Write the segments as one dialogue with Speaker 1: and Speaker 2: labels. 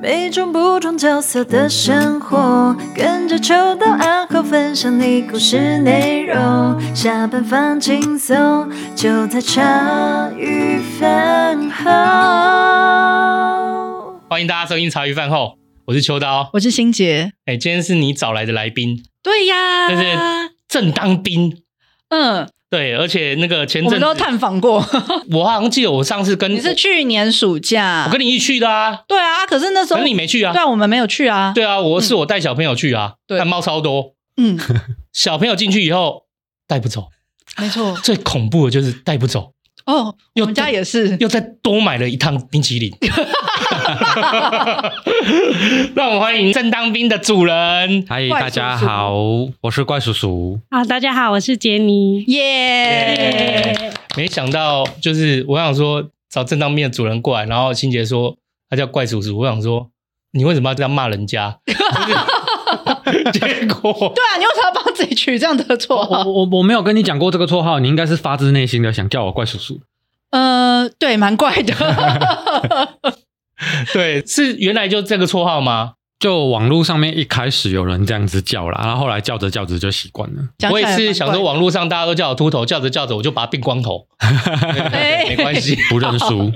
Speaker 1: 每种不同角色的生活，跟着秋到暗号分享你故事内容。下班放轻松，就在茶余饭后。
Speaker 2: 欢迎大家收听茶余饭后，我是秋刀。
Speaker 3: 我是欣杰。
Speaker 2: 哎、今天是你找来的来宾，
Speaker 3: 对呀，
Speaker 2: 就是正当兵。
Speaker 3: 嗯，
Speaker 2: 对，而且那个前
Speaker 3: 我
Speaker 2: 阵
Speaker 3: 们
Speaker 2: 子
Speaker 3: 都探访过。
Speaker 2: 我好像记得我上次跟
Speaker 3: 你是去年暑假
Speaker 2: 我跟你一起去的啊，
Speaker 3: 对啊，可是那时
Speaker 2: 可
Speaker 3: 候
Speaker 2: 是你没去啊
Speaker 3: 对。啊，我们没有去啊。
Speaker 2: 对啊，我是我带小朋友去啊，
Speaker 3: 对
Speaker 2: 但猫超多，
Speaker 3: 嗯，
Speaker 2: 小朋友进去以后带不走，
Speaker 3: 没 错。
Speaker 2: 最恐怖的就是带不走，
Speaker 3: 哦，
Speaker 2: 又
Speaker 3: 我们家也是。
Speaker 2: 又再多买了一趟冰 淇淋。 让我们欢迎正当兵的主人，
Speaker 4: 嗨，
Speaker 3: 怪叔叔
Speaker 4: 大家好，我是怪叔叔。
Speaker 5: 好，啊大家好，我是杰尼。
Speaker 3: 耶！
Speaker 2: 耶没想到就是我想说找正当兵的主人过来，然后欣杰说他叫怪叔叔，我想说你为什么要这样骂人家？就是结果
Speaker 3: 对啊，你为什么要帮自己取这样的绰
Speaker 4: 我
Speaker 2: 哦
Speaker 3: 号？
Speaker 4: 我我没有跟你讲过这个绰号，你应该是发自内心的想叫我怪叔叔。
Speaker 3: 呃，对，蛮怪 的。
Speaker 2: 对，是原来就这个绰号吗？
Speaker 4: 就网络上面一开始有人这样子叫啦，然后后来叫着叫着就习惯 了。
Speaker 3: 讲
Speaker 2: 我
Speaker 3: 起
Speaker 2: 也
Speaker 3: 来
Speaker 2: 是
Speaker 3: 蛮
Speaker 2: 想
Speaker 3: 怪
Speaker 2: 说，
Speaker 3: 的
Speaker 2: 网络上大家都叫我秃头，叫着叫着我就把它变光头，对对对
Speaker 3: 哎
Speaker 2: 没关系。
Speaker 4: 不认 输，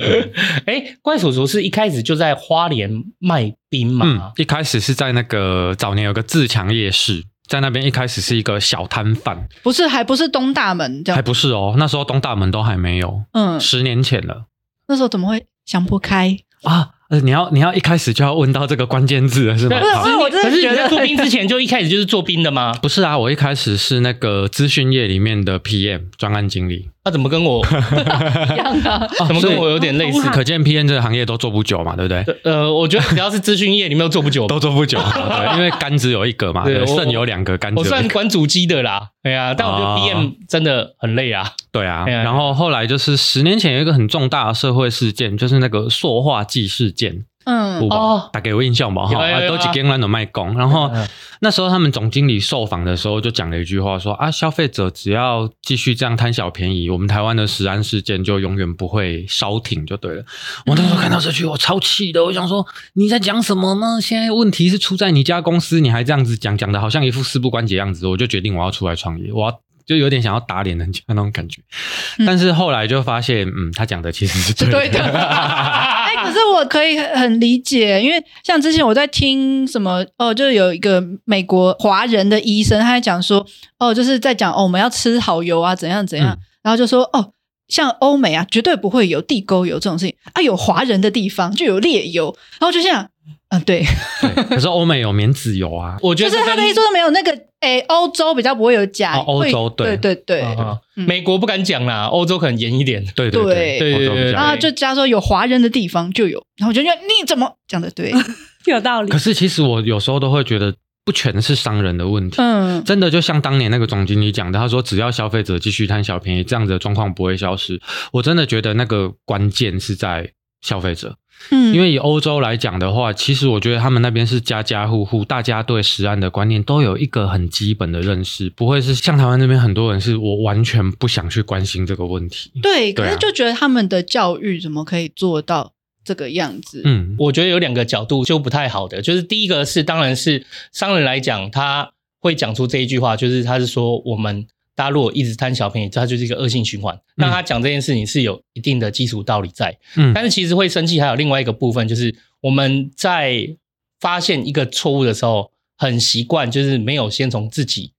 Speaker 2: 哎，怪叔叔是一开始就在花莲卖冰
Speaker 4: 嗯
Speaker 2: 嘛，？
Speaker 4: 一开始是在那个早年有个自强夜市，在那边一开始是一个小摊贩，
Speaker 3: 不是，还不是东大门这
Speaker 4: 还
Speaker 3: 样。
Speaker 4: 不是哦，那时候东大门都还没有，
Speaker 3: 嗯，
Speaker 4: 十年前了
Speaker 3: 那时候怎么会想不开？
Speaker 4: 啊！呃你要你要一开始就要问到这个关键字了是吗？
Speaker 2: 对啊
Speaker 4: 好
Speaker 3: 是哎我真
Speaker 2: 可
Speaker 3: 的
Speaker 2: 是
Speaker 3: 觉
Speaker 2: 你在
Speaker 3: 得
Speaker 2: 做冰之前就一开始就是做冰的吗？
Speaker 4: 不是啊，我一开始是那个资讯业里面的 PM 专案经理，
Speaker 2: 那怎么跟我
Speaker 3: 一样啊。
Speaker 4: 啊
Speaker 2: 怎么
Speaker 4: 所以
Speaker 2: 跟我有点类似？
Speaker 4: 可见 PM 这个行业都做不久嘛，对不对？
Speaker 2: 呃，我觉得只要是资讯业，你没有做不久吧，
Speaker 4: 都做 不久，对，因为杆子有一个嘛，
Speaker 2: 对
Speaker 4: 对，
Speaker 2: 我
Speaker 4: 肾有两个，杆子
Speaker 2: 我
Speaker 4: 有
Speaker 2: 算
Speaker 4: 一个，
Speaker 2: 管主机的啦，哎呀、但我觉得
Speaker 4: 哦
Speaker 2: PM 真的很累啊。
Speaker 4: 对啊。
Speaker 2: 哎呀
Speaker 4: 然后后来就是十年前有一个很重大的社会事件，就是那个塑化剂事件，
Speaker 3: 嗯
Speaker 4: 有吧
Speaker 2: 哦
Speaker 4: 大概有印象吧？哈，
Speaker 2: 有有
Speaker 4: 啊
Speaker 2: 有
Speaker 4: 都几间乱的卖工。然后
Speaker 2: 嗯嗯
Speaker 4: 那时候他们总经理受访的时候就讲了一句话，说啊，消费者只要继续这样贪小便宜，我们台湾的食安事件就永远不会烧停，就对了。我那时候看到这句，我超气的，我想说你在讲什么呢？现在问题是出在你家公司，你还这样子讲，讲的好像一副事不关己的样子，我就决定我要出来创业，我要。就有点想要打脸人家那 种感觉，
Speaker 3: 嗯
Speaker 4: 但是后来就发现，嗯，他讲的其实是
Speaker 3: 是对
Speaker 4: 对
Speaker 3: 的。
Speaker 4: 的。
Speaker 3: 哎、可是我可以很理解，因为像之前我在听什么哦，就是有一个美国华人的医生，他在讲说哦，就是在讲哦，我们要吃好油啊，怎样怎样，
Speaker 4: 嗯
Speaker 3: 然后就说哦。像欧美啊，绝对不会有地沟油这种事情啊！有华人的地方就有劣油，然后就像，嗯、 对，
Speaker 4: 对可是欧美有棉籽油啊，
Speaker 2: 我觉
Speaker 3: 就
Speaker 2: 得
Speaker 3: 是
Speaker 2: 这
Speaker 3: 他
Speaker 2: 跟
Speaker 3: 的意思说没有那个，诶、欧洲比较不会有假，
Speaker 4: 哦欧洲
Speaker 3: 会
Speaker 4: 对哦
Speaker 3: 对对
Speaker 2: 啊啊
Speaker 3: 嗯
Speaker 2: 美国不敢讲啦，欧洲可能严一点。
Speaker 4: 对啊
Speaker 3: 对
Speaker 4: 对
Speaker 2: 对对
Speaker 4: 欧洲
Speaker 2: 对
Speaker 4: 比较
Speaker 3: 然后就加说有华人的地方就有，然后我就觉得哎你怎么讲的 对，
Speaker 5: 有道理
Speaker 4: 可。是其实我有时候都会觉得，不全是商人的问题。
Speaker 3: 嗯，
Speaker 4: 真的就像当年那个总经理讲的，他说只要消费者继续贪小便宜，这样子的状况不会消失。我真的觉得那个关键是在消费者，
Speaker 3: 嗯
Speaker 4: 因为以欧洲来讲的话，其实我觉得他们那边是家家户户，大家对食安的观念都有一个很基本的认识，不会是像台湾那边很多人是我完全不想去关心这个问题。
Speaker 3: 对，
Speaker 4: 对
Speaker 3: 可是
Speaker 4: 啊
Speaker 3: 就觉得他们的教育怎么可以做到这个样子？
Speaker 4: 嗯，
Speaker 2: 我觉得有两个角度就不太好的，就是第一个是，当然是商人来讲，他会讲出这一句话，就是他是说我们大家如果一直贪小便宜，它就是一个恶性循环。那他讲这件事情是有一定的基础道理在，
Speaker 4: 嗯
Speaker 2: 但是其实会生气还有另外一个部分，就是我们在发现一个错误的时候，很习惯就是没有先从自己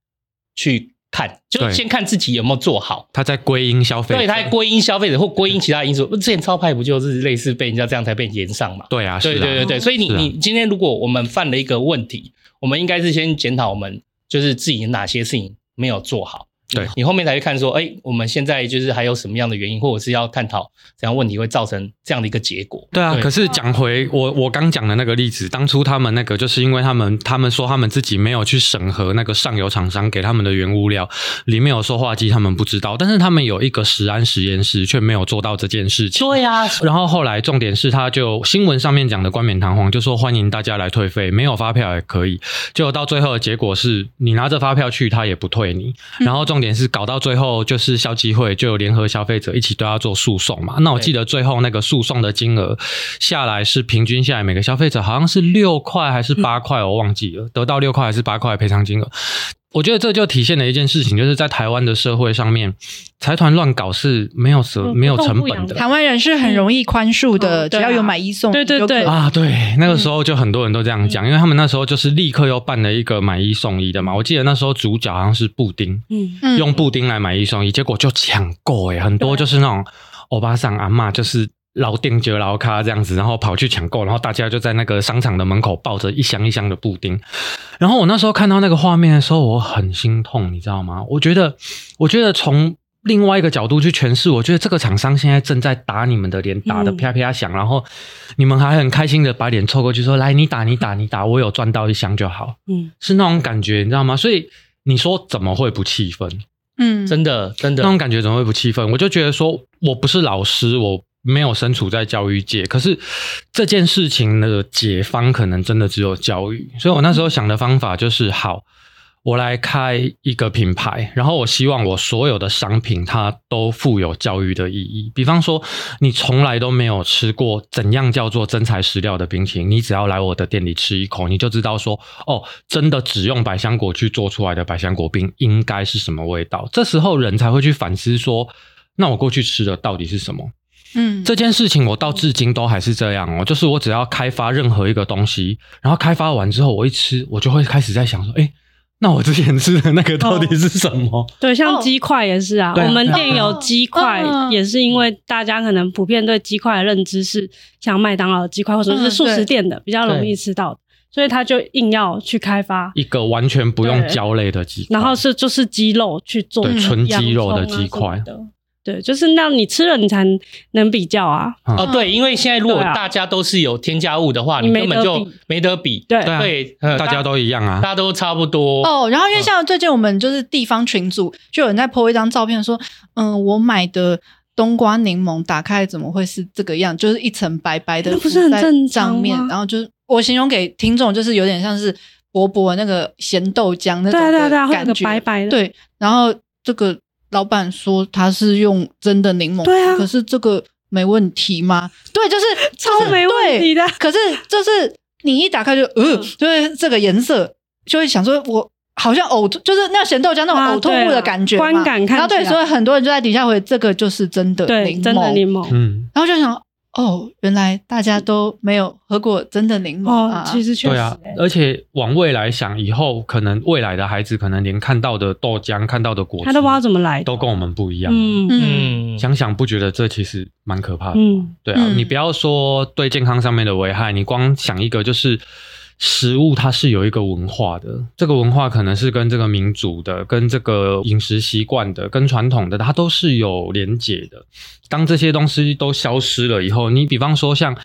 Speaker 2: 去看，就是
Speaker 4: 对
Speaker 2: 先看自己有没有做好。
Speaker 4: 他在归因消费者，
Speaker 2: 对，他还归因消费者或归因其他因素。之前超派不就是类似被人家这样才被延上嘛？
Speaker 4: 对啊，是啊
Speaker 2: 对对对对，所以你
Speaker 4: 是啊
Speaker 2: 你今天如果我们犯了一个问题，我们应该是先检讨我们就是自己哪些事情没有做好。
Speaker 4: 对
Speaker 2: 你你后面才去看说，哎，我们现在就是还有什么样的原因，或者是要探讨怎样问题会造成这样的一个结果。
Speaker 4: 对啊，
Speaker 2: 对
Speaker 4: 可是讲回我我刚讲的那个例子，当初他们那个就是因为他们他们说他们自己没有去审核那个上游厂商给他们的原物料里面有塑化剂，他们不知道，但是他们有一个食安实验室却没有做到这件事情。
Speaker 2: 对啊，
Speaker 4: 然后后来重点是，他就新闻上面讲的冠冕堂皇，就说欢迎大家来退费，没
Speaker 5: 嗯
Speaker 4: 有发票也可以。结果到最后的结果是，你拿着发票去，他也不退你。然后重重点是搞到最后就是消基会就有联合消费者一起对他做诉讼嘛。那我记得最后那个诉讼的金额下来是平均下来每个消费者好像是六块还是八块，我忘记了，得到六块还是八块的赔偿金额。我觉得这就体现了一件事情，就是在台湾的社会上面，财团乱搞是没有责
Speaker 5: 嗯
Speaker 4: 没有
Speaker 5: 不痛
Speaker 4: 成
Speaker 5: 不痒
Speaker 4: 本的
Speaker 5: 的。
Speaker 3: 台湾人是很容易宽恕的，
Speaker 5: 嗯
Speaker 3: 只要有买一送一，
Speaker 5: 对对
Speaker 3: 就可以
Speaker 5: 对
Speaker 4: 啊，对，那个时候就很多人都这样讲，因为他们那时候就是立刻又办了一个买一送一的嘛。我记得那时候主角好像是布丁，
Speaker 5: 嗯，
Speaker 3: 嗯
Speaker 4: 用布丁来买一送一，结果就抢购哎，很多就是那种欧巴桑阿嬷就是。老定觉老咖这样子，然后跑去抢购，然后大家就在那个商场的门口抱着一箱一箱的布丁。然后我那时候看到那个画面的时候，我很心痛，你知道吗？我觉得， 我觉得从另外一个角度去诠释，我觉得这个厂商现在正在打你们的脸，打的
Speaker 5: 嗯
Speaker 4: 啪啪响，然后你们还很开心的把脸凑过去说：“来，你打，你打，你打，我有赚到一箱就好。”
Speaker 5: 嗯，
Speaker 4: 是那种感觉，你知道吗？所以你说怎么会不气愤？
Speaker 3: 嗯
Speaker 2: 真的真的
Speaker 4: 那，种感觉怎么会不气愤？我就觉得说，我不是老师，我没有身处在教育界，可是这件事情的解方可能真的只有教育。所以我那时候想的方法就是，好，我来开一个品牌，然后我希望我所有的商品它都富有教育的意义。比方说，你从来都没有吃过怎样叫做真材实料的冰淇淋，你只要来我的店里吃一口，你就知道说，哦，真的只用百香果去做出来的百香果冰应该是什么味道。这时候人才会去反思说，那我过去吃的到底是什么？
Speaker 3: 嗯
Speaker 4: 这件事情我到至今都还是这样哦，就是我只要开发任何一个东西，然后开发完之后，我一吃，我就会开始在想说，哎，那我之前吃的那个到底是什么？
Speaker 5: 对，像
Speaker 3: 哦
Speaker 5: 鸡块也是啊，
Speaker 4: 对啊
Speaker 5: 我们
Speaker 4: 对啊
Speaker 5: 店有鸡块
Speaker 3: 嗯，
Speaker 5: 也是因为大家可能普遍对鸡块的认知是像麦当劳的鸡块或者
Speaker 3: 嗯
Speaker 5: 是素食店的比较容易
Speaker 2: 对
Speaker 5: 吃到的，所以他就硬要去开发，
Speaker 4: 一个完全不用胶类的鸡块，
Speaker 5: 然后是就是鸡肉去做
Speaker 4: 对纯
Speaker 5: 洋
Speaker 4: 鸡肉的
Speaker 5: 葱啊
Speaker 4: 鸡块
Speaker 5: 什么的对，就是那你吃了你才能比较啊，
Speaker 2: 哦，对，因为现在如果
Speaker 5: 对啊
Speaker 2: 大家都是有添加物的话，
Speaker 5: 你
Speaker 2: 你
Speaker 5: 没
Speaker 2: 根本
Speaker 5: 得
Speaker 2: 就
Speaker 5: 比
Speaker 2: 没得比。
Speaker 5: 对
Speaker 4: 对啊
Speaker 2: 对，嗯
Speaker 4: 大家都一样啊
Speaker 2: 大。家都差不多。
Speaker 3: 哦，然后因为像最近我们就是地方群组，就有人在 po 一张照片说，嗯，我买的冬瓜柠檬打开怎么会是这个样？就是一层白白的，
Speaker 5: 那不是很正常吗
Speaker 3: 账面，然后就是我形容给听众，就是有点像是薄薄的那个咸豆浆那种
Speaker 5: 对啊对啊
Speaker 3: 的
Speaker 5: 对啊，会有
Speaker 3: 感
Speaker 5: 个
Speaker 3: 觉，
Speaker 5: 白白的，
Speaker 3: 对，然后这个老板说他是用真的柠檬，
Speaker 5: 对啊
Speaker 3: 可是这个没问题吗？对，就是
Speaker 5: 超没问题的嗯
Speaker 3: 对可是就是你一打开就，呃，就是这个颜色，就会想说我。好像呕吐，就是那咸豆浆那种
Speaker 5: 啊
Speaker 3: 呕吐
Speaker 5: 对啊
Speaker 3: 物的感觉嘛、
Speaker 5: 观感看
Speaker 3: 然后对，
Speaker 5: 起来
Speaker 3: 所以很多人就在底下回这个就是真的
Speaker 5: 对，
Speaker 3: 柠
Speaker 5: 真的
Speaker 3: 檬，
Speaker 5: 柠檬。
Speaker 4: 嗯，
Speaker 3: 然后就想哦，原来大家都没有喝过真的柠檬、
Speaker 5: 哦
Speaker 3: 啊，，
Speaker 5: 其实确
Speaker 4: 嗯
Speaker 5: 实、欸
Speaker 4: 对啊，而且往未来想，以后可能未来的孩子可能连看到的豆浆、看到的果汁，
Speaker 5: 他都不知道怎么来的
Speaker 4: 都跟我们不一样。
Speaker 5: 嗯
Speaker 3: 嗯
Speaker 2: 嗯，
Speaker 4: 想想不觉得这其实蛮可怕的。
Speaker 5: 嗯，
Speaker 4: 对啊，
Speaker 3: 嗯
Speaker 4: 你不要说对健康上面的危害，你光想一个就是食物，它是有一个文化的，这个文化可能是跟这个民族的、跟这个饮食习惯的、跟传统的，它都是有连结的。当这些东西都消失了以后，你比方说像。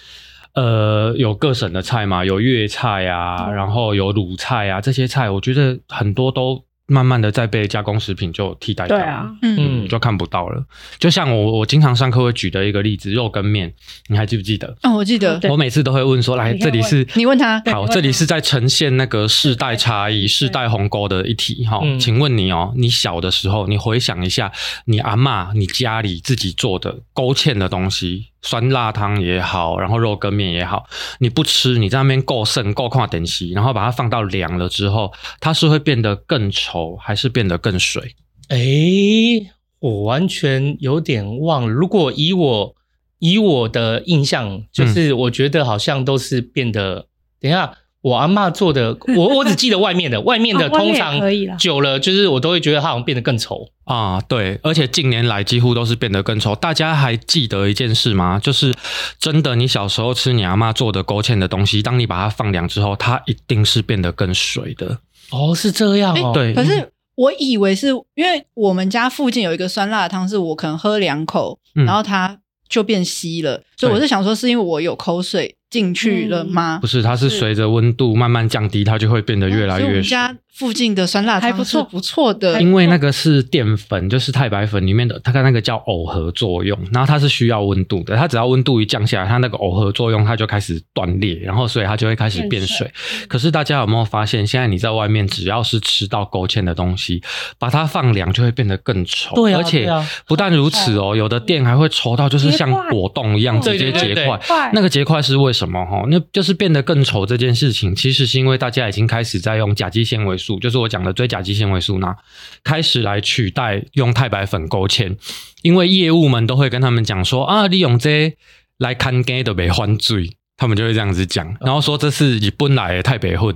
Speaker 4: 呃，有各省的菜嘛，有粤菜啊，然后有鲁菜啊，这些菜，我觉得很多都慢慢的在被加工食品就替代掉
Speaker 5: 对
Speaker 4: 了。
Speaker 5: 啊，
Speaker 3: 嗯
Speaker 4: 嗯，就看不到了。就像我我经常上课会举的一个例子，肉跟面，你还记不记得？
Speaker 3: 哦，我记得
Speaker 5: 对
Speaker 4: 我每次都会问说，来
Speaker 5: 你可
Speaker 4: 这
Speaker 5: 以
Speaker 4: 里是
Speaker 3: 你问他
Speaker 5: 对
Speaker 4: 好，
Speaker 5: 你问他
Speaker 4: 这里是在呈现那个世代差异、世代鸿沟的一题哈、
Speaker 2: 嗯
Speaker 4: 请问你哦，你小的时候，你回想一下，你阿嬷、你家里自己做的勾芡的东西，酸辣汤也好，然后肉羹面也好，你不吃，你在那边够剩够跨等级，然后把它放到凉了之后，它是会变得更稠，还是变得更水？
Speaker 2: 诶，我完全有点忘了。如果以我以我的印象，
Speaker 4: 嗯
Speaker 2: 就是我觉得好像都是变得。等一下，我阿嬷做的，我我只记得外面 的，外面的
Speaker 4: 哦
Speaker 5: 啊外面
Speaker 2: 通
Speaker 5: 也
Speaker 2: 常
Speaker 5: 可以啦
Speaker 2: 久了，就是我都会觉得它好像变得更稠。
Speaker 4: 啊，对，而且近年来几乎都是变得更稠。大家还记得一件事吗？就是真的，你小时候吃你阿妈做的勾芡的东西，当你把它放凉之后，它一定是变得更水的。
Speaker 2: 哦，是这样哦。
Speaker 4: 对，
Speaker 3: 可是我以为是因为我们家附近有一个酸辣汤，是我可能喝两口，
Speaker 4: 嗯
Speaker 3: 然后它就变稀了，所以我是想说，是因为我有口水进去了吗？
Speaker 4: 不是，它是
Speaker 5: 是
Speaker 4: 随着温度慢慢降低，它就会变得越来
Speaker 3: 哦所以我
Speaker 4: 嗯越嗯
Speaker 3: 们
Speaker 4: 水。
Speaker 3: 家附近的酸辣汤
Speaker 5: 还不错
Speaker 3: 是不错的，
Speaker 5: 还
Speaker 4: 因为那个是淀粉，就是太白粉里面的，它跟那个叫耦合作用，然后它是需要温度的，它只要温度一降下来，它那个耦合作用它就开始断裂，然后所以它就会开始变
Speaker 5: 变
Speaker 4: 水
Speaker 5: 水。
Speaker 4: 可是大家有没有发现，现在你在外面只要是吃到勾芡的东西，把它放凉就会变得更稠，
Speaker 2: 对啊
Speaker 4: 而且
Speaker 2: 对啊
Speaker 4: 不但如此哦，有的店还会稠到就是像
Speaker 5: 结块
Speaker 4: 果冻一样直
Speaker 5: 对
Speaker 4: 接
Speaker 2: 对
Speaker 4: 结
Speaker 2: 对对
Speaker 4: 块。
Speaker 5: 快
Speaker 4: 那个结块是为什么？哈，那就是变得更稠这件事情，其实是因为大家已经开始在用甲基纤维素，就是我讲的追甲基纤维素呢，开始来取代用太白粉勾芡，因为业务们都会跟他们讲说啊，利用这来看给的没换罪。他们就会这样子讲，然后说这是日本来的太白粉，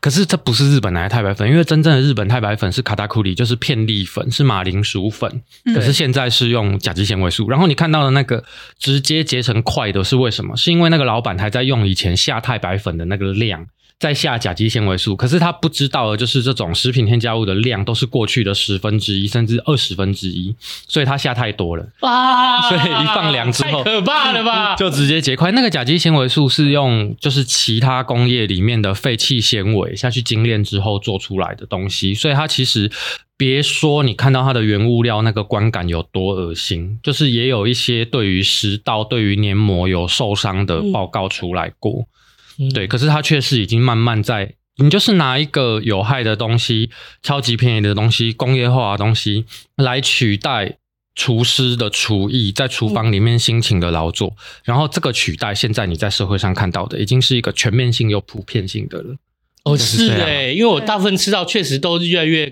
Speaker 4: 可是这不是日本来的太白粉，因为真正的日本太白粉是卡达库里，就是片粒粉，是马铃薯粉，
Speaker 3: 嗯
Speaker 4: 可是现在是用甲基纤维素，然后你看到的那个直接结成块的是为什么？是因为那个老板还在用以前下太白粉的那个量，在下甲基纤维素，可是他不知道的就是这种食品添加物的量都是过去的十分之一甚至二十分之一，所以他下太多了。
Speaker 2: 哇！
Speaker 4: 所以一放凉之后
Speaker 2: 啊太可怕了 吧？
Speaker 4: 就直接结块。那个甲基纤维素是用就是其他工业里面的废弃纤维下去精炼之后做出来的东西，所以它其实别说你看到它的原物料那个观感有多恶心，就是也有一些对于食道、对于黏膜有受伤的报告出来过。
Speaker 2: 嗯
Speaker 4: 对，可是它确实已经慢慢在，你就是拿一个有害的东西、超级便宜的东西、工业化的东西来取代厨师的厨艺，在厨房里面辛勤的劳作，然后这个取代现在你在社会上看到的，已经是一个全面性又普遍性的了。
Speaker 2: 哦，
Speaker 4: 就是
Speaker 2: 是
Speaker 4: 这样
Speaker 2: 哎、因为我大部分吃到确实都是越来越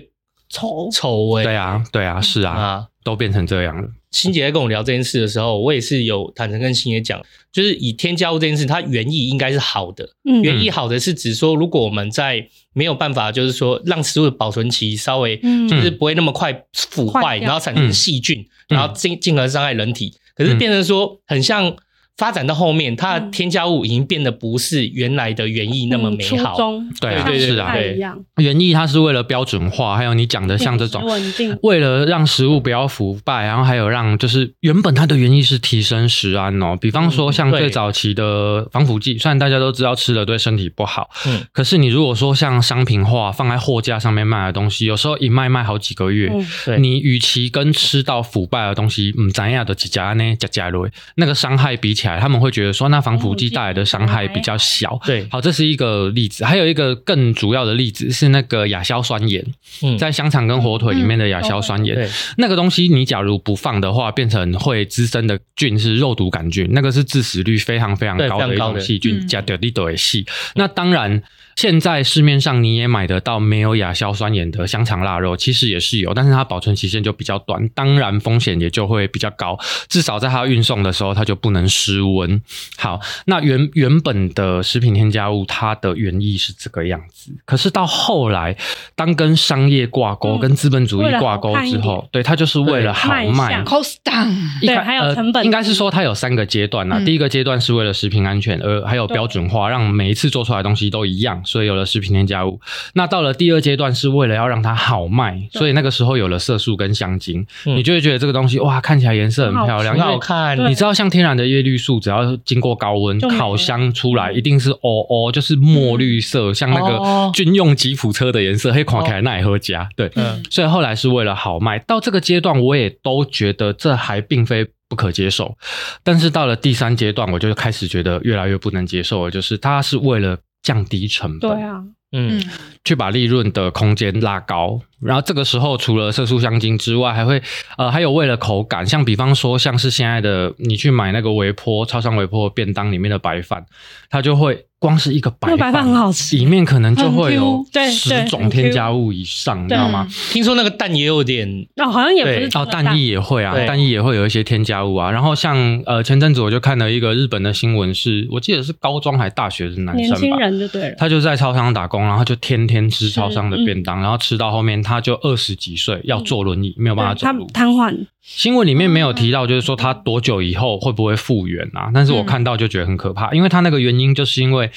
Speaker 5: 丑，
Speaker 2: 丑哎、
Speaker 4: 对啊，对啊，是啊，
Speaker 2: 啊，
Speaker 4: 都变成这样了。
Speaker 2: 欣姐在跟我聊这件事的时候，我也是有坦诚跟欣姐讲，就是以添加物这件事，它原意应该是好的。
Speaker 5: 嗯，
Speaker 2: 原意好的是指说，如果我们在没有办法，就是说让食物的保存期稍微
Speaker 5: 嗯
Speaker 2: 就是不会那么快腐
Speaker 5: 坏
Speaker 2: 坏，
Speaker 5: 掉嗯
Speaker 2: 然后产生细菌，然后进进而伤害人体。可是变成说，很像发展到后面，它的添加物已经变得不是原来的原意那么
Speaker 5: 嗯
Speaker 2: 美
Speaker 5: 初
Speaker 2: 好。
Speaker 5: 衷
Speaker 4: 对啊
Speaker 5: 像
Speaker 4: 对对
Speaker 5: 时
Speaker 4: 对
Speaker 5: 代
Speaker 2: 对
Speaker 5: 一样，
Speaker 4: 原意它是为了标准化，还有你讲的像这种
Speaker 5: 饮食稳定
Speaker 4: 为了让食物不要腐败，然后还有让就是原本它的原意是提升食安哦，比方说像
Speaker 2: 嗯对
Speaker 4: 最早期的防腐剂，虽然大家都知道吃了对身体不好，
Speaker 2: 嗯
Speaker 4: 可是你如果说像商品化放在货架上面卖的东西，有时候一卖卖好几个月，
Speaker 5: 嗯
Speaker 2: 对
Speaker 4: 你与其跟吃到腐败的东西，嗯，咱样的几家呢，加加类那个伤害比起来，他们会觉得说那防腐剂带来的伤害比较小。
Speaker 2: 对，
Speaker 4: 好，这是一个例子，还有一个更主要的例子是那个亚硝酸盐，
Speaker 2: 嗯，
Speaker 4: 在香肠跟嗯火腿里面的亚硝酸盐，
Speaker 2: 对，
Speaker 4: 那个东西你假如不放的话，变成会滋生的菌是肉毒杆菌，那个是致死率非常非常
Speaker 2: 对
Speaker 4: 高的一
Speaker 2: 非常高
Speaker 4: 种
Speaker 2: 的
Speaker 4: 细菌，
Speaker 3: 嗯
Speaker 4: 加掉地都也细。那当然，现在市面上你也买得到没有亚硝酸盐的香肠腊肉，其实也是有，但是它保存期限就比较短，当然风险也就会比较高。至少在它运送的时候，它就不能失温。好，那原原本的食品添加物，它的原意是这个样子，可是到后来，当跟商业挂钩、
Speaker 5: 嗯
Speaker 4: 跟资本主
Speaker 5: 为
Speaker 4: 义
Speaker 5: 了
Speaker 4: 挂
Speaker 5: 好
Speaker 4: 钩
Speaker 5: 看一
Speaker 4: 之
Speaker 5: 点
Speaker 4: 后，对，它就是为了好
Speaker 5: 卖
Speaker 4: 卖
Speaker 5: 相。
Speaker 3: cost down，
Speaker 4: 一开
Speaker 5: 对还有成本
Speaker 4: 呃，应该是说它有三个阶段啦、
Speaker 3: 嗯
Speaker 4: 第一个阶段是为了食品安全，而还有标准化，让每一次做出来的东西都一样，所以有了食品添加物。那到了第二阶段是为了要让它好卖，
Speaker 5: 对
Speaker 4: 所以那个时候有了色素跟香精，
Speaker 2: 嗯
Speaker 4: 你就会觉得这个东西哇，看起来颜色很漂亮，
Speaker 2: 很
Speaker 4: 因
Speaker 2: 好
Speaker 4: 为
Speaker 2: 看。
Speaker 5: 对
Speaker 4: 你知道，像天然的叶绿素，只要经过高温
Speaker 5: 就没了嗯
Speaker 4: 烤箱出来，一定是哦哦，就是墨绿色，像那个
Speaker 2: 哦
Speaker 4: 军用吉普车的颜色，黑垮
Speaker 5: 哦
Speaker 4: 起来奈何家。对，
Speaker 2: 嗯
Speaker 4: 所以后来是为了好卖。到这个阶段，我也都觉得这还并非不可接受。但是到了第三阶段，我就开始觉得越来越不能接受了，就是它是为了降低成本。
Speaker 5: 对啊，
Speaker 2: 嗯
Speaker 3: 嗯，
Speaker 4: 去把利润的空间拉高。然后这个时候，除了色素香精之外，还会呃，还有为了口感，像比方说，像是现在的你去买那个微波超商微波便当里面的白饭，它就会光是一个白
Speaker 5: 那个白饭很好吃
Speaker 4: 里面可能就会
Speaker 5: 很
Speaker 4: 有
Speaker 5: Q，对
Speaker 4: 十
Speaker 5: 对
Speaker 4: 种
Speaker 5: 很
Speaker 4: 添
Speaker 5: Q
Speaker 4: 加物以上，你知道吗？
Speaker 3: 嗯
Speaker 2: 听说那个蛋也有点，
Speaker 5: 哦，好像也不
Speaker 2: 对
Speaker 5: 是
Speaker 4: 哦，
Speaker 5: 蛋
Speaker 4: 蛋液也会啊，
Speaker 2: 对
Speaker 4: 蛋液也会有一些添加物啊。然后像呃，前阵子我就看了一个日本的新闻是，我记得是高中还大学的男
Speaker 5: 年
Speaker 4: 生
Speaker 5: 轻
Speaker 4: 吧，
Speaker 5: 人就对了，
Speaker 4: 他就在超商打工，然后就天天吃超商的
Speaker 5: 是嗯嗯
Speaker 4: 便当，然后吃到后面他就二十几岁，要坐轮椅，没有办法
Speaker 5: 对
Speaker 4: 走
Speaker 5: 他
Speaker 4: 路。
Speaker 5: 瘫痪，
Speaker 4: 新闻里面没有提
Speaker 2: 嗯
Speaker 4: 到，就是说他
Speaker 2: 嗯
Speaker 4: 多久以后会不会复原啊？但是我看到就觉得很可怕，因为他那个原因就是因为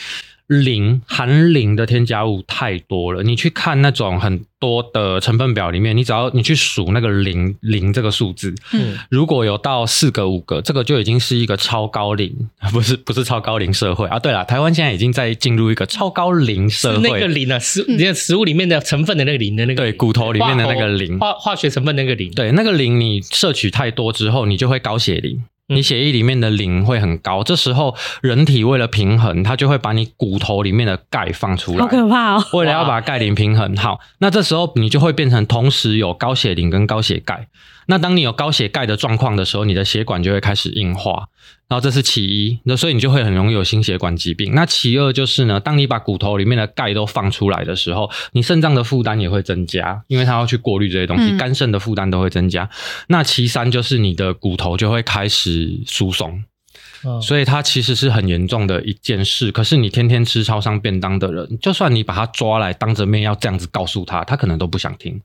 Speaker 4: 零含零的添加物太多了。你去看那种很多的成分表里面，你只要你去数那个零零这个数字，
Speaker 2: 嗯
Speaker 4: 如果有到四个五个，这个就已经是一个超高龄， 不是不是超高龄社会啊。对了，台湾现在已经在进入一个超高龄
Speaker 2: 是
Speaker 4: 社
Speaker 2: 那个
Speaker 4: 会，
Speaker 2: 磷啊，食
Speaker 3: 嗯
Speaker 2: 那个食物里面的成分的那个磷的那个
Speaker 4: 对
Speaker 2: 磷
Speaker 4: 骨头里面的那个磷。
Speaker 2: 化化学成分那个磷，
Speaker 4: 对，那个磷你摄取太多之后，你就会高血磷。
Speaker 2: 嗯
Speaker 4: 你血液里面的磷会很高，这时候人体为了平衡，它就会把你骨头里面的钙放出来
Speaker 5: 好，可怕 哦！
Speaker 4: 为了要把钙磷平衡好。那这时候你就会变成同时有高血磷跟高血钙。那当你有高血钙的状况的时候，你的血管就会开始硬化，然后这是其一。那所以你就会很容易有心血管疾病。那其二就是呢，当你把骨头里面的钙都放出来的时候，你肾脏的负担也会增加，因为它要去过滤这些东西，
Speaker 3: 嗯
Speaker 4: 肝肾的负担都会增加。那其三就是你的骨头就会开始疏松。
Speaker 2: 嗯
Speaker 4: 所以它其实是很严重的一件事。可是你天天吃超商便当的人，就算你把他抓来当着面要这样子告诉他，他可能都不想听。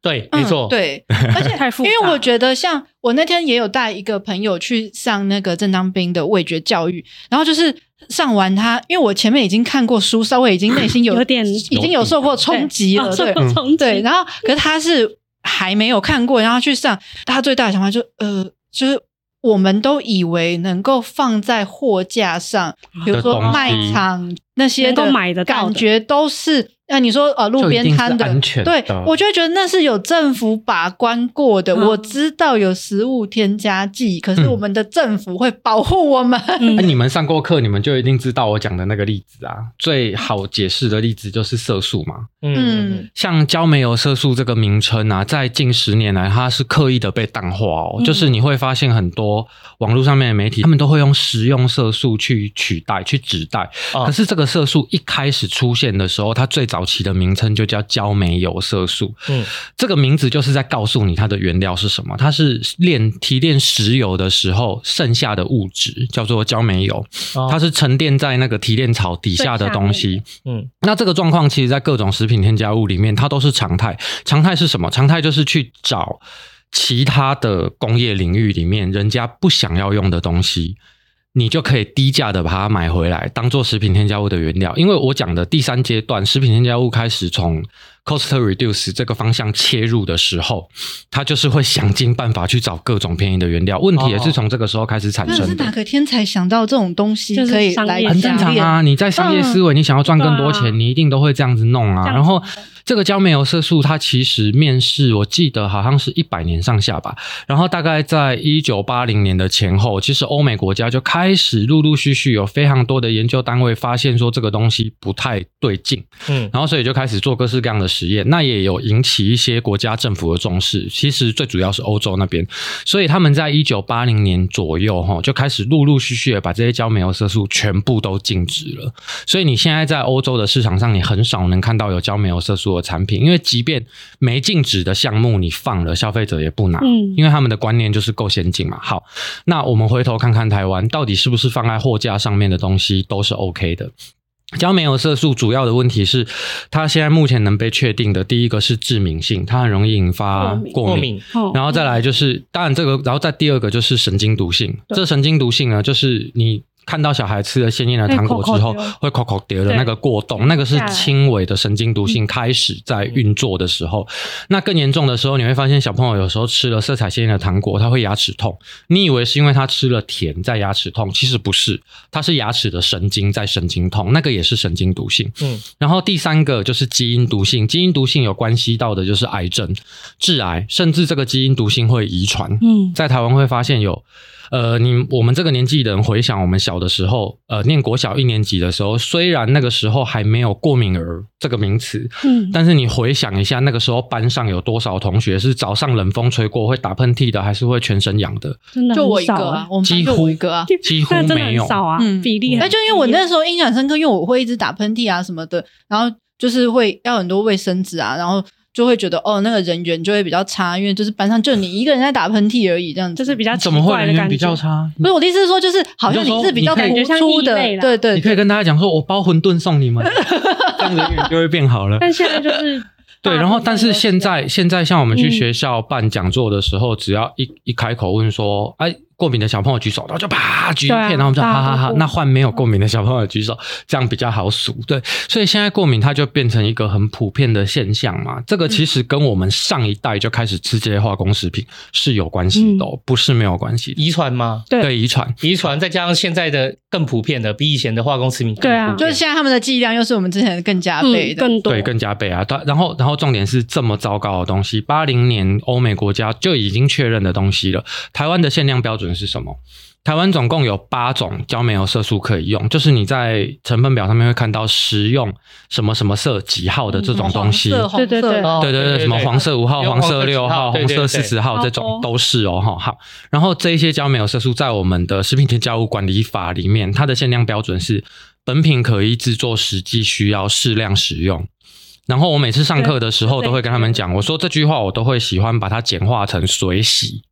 Speaker 2: 对，没错，
Speaker 3: 嗯，对，而且
Speaker 5: 太复杂
Speaker 3: 因为我觉得，像我那天也有带一个朋友去上那个正当兵的味觉教育，然后就是上完他，因为我前面已经看过书，稍微已经内心有
Speaker 5: 有点
Speaker 3: 已经有受过冲击了，对
Speaker 5: 哦冲击
Speaker 3: 对。然后，可是他是还没有看过，然后去上，他最大的想法就呃，就是。我们都以为能够放在货架上，比如
Speaker 4: 的
Speaker 3: 说
Speaker 4: 东西
Speaker 3: 卖场那些
Speaker 5: 能
Speaker 3: 的
Speaker 5: 够买得到的
Speaker 3: 感觉都是，那你说呃路
Speaker 4: 就一定
Speaker 3: 边
Speaker 4: 是
Speaker 3: 摊的，
Speaker 4: 安全的
Speaker 3: 对我就会觉得那是有政府把关过的。
Speaker 5: 嗯
Speaker 3: 我知道有食物添加剂，可是
Speaker 4: 嗯
Speaker 3: 我们的政府会保护我们。
Speaker 4: 那、
Speaker 5: 嗯
Speaker 4: 哎你们上过课，你们就一定知道我讲的那个例子啊。最好解释的例子就是色素嘛，
Speaker 2: 嗯，
Speaker 4: 像焦煤油色素这个名称啊，在近十年来，它是刻意的被淡化哦。
Speaker 5: 嗯
Speaker 4: 就是你会发现很多网络上面的媒体，他们都会用食用色素去取代、去指代。
Speaker 2: 哦
Speaker 4: 可是这个色素一开始出现的时候，它最早期的名称就叫焦煤油色素。
Speaker 2: 嗯
Speaker 4: 这个名字就是在告诉你它的原料是什么，它是炼提炼石油的时候剩下的物质叫做焦煤油，
Speaker 2: 哦
Speaker 4: 它是沉淀在那个提炼槽底下的东
Speaker 5: 最
Speaker 4: 西。
Speaker 2: 嗯
Speaker 4: 那这个状况其实，在各种食品添加物里面，它都是常态。常态是什么？常态就是去找其他的工业领域里面人家不想要用的东西。你就可以低价的把它买回来，当做食品添加物的原料。因为我讲的第三阶段，食品添加物开始从 cost reduce 这个方向切入的时候，它就是会想尽办法去找各种便宜的原料。问题也是从这个时候开始产
Speaker 3: 那
Speaker 4: 生
Speaker 3: 是
Speaker 4: 的。
Speaker 3: 哪个天才想到这种东西
Speaker 5: 就是
Speaker 3: 可以
Speaker 5: 商业
Speaker 3: 来
Speaker 4: 很正常啊，你在商业思维，你想要赚更多
Speaker 5: 对啊
Speaker 4: 钱，你一定都会这样子弄啊。
Speaker 5: 这样子
Speaker 4: 然后这个焦煤油色素，它其实面世，我记得好像是一百年上下吧。然后大概在一九八零年的前后，其实欧美国家就开始陆陆续续有非常多的研究单位发现说这个东西不太对劲，
Speaker 2: 嗯
Speaker 4: 然后所以就开始做各式各样的实验，那也有引起一些国家政府的重视。其实最主要是欧洲那边，所以他们在一九八零年左右哈就开始陆陆续续的把这些焦煤油色素全部都禁止了。所以你现在在欧洲的市场上，你很少能看到有焦煤油色素的产品，因为即便没禁止的项目你放了，消费者也不拿。
Speaker 5: 嗯
Speaker 4: 因为他们的观念就是够先进嘛。好，那我们回头看看台湾到底是不是放在货架上面的东西都是 OK 的。焦煤油色素主要的问题是，它现在目前能被确定的第一个是致敏性，它很容易引发
Speaker 5: 过敏
Speaker 4: 过
Speaker 2: 过
Speaker 4: 敏。
Speaker 2: 敏，
Speaker 5: 哦
Speaker 4: 然后再来就是，当然这个，然后再第二个就是神经毒性。
Speaker 5: 对
Speaker 4: 这神经毒性呢，就是你看到小孩吃了鲜艳的糖果之后
Speaker 5: 哎
Speaker 4: 会
Speaker 5: 会口口丢，
Speaker 4: 口口叠的
Speaker 5: 对嗯
Speaker 4: 那个过动，那个是
Speaker 5: 下来
Speaker 4: 轻微的神经毒性开始在运作的时候。那更严重的时候，你会发现小朋友有时候吃了色彩鲜艳的糖果，他会牙齿痛。你以为是因为他吃了甜在牙齿痛，其实不是，它是牙齿的神经在神经痛，那个也是神经毒性。
Speaker 2: 嗯
Speaker 4: 然后第三个就是基因毒性，基因毒性有关系到的就是癌症、致癌，甚至这个基因毒性会遗传。
Speaker 5: 嗯，
Speaker 4: 在台湾会发现有，呃，你我们这个年纪的人回想我们小的时候，呃，念国小一年级的时候，虽然那个时候还没有过敏儿这个名词，
Speaker 5: 嗯
Speaker 4: 但是你回想一下，那个时候班上有多少同学是早上冷风吹过会打喷嚏的，还是会全身痒的？
Speaker 5: 真的
Speaker 3: 就
Speaker 5: 很
Speaker 3: 我一个
Speaker 5: 少
Speaker 3: 啊
Speaker 5: 啊，，
Speaker 3: 我们班
Speaker 4: 几
Speaker 3: 就
Speaker 4: 乎
Speaker 3: 我一个啊。
Speaker 4: 几乎
Speaker 5: 那真的
Speaker 4: 没有
Speaker 5: 很。少啊
Speaker 3: 嗯，
Speaker 5: 比例很
Speaker 3: 那就因为我那时候印象深刻，因为我会一直打喷嚏啊什么的，然后就是会要很多卫生纸啊，然后就会觉得哦那个人缘就会比较差，因为就是班上就你一个人在打喷嚏而已，这样子
Speaker 5: 就是比较
Speaker 4: 怎么会
Speaker 5: 奇怪
Speaker 4: 人
Speaker 5: 的
Speaker 4: 缘
Speaker 5: 感
Speaker 4: 比较
Speaker 5: 觉？
Speaker 4: 差？
Speaker 3: 不是我的意思是说，就是好像你是比较
Speaker 4: 你
Speaker 3: 突
Speaker 4: 就说
Speaker 5: 你可以
Speaker 3: 出的
Speaker 5: 感觉像异类，啦
Speaker 3: 对对
Speaker 4: 你可以
Speaker 3: 对，
Speaker 4: 跟大家讲说，我包馄饨送 你们，这样子英语就会变好了。
Speaker 5: 但现在就是
Speaker 4: 对，然后但是现
Speaker 5: 大部分
Speaker 4: 在现在像我们去
Speaker 5: 嗯
Speaker 4: 学校办讲座的时候，只要一一开口问说，哎，过敏的小朋友举手，然后就啪举一片，
Speaker 5: 对啊
Speaker 4: 然后我们就
Speaker 5: 大
Speaker 4: 哈
Speaker 5: 家
Speaker 4: 哈
Speaker 5: 都
Speaker 4: 哈
Speaker 5: 过。
Speaker 4: 那换没有过敏的小朋友举手，这样比较好数。对，所以现在过敏它就变成一个很普遍的现象嘛。这个其实跟我们上一代就开始吃这些化工食品是有关系的、哦，不是没有关系的。
Speaker 2: 遗传吗？
Speaker 5: 嗯对
Speaker 4: 对遗传，
Speaker 2: 遗传再加上现在的更普遍的，比以前的化工食品更
Speaker 5: 对啊
Speaker 2: 普遍
Speaker 3: 就是现在他们的剂量又是我们之前的更加倍
Speaker 5: 嗯，
Speaker 3: 的，
Speaker 5: 更多
Speaker 4: 对，更加倍啊！但然后，然后重点是这么糟糕的东西，八零年欧美国家就已经确认的东西了。台湾的限量标准是什么？台湾总共有八种焦煤油色素可以用，就是你在成分表上面会看到食用什么什么色几号的这种东西。
Speaker 3: 嗯黄色
Speaker 5: 对对
Speaker 3: 红色
Speaker 5: 对
Speaker 2: 哦
Speaker 4: 对对对，什么黄色五号、
Speaker 2: 有
Speaker 4: 黄色六
Speaker 2: 几
Speaker 4: 号、
Speaker 2: 对
Speaker 4: 红
Speaker 2: 对
Speaker 4: 色
Speaker 2: 对
Speaker 4: 四十号这
Speaker 5: 哦
Speaker 4: 种都是哦，哈好。然后这一些焦煤有色素在我们的食品添加物管理法里面，它的限量标准是本品可依制作实际需要适量使用。然后我每次上课的时候
Speaker 5: 对
Speaker 4: 都会跟他们讲，我说这句话我都会喜欢把它简化成水洗。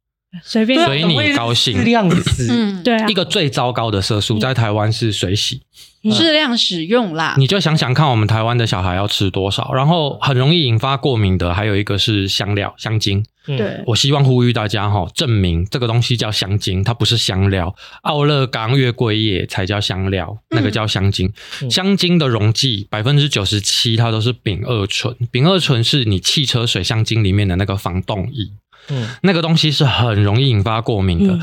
Speaker 5: 随便
Speaker 4: 所以
Speaker 2: 啊怎么会
Speaker 4: 你高兴
Speaker 2: 适量死，
Speaker 3: 嗯，
Speaker 5: 对啊
Speaker 4: 一，个最糟糕的色
Speaker 2: 嗯
Speaker 4: 素在台湾是水洗，
Speaker 5: 嗯
Speaker 3: 适量使用啦。
Speaker 4: 你就想想看，我们台湾的小孩要吃多少，然后很容易引发过敏的，还有一个是香料、香精。
Speaker 2: 嗯，
Speaker 5: 对
Speaker 4: 我希望呼吁大家哈、证明这个东西叫香精，它不是香料。奥勒冈月桂叶才叫香料，那个叫香精。
Speaker 2: 嗯
Speaker 4: 香精的溶剂百分之九十七它都是丙二醇，丙二醇是你汽车水香精里面的那个防冻液，
Speaker 2: 嗯，
Speaker 4: 那个东西是很容易引发过敏的。
Speaker 5: 嗯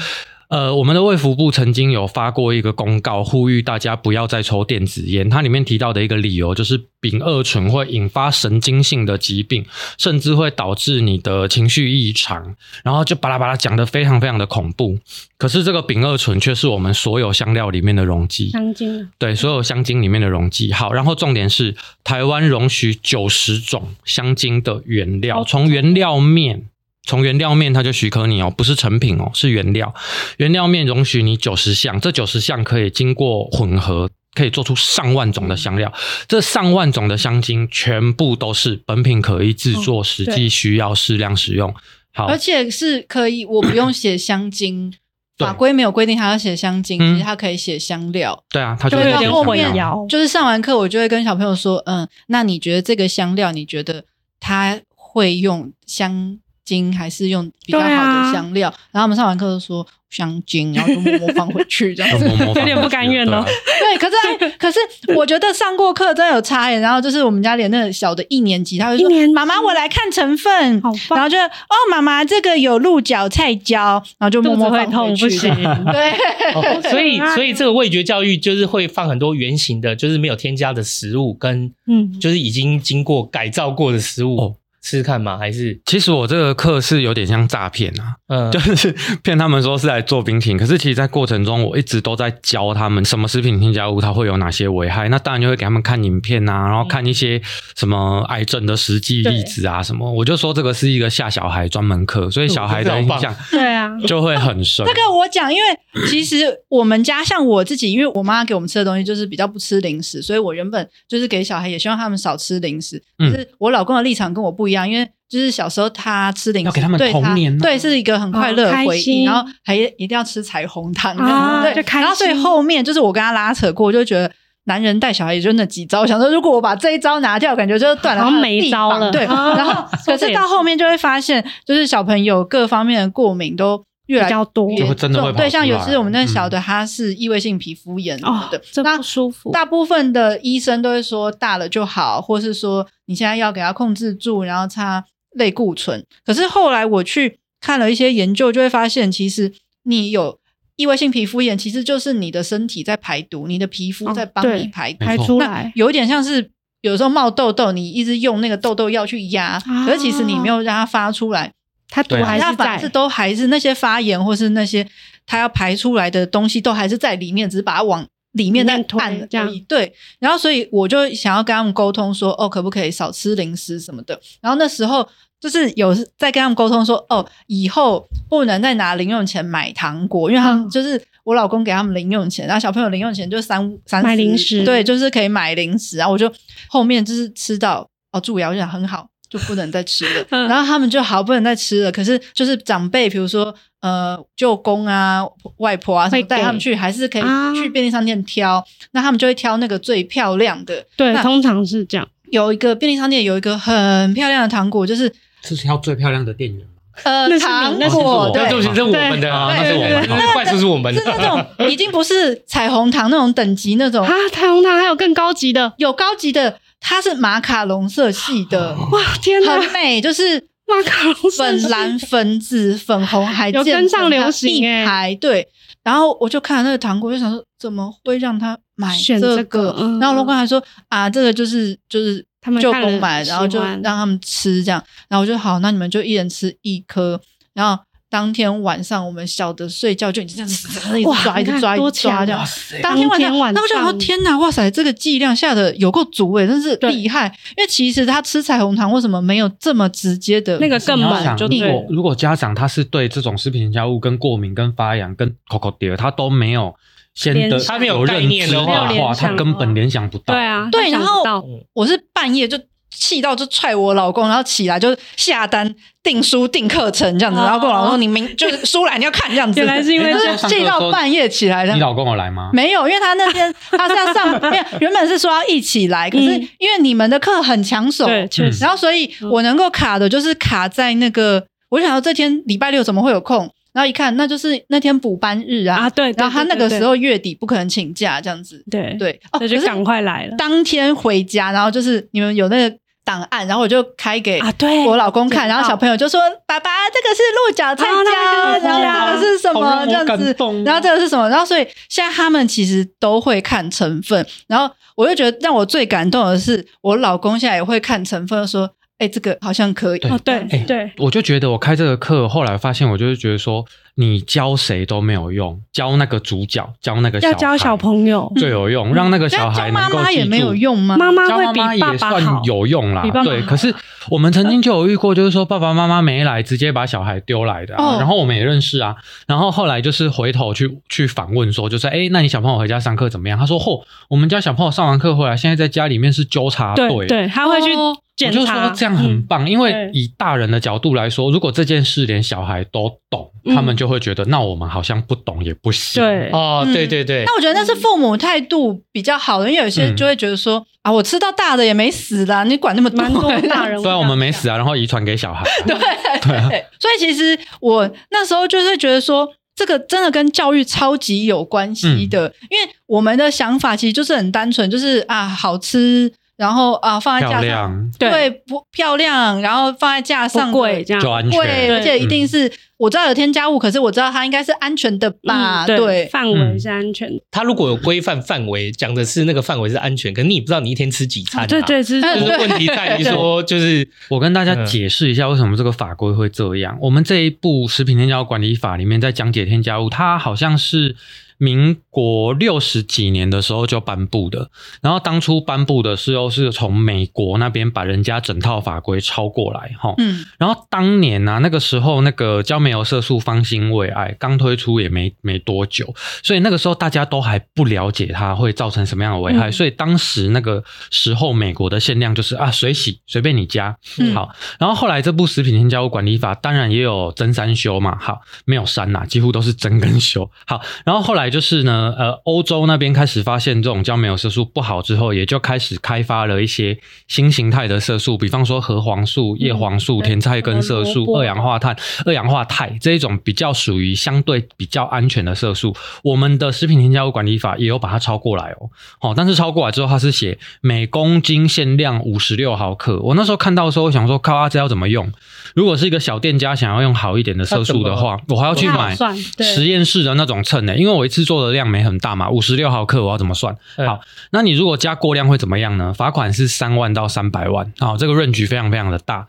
Speaker 4: 呃，我们的卫福部曾经有发过一个公告，呼吁大家不要再抽电子烟。它里面提到的一个理由就是，丙二醇会引发神经性的疾病，甚至会导致你的情绪异常，然后就巴拉巴拉讲的非常非常的恐怖。可是这个丙二醇却是我们所有香料里面的溶剂，
Speaker 5: 香精啊，
Speaker 4: 对，所有香精里面的溶剂。好，然后重点是台湾容许九十种香精的原料，
Speaker 5: 哦
Speaker 4: 从原料面，从原料面它就许可你哦，不是成品哦，是原料。原料面容许你九十项，这九十项可以经过混合。可以做出上万种的香料，这上万种的香精全部都是本品可以制作，实际
Speaker 5: 哦对
Speaker 4: 需要适量使用。好
Speaker 3: 而，且是可以，我不用写香精，
Speaker 4: 对
Speaker 3: 法规没有规定他要写香精，
Speaker 4: 嗯
Speaker 3: 其实他可以写香料。
Speaker 4: 对啊，它就
Speaker 5: 就
Speaker 4: 有
Speaker 5: 有
Speaker 3: 到
Speaker 5: 点
Speaker 3: 后
Speaker 5: 混
Speaker 3: 面
Speaker 5: 淆，
Speaker 3: 就是上完课，我就会跟小朋友说，嗯，那你觉得这个香料，你觉得他会用香精还是用比较好
Speaker 5: 对啊
Speaker 3: 的香料？然后我们上完课都说香精，然后就默默放回去这样
Speaker 4: 就
Speaker 3: 子。
Speaker 4: 模模仿
Speaker 5: 有点不甘愿
Speaker 4: 对啊
Speaker 5: 哦
Speaker 3: 对，可是哎可是我觉得上过课真的有差欸耶。然后就是我们家连那个小的一年级，他会说
Speaker 5: 一年：“级
Speaker 3: 妈妈，我来看成分。”
Speaker 5: 好
Speaker 3: 然
Speaker 5: 棒，
Speaker 3: 后就哦，妈妈这个有鹿角菜椒，然后就默
Speaker 5: 肚子
Speaker 3: 默
Speaker 5: 会
Speaker 3: 放
Speaker 5: 痛
Speaker 3: 回
Speaker 5: 不
Speaker 3: 去
Speaker 5: 行。
Speaker 3: 对，啊
Speaker 2: 哦所以所以这个味觉教育就是会放很多原型的，就是没有添加的食物跟
Speaker 5: 嗯，
Speaker 2: 就是已经经过改造过的食物、
Speaker 4: 哦
Speaker 2: 吃吃看吗？还是
Speaker 4: 其实我这个课是有点像诈骗啊，
Speaker 2: 嗯，
Speaker 4: 就是骗他们说是来做冰品，可是其实，在过程中我一直都在教他们什么食品添加物它会有哪些危害。那当然就会给他们看影片啊，然后看一些什么癌症的实际例子啊什么。我就说这个是一个吓小孩专门课，所以小孩的印象
Speaker 5: 对啊，
Speaker 4: 就会很 深。
Speaker 3: 这个我讲，因为其实我们家像我自己，因为我妈给我们吃的东西就是比较不吃零食，所以我原本就是给小孩也希望他们少吃零食。可
Speaker 4: 嗯
Speaker 3: 是我老公的立场跟我不一样，因为就是小时候他吃零食，
Speaker 4: 要给他们
Speaker 3: 对
Speaker 4: 童年啊
Speaker 3: 对是一个很快乐的
Speaker 5: 哦
Speaker 3: 回
Speaker 5: 开
Speaker 3: 忆，
Speaker 5: 心
Speaker 3: 然后还一定要吃彩虹糖，
Speaker 5: 啊
Speaker 3: 对，
Speaker 5: 就开
Speaker 3: 然后所以
Speaker 5: 心
Speaker 3: 后面就是我跟他拉扯过，我就觉得。男人带小孩也就那几招，想说如果我把这一招拿掉，感觉就断了
Speaker 5: 好
Speaker 3: 他
Speaker 5: 像
Speaker 3: 的
Speaker 5: 没
Speaker 3: 臂
Speaker 5: 招
Speaker 3: 膀
Speaker 5: 了
Speaker 3: 对，
Speaker 5: 啊
Speaker 3: 然后
Speaker 5: 说
Speaker 3: 可
Speaker 5: 得
Speaker 3: 是
Speaker 5: 也
Speaker 3: 到
Speaker 5: 是
Speaker 3: 后面就会发现，就是小朋友各方面的过敏都 越来
Speaker 5: 比较多
Speaker 3: 严
Speaker 4: 就会真的会
Speaker 3: 重
Speaker 4: 跑
Speaker 3: 对，像
Speaker 4: 出
Speaker 3: 有
Speaker 4: 来
Speaker 3: 次我们那小
Speaker 4: 嗯
Speaker 3: 的他是异位性皮肤炎什么
Speaker 5: 哦
Speaker 3: 的，，
Speaker 5: 这
Speaker 3: 那
Speaker 5: 不舒服，
Speaker 3: 大部分的医生都会说大了就好，或是说你现在要给他控制住，然后擦类固醇。可是后来我去看了一些研究，就会发现其实你有。异位性皮肤炎其实就是你的身体在排毒，你的皮肤
Speaker 5: 哦
Speaker 3: 在帮
Speaker 5: 对
Speaker 3: 你排毒，
Speaker 5: 排
Speaker 4: 没错
Speaker 5: 出
Speaker 3: 那
Speaker 5: 来，
Speaker 3: 有点像是有时候冒痘痘，你一直用那个痘痘药去压，
Speaker 5: 啊
Speaker 3: 可是其实你没有让它发出来，
Speaker 5: 它毒
Speaker 4: 对啊
Speaker 5: 还
Speaker 3: 它
Speaker 5: 是
Speaker 3: 反
Speaker 5: 在
Speaker 3: 而是，都还是那些发炎或是那些它要排出来的东西都还是在里面，只是把它往里面再
Speaker 5: 里面推
Speaker 3: 按
Speaker 5: 这
Speaker 3: 而
Speaker 5: 样
Speaker 3: 已。对，然后所以我就想要跟他们沟通说，哦，可不可以少吃零食什么的。然后那时候就是有在跟他们沟通说，哦，以后不能再拿零用钱买糖果，因为他们
Speaker 5: 嗯
Speaker 3: 就是我老公给他们零用钱，然后小朋友零用钱就三三十
Speaker 5: 买零食
Speaker 3: 对，就是可以买零食。然后我就后面就是吃到哦蛀牙，我就想很好，就不能再吃了。
Speaker 5: 嗯
Speaker 3: 然后他们就好不能再吃了，可是就是长辈，比如说呃舅公啊、外婆啊什
Speaker 5: 会
Speaker 3: 么带他
Speaker 5: 给
Speaker 3: 们去，还是可以
Speaker 5: 啊
Speaker 3: 去便利商店挑，那他们就会挑那个最漂亮的。
Speaker 5: 对
Speaker 3: 那，
Speaker 5: 通常是这样，
Speaker 3: 有一个便利商店有一个很漂亮的糖果，就是
Speaker 4: 是挑最漂亮的店员吗
Speaker 3: 呃
Speaker 5: 那是
Speaker 3: 糖
Speaker 5: 你那是
Speaker 3: 果
Speaker 5: 我
Speaker 2: 哦那
Speaker 3: 对
Speaker 2: 对。不起，这是我们的啊，那
Speaker 3: 对
Speaker 2: 是我们
Speaker 3: 对
Speaker 2: 的，
Speaker 3: 对
Speaker 2: 那怪叔是我们
Speaker 3: 是
Speaker 2: 的。
Speaker 3: 那种已经不是彩虹糖那种等级那种，
Speaker 5: 啊，彩虹糖还有更高 级的，
Speaker 3: 有高级的，它是马卡龙色 系的，
Speaker 5: 哇，天哪！
Speaker 3: 很美，就是
Speaker 5: 马卡龙色系
Speaker 3: 粉蓝、粉紫、粉红，还
Speaker 5: 有
Speaker 3: 渐
Speaker 5: 跟上
Speaker 3: 层
Speaker 5: 流
Speaker 3: 它
Speaker 5: 行欸
Speaker 3: 一排对。然后我就看了那个糖果，就想说怎么会让他买
Speaker 5: 选
Speaker 3: 这
Speaker 5: 这个嗯
Speaker 3: 然后我跟他说啊，这个就是就是
Speaker 5: 他们
Speaker 3: 就
Speaker 5: 看了
Speaker 3: 购买，然后就
Speaker 5: 喜欢
Speaker 3: 让他们吃这样。然后我就好，那你们就一人吃一颗。然后当天晚上我们小的睡觉就已经这样子一直
Speaker 5: 哇
Speaker 3: 抓，一
Speaker 5: 你
Speaker 3: 直
Speaker 5: 看
Speaker 3: 抓，一
Speaker 5: 多
Speaker 3: 直抓
Speaker 5: 强
Speaker 3: 这样
Speaker 5: 哇。
Speaker 4: 塞
Speaker 3: 当天晚上，
Speaker 5: 当天晚上
Speaker 3: 那我就想说，天哪，哇塞，这个剂量下的有够足欸诶，真是
Speaker 5: 对
Speaker 3: 厉害。因为其实他吃彩虹糖为什么没有这么直接的
Speaker 5: 那个更
Speaker 4: 你要
Speaker 5: 猛
Speaker 4: 想，
Speaker 5: 就
Speaker 4: 如
Speaker 5: 对
Speaker 4: 果
Speaker 5: 了。
Speaker 4: 如果家长他是对这种食品添加物跟过敏、跟发痒、跟 coco 蝶，他都没有先的
Speaker 5: 联想
Speaker 4: 他没有认知的话，
Speaker 5: 没有联想
Speaker 4: 他根本联想不到。
Speaker 5: 对，啊，
Speaker 3: 对
Speaker 5: 他想
Speaker 3: 然
Speaker 5: 不
Speaker 3: 后
Speaker 5: 到
Speaker 3: 我是半夜就气到就踹我老公，然后起来就下单订书订课程这样子，
Speaker 5: 哦
Speaker 3: 然后跟我老公说你明就是书来你要看这样子，
Speaker 5: 原来是因为
Speaker 3: 就
Speaker 5: 这
Speaker 3: 是气到半夜起来的
Speaker 4: 你。老公有来吗？
Speaker 3: 没有，因为他那天他是要上，没有原本是说要一起来，可是
Speaker 5: 嗯
Speaker 3: 因为你们的课很抢手，
Speaker 5: 对，确
Speaker 4: 嗯
Speaker 5: 实
Speaker 3: 然后所以我能够卡的就是卡在那个，我想到这天礼拜六怎么会有空，然后一看那就是那天补班日啊，
Speaker 5: 啊，对。对
Speaker 3: 然后他那
Speaker 5: 对
Speaker 3: 个
Speaker 5: 对
Speaker 3: 时候月底不可能请假这样子，
Speaker 5: 对，
Speaker 3: 对，哦，
Speaker 5: 那就
Speaker 3: 可是
Speaker 5: 赶快来了
Speaker 3: 当天回家，然后就是你们有那个档案，然后我就开给
Speaker 5: 啊，对，啊
Speaker 3: 我老公看，然后小朋友就说：“爸爸，这个是鹿角菜
Speaker 5: 啊那
Speaker 3: 椒，
Speaker 5: 个
Speaker 3: 然后这个是什
Speaker 4: 好让
Speaker 3: 么
Speaker 4: 我
Speaker 3: 这样
Speaker 4: 感
Speaker 3: 子
Speaker 4: 动哦，
Speaker 3: 然后这个是什么？”然后所以现在他们其实都会看成分，然后我就觉得让我最感动的是，我老公现在也会看成分，说：“哎，这个好像可以。”
Speaker 4: 对
Speaker 5: 哦，对
Speaker 4: 哎
Speaker 5: 对，
Speaker 4: 我就觉得我开这个课，后来发现我就是觉得说，你教谁都没有用，教那个主角，教那个
Speaker 5: 要
Speaker 4: 孩
Speaker 5: 教小朋友，嗯
Speaker 4: 最有用，让那个
Speaker 3: 这
Speaker 4: 小
Speaker 3: 样
Speaker 4: 孩
Speaker 3: 教
Speaker 4: 能
Speaker 3: 妈
Speaker 4: 够
Speaker 3: 妈也
Speaker 4: 记
Speaker 3: 没
Speaker 4: 住
Speaker 3: 有用吗？
Speaker 5: 妈妈
Speaker 4: 教
Speaker 5: 会
Speaker 4: 妈
Speaker 5: 比
Speaker 4: 妈
Speaker 5: 爸
Speaker 4: 也
Speaker 5: 爸好
Speaker 4: 算，有用啦
Speaker 5: 比，爸爸
Speaker 4: 对。
Speaker 5: 好
Speaker 4: 可是我们曾经就有遇过，就是说爸爸妈妈没来，直接把小孩丢来的、啊
Speaker 3: 哦
Speaker 4: 然后我们也认识啊。然后后来就是回头去去访问说，就是哎、诶那你小朋友回家上课怎么样？他说：嚯、我们家小朋友上完课回来，现在在家里面是纠察队。
Speaker 5: 对对，他会去
Speaker 3: 哦
Speaker 5: 检
Speaker 4: 啊我就
Speaker 5: 查，
Speaker 4: 说这样很
Speaker 5: 嗯
Speaker 4: 棒，因为
Speaker 5: 对
Speaker 4: 以大人的角度来说，如果这件事连小孩都懂，
Speaker 5: 嗯
Speaker 4: 他们就会觉得那我们好像不懂也不行。
Speaker 5: 对，
Speaker 2: 哦，
Speaker 3: 嗯
Speaker 2: 对对对，
Speaker 3: 那我觉得那
Speaker 5: 嗯
Speaker 3: 是父母态度比较好的，因为有些
Speaker 4: 嗯
Speaker 3: 就会觉得说、啊，我吃到大的也没死啦，你管那么多，
Speaker 5: 蛮多大人会这样讲，
Speaker 4: 虽然我们没死啊，然后遗传给小孩，
Speaker 3: 对，所以其实我那时候就是觉得说，这个真的跟教育超级有关系的，因为我们的想法其实就是很单纯，就是啊，好吃，然后啊放在
Speaker 4: 漂
Speaker 3: 架上，
Speaker 4: 亮
Speaker 5: 对
Speaker 3: 对，不漂亮，然后放在架上
Speaker 5: 不贵这
Speaker 3: 样。
Speaker 5: 样
Speaker 4: 就，安
Speaker 3: 贵，
Speaker 4: 全。
Speaker 3: 而且一定是我知道有添加物，可是我知道它应该是安全的吧？
Speaker 5: 嗯对，范围是安全的，
Speaker 2: 他如果有规范范围，讲的是那个范围是安全，可是你也不知道你一天吃几餐、啊，
Speaker 5: 对，对是，
Speaker 3: 哎
Speaker 2: 就是
Speaker 3: 对
Speaker 2: 问题在于说，就是
Speaker 4: 我跟大家解释一下，为什么这个法规会这样。我们这一部《食品添加物管理法》里面在讲解添加物，它好像是民国六十几年的时候就颁布的。然后当初颁布的时候是从美国那边把人家整套法规抄过来，哈。
Speaker 3: 嗯，
Speaker 4: 然后当年啊，那个时候那个焦煤油色素芳心胃癌刚推出也没没多久，所以那个时候大家都还不了解它会造成什么样的危害，
Speaker 5: 嗯
Speaker 4: 所以当时那个时候美国的限量就是啊水洗随便你加，
Speaker 3: 嗯
Speaker 4: 好。然后后来这部食品添加物管理法当然也有增删修嘛，好，没有删啦、几乎都是增跟修。好，然后后来就是呢，呃，欧洲那边开始发现这种焦煤油色素不好之后，也就开始开发了一些新形态的色素，比方说核黄素、叶黄素、
Speaker 5: 嗯对
Speaker 4: 甜菜根色
Speaker 5: 什么萝
Speaker 4: 素、
Speaker 5: 卜
Speaker 4: 二氧化碳、二氧化钛这一种比较属于相对比较安全的色素。我们的食品添加物管理法也有把它抄过来哦，哦，但是超过来之后，它是写每公斤限量五十六毫克。我那时候看到的时候，我想说，靠啊，这要怎么用？如果是一个小店家想要用好一点的色素的话，我还要去
Speaker 5: 它好
Speaker 4: 买
Speaker 5: 算对
Speaker 4: 实验室的那种秤呢、因为我一次做的量没很大嘛，五十六毫克，我要怎么算？
Speaker 2: 嗯
Speaker 4: 好，那你如果加过量会怎么样呢？罚款是三万到三百万，好、这个 range 非常非常的大。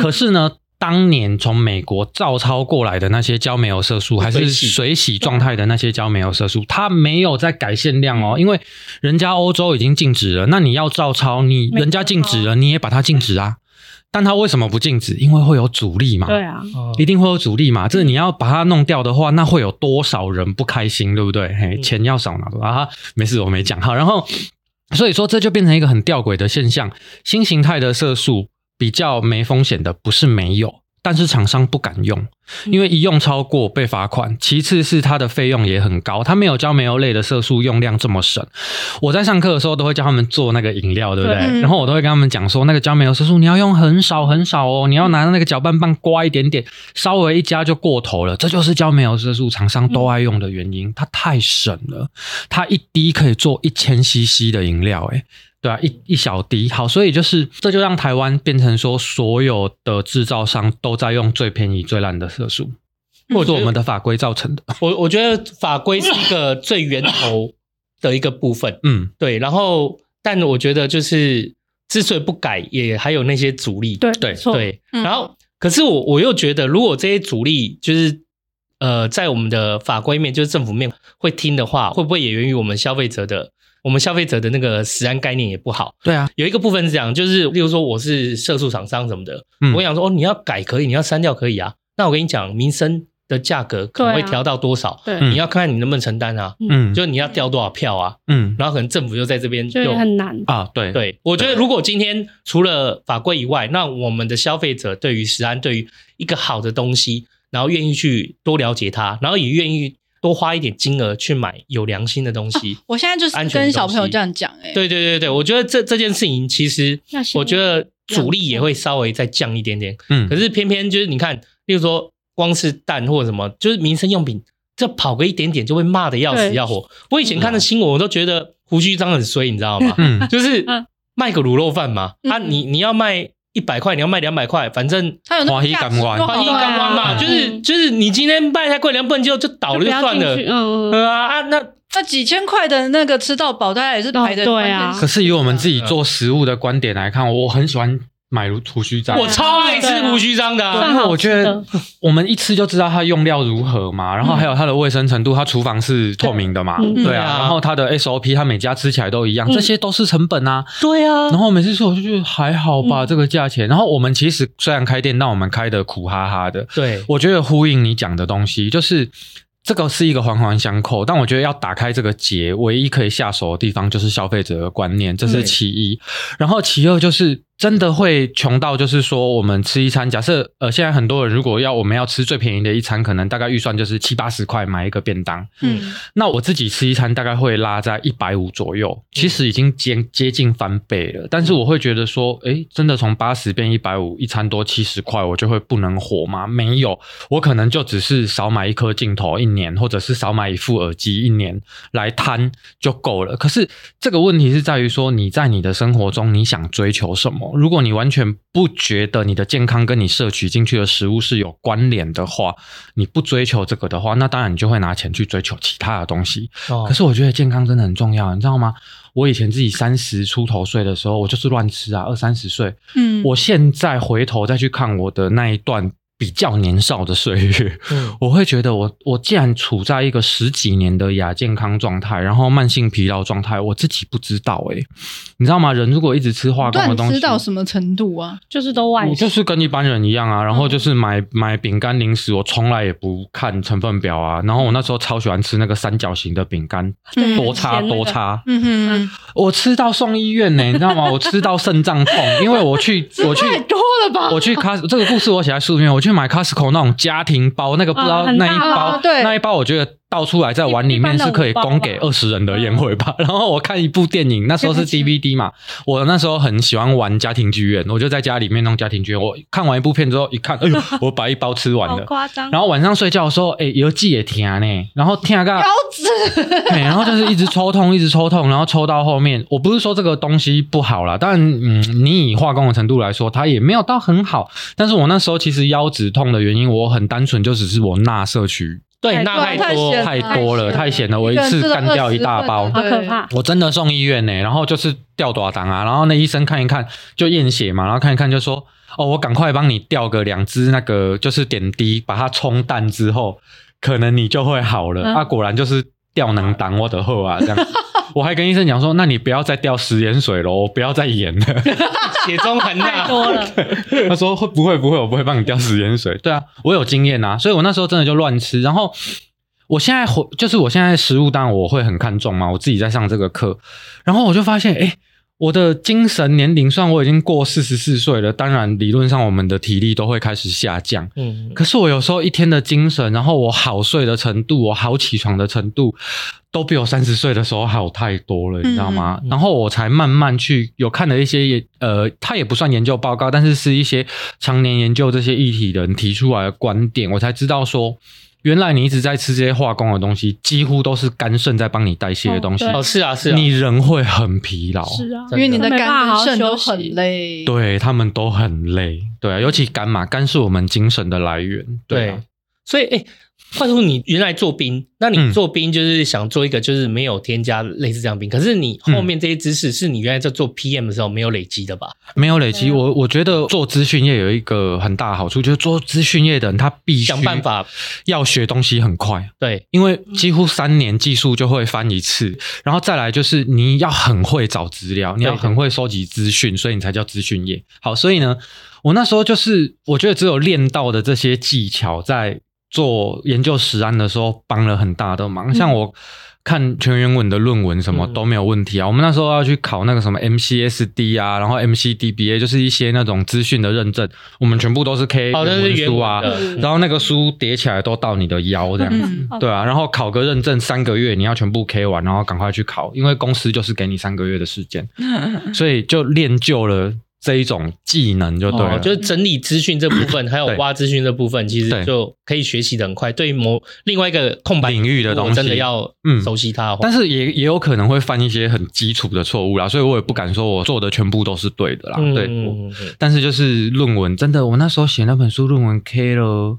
Speaker 4: 可是呢，当年从美国照抄过来的那些焦煤油色素，还是
Speaker 2: 水洗
Speaker 4: 水洗状态的那些焦煤油色素，它没有在改限量哦，因为人家欧洲已经禁止了，那你要照抄，你
Speaker 5: 没
Speaker 4: 人家
Speaker 5: 办法
Speaker 4: 禁止了，你也把它禁止啊。但它为什么不禁止？因为会有阻力嘛。
Speaker 5: 对啊，
Speaker 2: 哦
Speaker 4: 一定会有阻力嘛。这你要把它弄掉的话，那会有多少人不开心，对不对？嘿，
Speaker 2: 嗯
Speaker 4: 钱要少拿多啊，没事，我没讲好。然后，所以说这就变成一个很吊诡的现象，新形态的色素比较没风险的，不是没有。但是厂商不敢用，因为一用超过被罚款。其次是它的费用也很高，它没有教煤油类的色素用量这么省。我在上课的时候都会教他们做那个饮料，对不对？
Speaker 3: 对
Speaker 4: 然后我都会跟他们讲说，那个教煤油色素你要用很少很少哦，你要拿那个搅拌棒刮一点点，稍微一加就过头了。这就是教煤油色素厂商都爱用的原因，它太省了，它一滴可以做一千 CC 的饮料、欸，对啊，一一小滴好，所以就是这就让台湾变成说，所有的制造商都在用最便宜、最烂的色素，或者我们的法规造成的。
Speaker 2: 我我觉得法规是一个最源头的一个部分，
Speaker 4: 嗯，
Speaker 2: 对。然后，但我觉得就是之所以不改，也还有那些阻力，
Speaker 5: 对
Speaker 4: 对
Speaker 5: 没错
Speaker 2: 对。
Speaker 3: 嗯
Speaker 2: 然后，可是我我又觉得，如果这些阻力就是呃，在我们的法规面，就是政府面会听的话，会不会也源于我们消费者的我们消费者的那个食安概念也不好？
Speaker 4: 对啊，
Speaker 2: 有一个部分是这样，就是例如说我是色素厂商什么的，
Speaker 4: 嗯
Speaker 2: 我跟你讲说哦，你要改可以，你要删掉可以啊。那我跟你讲，民生的价格可能会
Speaker 5: 对啊
Speaker 2: 调到多少，
Speaker 5: 对
Speaker 4: 嗯
Speaker 2: 你要看看你能不能承担啊，
Speaker 4: 嗯，
Speaker 2: 就你要调多少票啊，
Speaker 4: 嗯
Speaker 2: 然后可能政府就在这边
Speaker 5: 就
Speaker 2: 就
Speaker 5: 也很难。
Speaker 4: 啊，对，
Speaker 2: 对，我觉得如果今天除了法规以外，那我们的消费者对于食安，对于一个好的东西，然后愿意去多了解它，然后也愿意多花一点金额去买有良心的东
Speaker 5: 哦
Speaker 2: 西。
Speaker 3: 我现在就是
Speaker 2: 安全的
Speaker 3: 跟小
Speaker 2: 东西
Speaker 3: 朋友这样讲、哎，
Speaker 2: 对对对对，我觉得这这件事情其实
Speaker 5: 要，先
Speaker 2: 我觉得阻力也会稍微再降一点点。
Speaker 4: 嗯，
Speaker 2: 可是偏偏就是你看，例如说光是蛋或者什么，就是民生用品，这跑个一点点就会骂的要死
Speaker 5: 对
Speaker 2: 要活。我以前看的新闻，我都觉得胡须章很衰，你知道吗？
Speaker 4: 嗯
Speaker 2: 就是
Speaker 5: 嗯
Speaker 2: 卖个卤肉饭嘛，啊，
Speaker 3: 嗯
Speaker 2: 你你要卖一百块，你要卖两百块，反正。
Speaker 3: 他有那
Speaker 4: 欢
Speaker 3: 个
Speaker 4: 喜
Speaker 3: 价
Speaker 4: 感
Speaker 3: 值
Speaker 4: 官
Speaker 5: 哦
Speaker 3: 就
Speaker 2: 欢
Speaker 3: 好
Speaker 2: 喜干
Speaker 3: 了
Speaker 2: 官嘛，
Speaker 3: 啊
Speaker 2: 就是
Speaker 5: 嗯
Speaker 2: 就是你今天卖太贵，两本就就倒了
Speaker 5: 就不要
Speaker 2: 算
Speaker 5: 进
Speaker 2: 了
Speaker 5: 去，，嗯嗯，
Speaker 2: 呃啊啊那
Speaker 3: 那几千块的那个吃到饱，大家也是排的、
Speaker 5: 哦对啊
Speaker 4: 可是以我们自己做食物的观点来看，我很喜欢买胡须章，
Speaker 2: 我超爱吃胡须章的啊，
Speaker 5: 算
Speaker 4: 因为
Speaker 5: 好
Speaker 4: 我觉
Speaker 5: 吃
Speaker 4: 得
Speaker 5: 的，
Speaker 4: 我们一吃就知道它用料如何嘛，然后还有它的卫生程度，它厨房是透明的嘛，
Speaker 5: 嗯
Speaker 4: 对
Speaker 2: 对啊
Speaker 4: 啊，然后它的 SOP，它每家吃起来都一样，
Speaker 5: 嗯
Speaker 4: 这些都是成本啊。
Speaker 2: 对啊
Speaker 4: 然后每次吃我就觉得还好吧，
Speaker 5: 嗯
Speaker 4: 这个价钱。然后我们其实虽然开店，但我们开的苦哈哈的。
Speaker 2: 对，
Speaker 4: 我觉得呼应你讲的东西，就是这个是一个环环相扣，但我觉得要打开这个结，唯一可以下手的地方就是消费者的观念，这是其一。然后其二就是真的会穷到，就是说我们吃一餐，假设呃现在很多人如果要我们要吃最便宜的一餐，可能大概预算就是七八十块买一个便当，
Speaker 3: 嗯，
Speaker 4: 那我自己吃一餐大概会拉在一百五左右，其实已经接接近翻倍了。但是我会觉得说，诶，真的从八十变一百五，一餐多七十块，我就会不能活吗？没有，我可能就只是少买一颗镜头一年，或者是少买一副耳机一年来摊就够了。可是这个问题是在于说，你在你的生活中你想追求什么？如果你完全不觉得你的健康跟你摄取进去的食物是有关联的话，你不追求这个的话，那当然你就会拿钱去追求其他的东西。
Speaker 2: 哦
Speaker 4: 可是我觉得健康真的很重要，你知道吗？我以前自己三十出头岁的时候，我就是乱吃啊，二三十岁。
Speaker 3: 嗯，
Speaker 4: 我现在回头再去看我的那一段比较年少的岁月，
Speaker 2: 嗯
Speaker 4: 我会觉得我我既然处在一个十几年的亚健康状态，然后慢性疲劳状态，我自己不知道诶、你知道吗？人如果一直吃化工的
Speaker 3: 断
Speaker 4: 东西，
Speaker 3: 吃到什么程度啊？
Speaker 5: 就是都外
Speaker 4: 我
Speaker 5: 食，
Speaker 4: 就是跟一般人一样啊，然
Speaker 5: 嗯
Speaker 4: 后就是买、买饼干零食，我从来也不看成分表啊。然后我那时候超喜欢吃那个三角形的饼干，
Speaker 3: 嗯
Speaker 4: 多差
Speaker 5: 很咸那个
Speaker 4: 多差，
Speaker 3: 嗯哼，
Speaker 4: 我吃到送医院呢、你知道吗？我吃到肾脏痛，因为我 去我去
Speaker 3: 太多了吧？
Speaker 4: 我去 Cos 这个故事我写在书里面，我去买 Costco 那种家庭包，那个不知道
Speaker 5: 啊很
Speaker 4: 那
Speaker 5: 大
Speaker 4: 一包、
Speaker 3: 啊对
Speaker 4: 那一包，我觉得倒出来在碗里面是可以供给
Speaker 5: 一般的哦嗯
Speaker 4: 二
Speaker 5: 五
Speaker 4: 十人的宴会吧。然后我看一部电影，那时候是 DVD 嘛，我那时候很喜欢玩家庭剧院，我就在家里面弄家庭剧院。我看完一部片之后一看，哎呦，我把一包吃完
Speaker 5: 好
Speaker 4: 了。
Speaker 5: 夸张。
Speaker 4: 然后晚上睡觉的时候，哎、有记也疼呢，然后啊疼个
Speaker 3: 腰子，
Speaker 4: 对，哎然后就是一直抽痛，一直抽痛，然后抽到后面，我不是说这个东西不好啦，但嗯，你以化工的程度来说，它也没有到很好。但是我那时候其实腰子痛的原因，我很单纯，就只是我钠摄取
Speaker 2: 对，那
Speaker 3: 太
Speaker 2: 太多
Speaker 3: 咸
Speaker 4: 太
Speaker 3: 了
Speaker 4: 多了，太
Speaker 5: 太
Speaker 4: 咸
Speaker 5: 咸
Speaker 4: 了，我一次干掉一大包。
Speaker 5: 好可怕，
Speaker 4: 我真的送医院呢、然后就是吊多档啊，然后那医生看一看就验血嘛，然后看一看就说，哦，我赶快帮你吊个两支那个就是点滴，把它冲淡之后，可能你就会好了。
Speaker 5: 嗯
Speaker 4: 啊，果然就是吊能挡我的后啊，这样。 我还跟医生讲说，那你不要再吊食盐水喽，我不要再盐了。
Speaker 2: 血中含钠
Speaker 5: 太
Speaker 4: 啊
Speaker 5: 多了，
Speaker 4: 他说会不会不会，我不会帮你吊食盐水。对啊，我有经验啊，所以我那时候真的就乱吃。然后我现在回，就是我现在食物，当然我会很看重嘛，我自己在上这个课，然后我就发现，哎、我的精神年龄算我已经过四十四岁了，当然理论上我们的体力都会开始下降。
Speaker 2: 嗯，
Speaker 4: 可是我有时候一天的精神，然后我好睡的程度，我好起床的程度，都比我三十岁的时候好太多了，你知道吗？
Speaker 2: 嗯嗯
Speaker 4: 然后我才慢慢去有看了一些也呃，它也不算研究报告，但是是一些常年研究这些议题的人提出来的观点，我才知道说。原来你一直在吃这些化工的东西，几乎都是肝肾在帮你代谢的东西，
Speaker 5: 哦对
Speaker 2: 哦，是啊，是啊，
Speaker 4: 你人会很疲劳。
Speaker 5: 是啊，
Speaker 2: 真
Speaker 3: 因为你的
Speaker 5: 没办法
Speaker 3: 肝
Speaker 5: 好
Speaker 3: 跟
Speaker 5: 好
Speaker 3: 肾都
Speaker 5: 休
Speaker 3: 很
Speaker 5: 息
Speaker 3: 累。
Speaker 4: 对啊他们都很累，对啊，尤其肝嘛，肝是我们精神的来源，对啊
Speaker 2: 对，所以哎，话说你原来做冰，那你
Speaker 4: 嗯
Speaker 2: 做冰就是想做一个就是没有添加类似这样冰，可是你
Speaker 4: 嗯
Speaker 2: 后面这些知识是你原来在做 PM 的时候没有累积的吧？
Speaker 4: 没有累积。
Speaker 5: 对啊
Speaker 4: 我我觉得做资讯业有一个很大的好处，就是做资讯业的人他必须
Speaker 2: 想办法
Speaker 4: 要学东西很快，
Speaker 2: 对，
Speaker 4: 因为几乎三年技术就会翻一次，然后再来就是你要很会找资料，你要很会收集资讯，所以你才叫资讯业。好，所以呢，我那时候就是我觉得只有练到的这些技巧，在做研究实案的时候帮了很大的忙，像我。看全原文的论文什么
Speaker 2: 嗯
Speaker 4: 都没有问题啊！我们那时候要去考那个什么 MCSD 啊，然后 MCDBA，就是一些那种资讯的认证，我们全部都是 K
Speaker 2: 哦，那
Speaker 4: 原
Speaker 2: 是
Speaker 4: 文
Speaker 2: 原
Speaker 4: 书啊
Speaker 2: 文，的
Speaker 5: 嗯
Speaker 4: 然后那个书叠起来都到你的腰这样子。
Speaker 3: 嗯
Speaker 5: 哦
Speaker 4: 对啊，然后考个认证三个月，你要全部 K 完，然后赶快去考，因为公司就是给你三个月的时间，所以就练就了这一种技能就对了。
Speaker 2: 哦，就是整理资讯这部分，还有
Speaker 4: 对
Speaker 2: 挖资讯这部分，其实
Speaker 4: 对
Speaker 2: 就可以学习的很快。对于某另外一个空白
Speaker 4: 领域的
Speaker 2: 如果
Speaker 4: 东西
Speaker 2: 真的要
Speaker 4: 嗯
Speaker 2: 熟悉它的话，
Speaker 4: 但是也也有可能会犯一些很基础的错误啦，所以我也不敢说我做的全部都是对的啦。
Speaker 2: 嗯
Speaker 4: 对，我
Speaker 2: 嗯嗯嗯
Speaker 4: 但是就是论文，真的，我那时候写那本书论文 K 了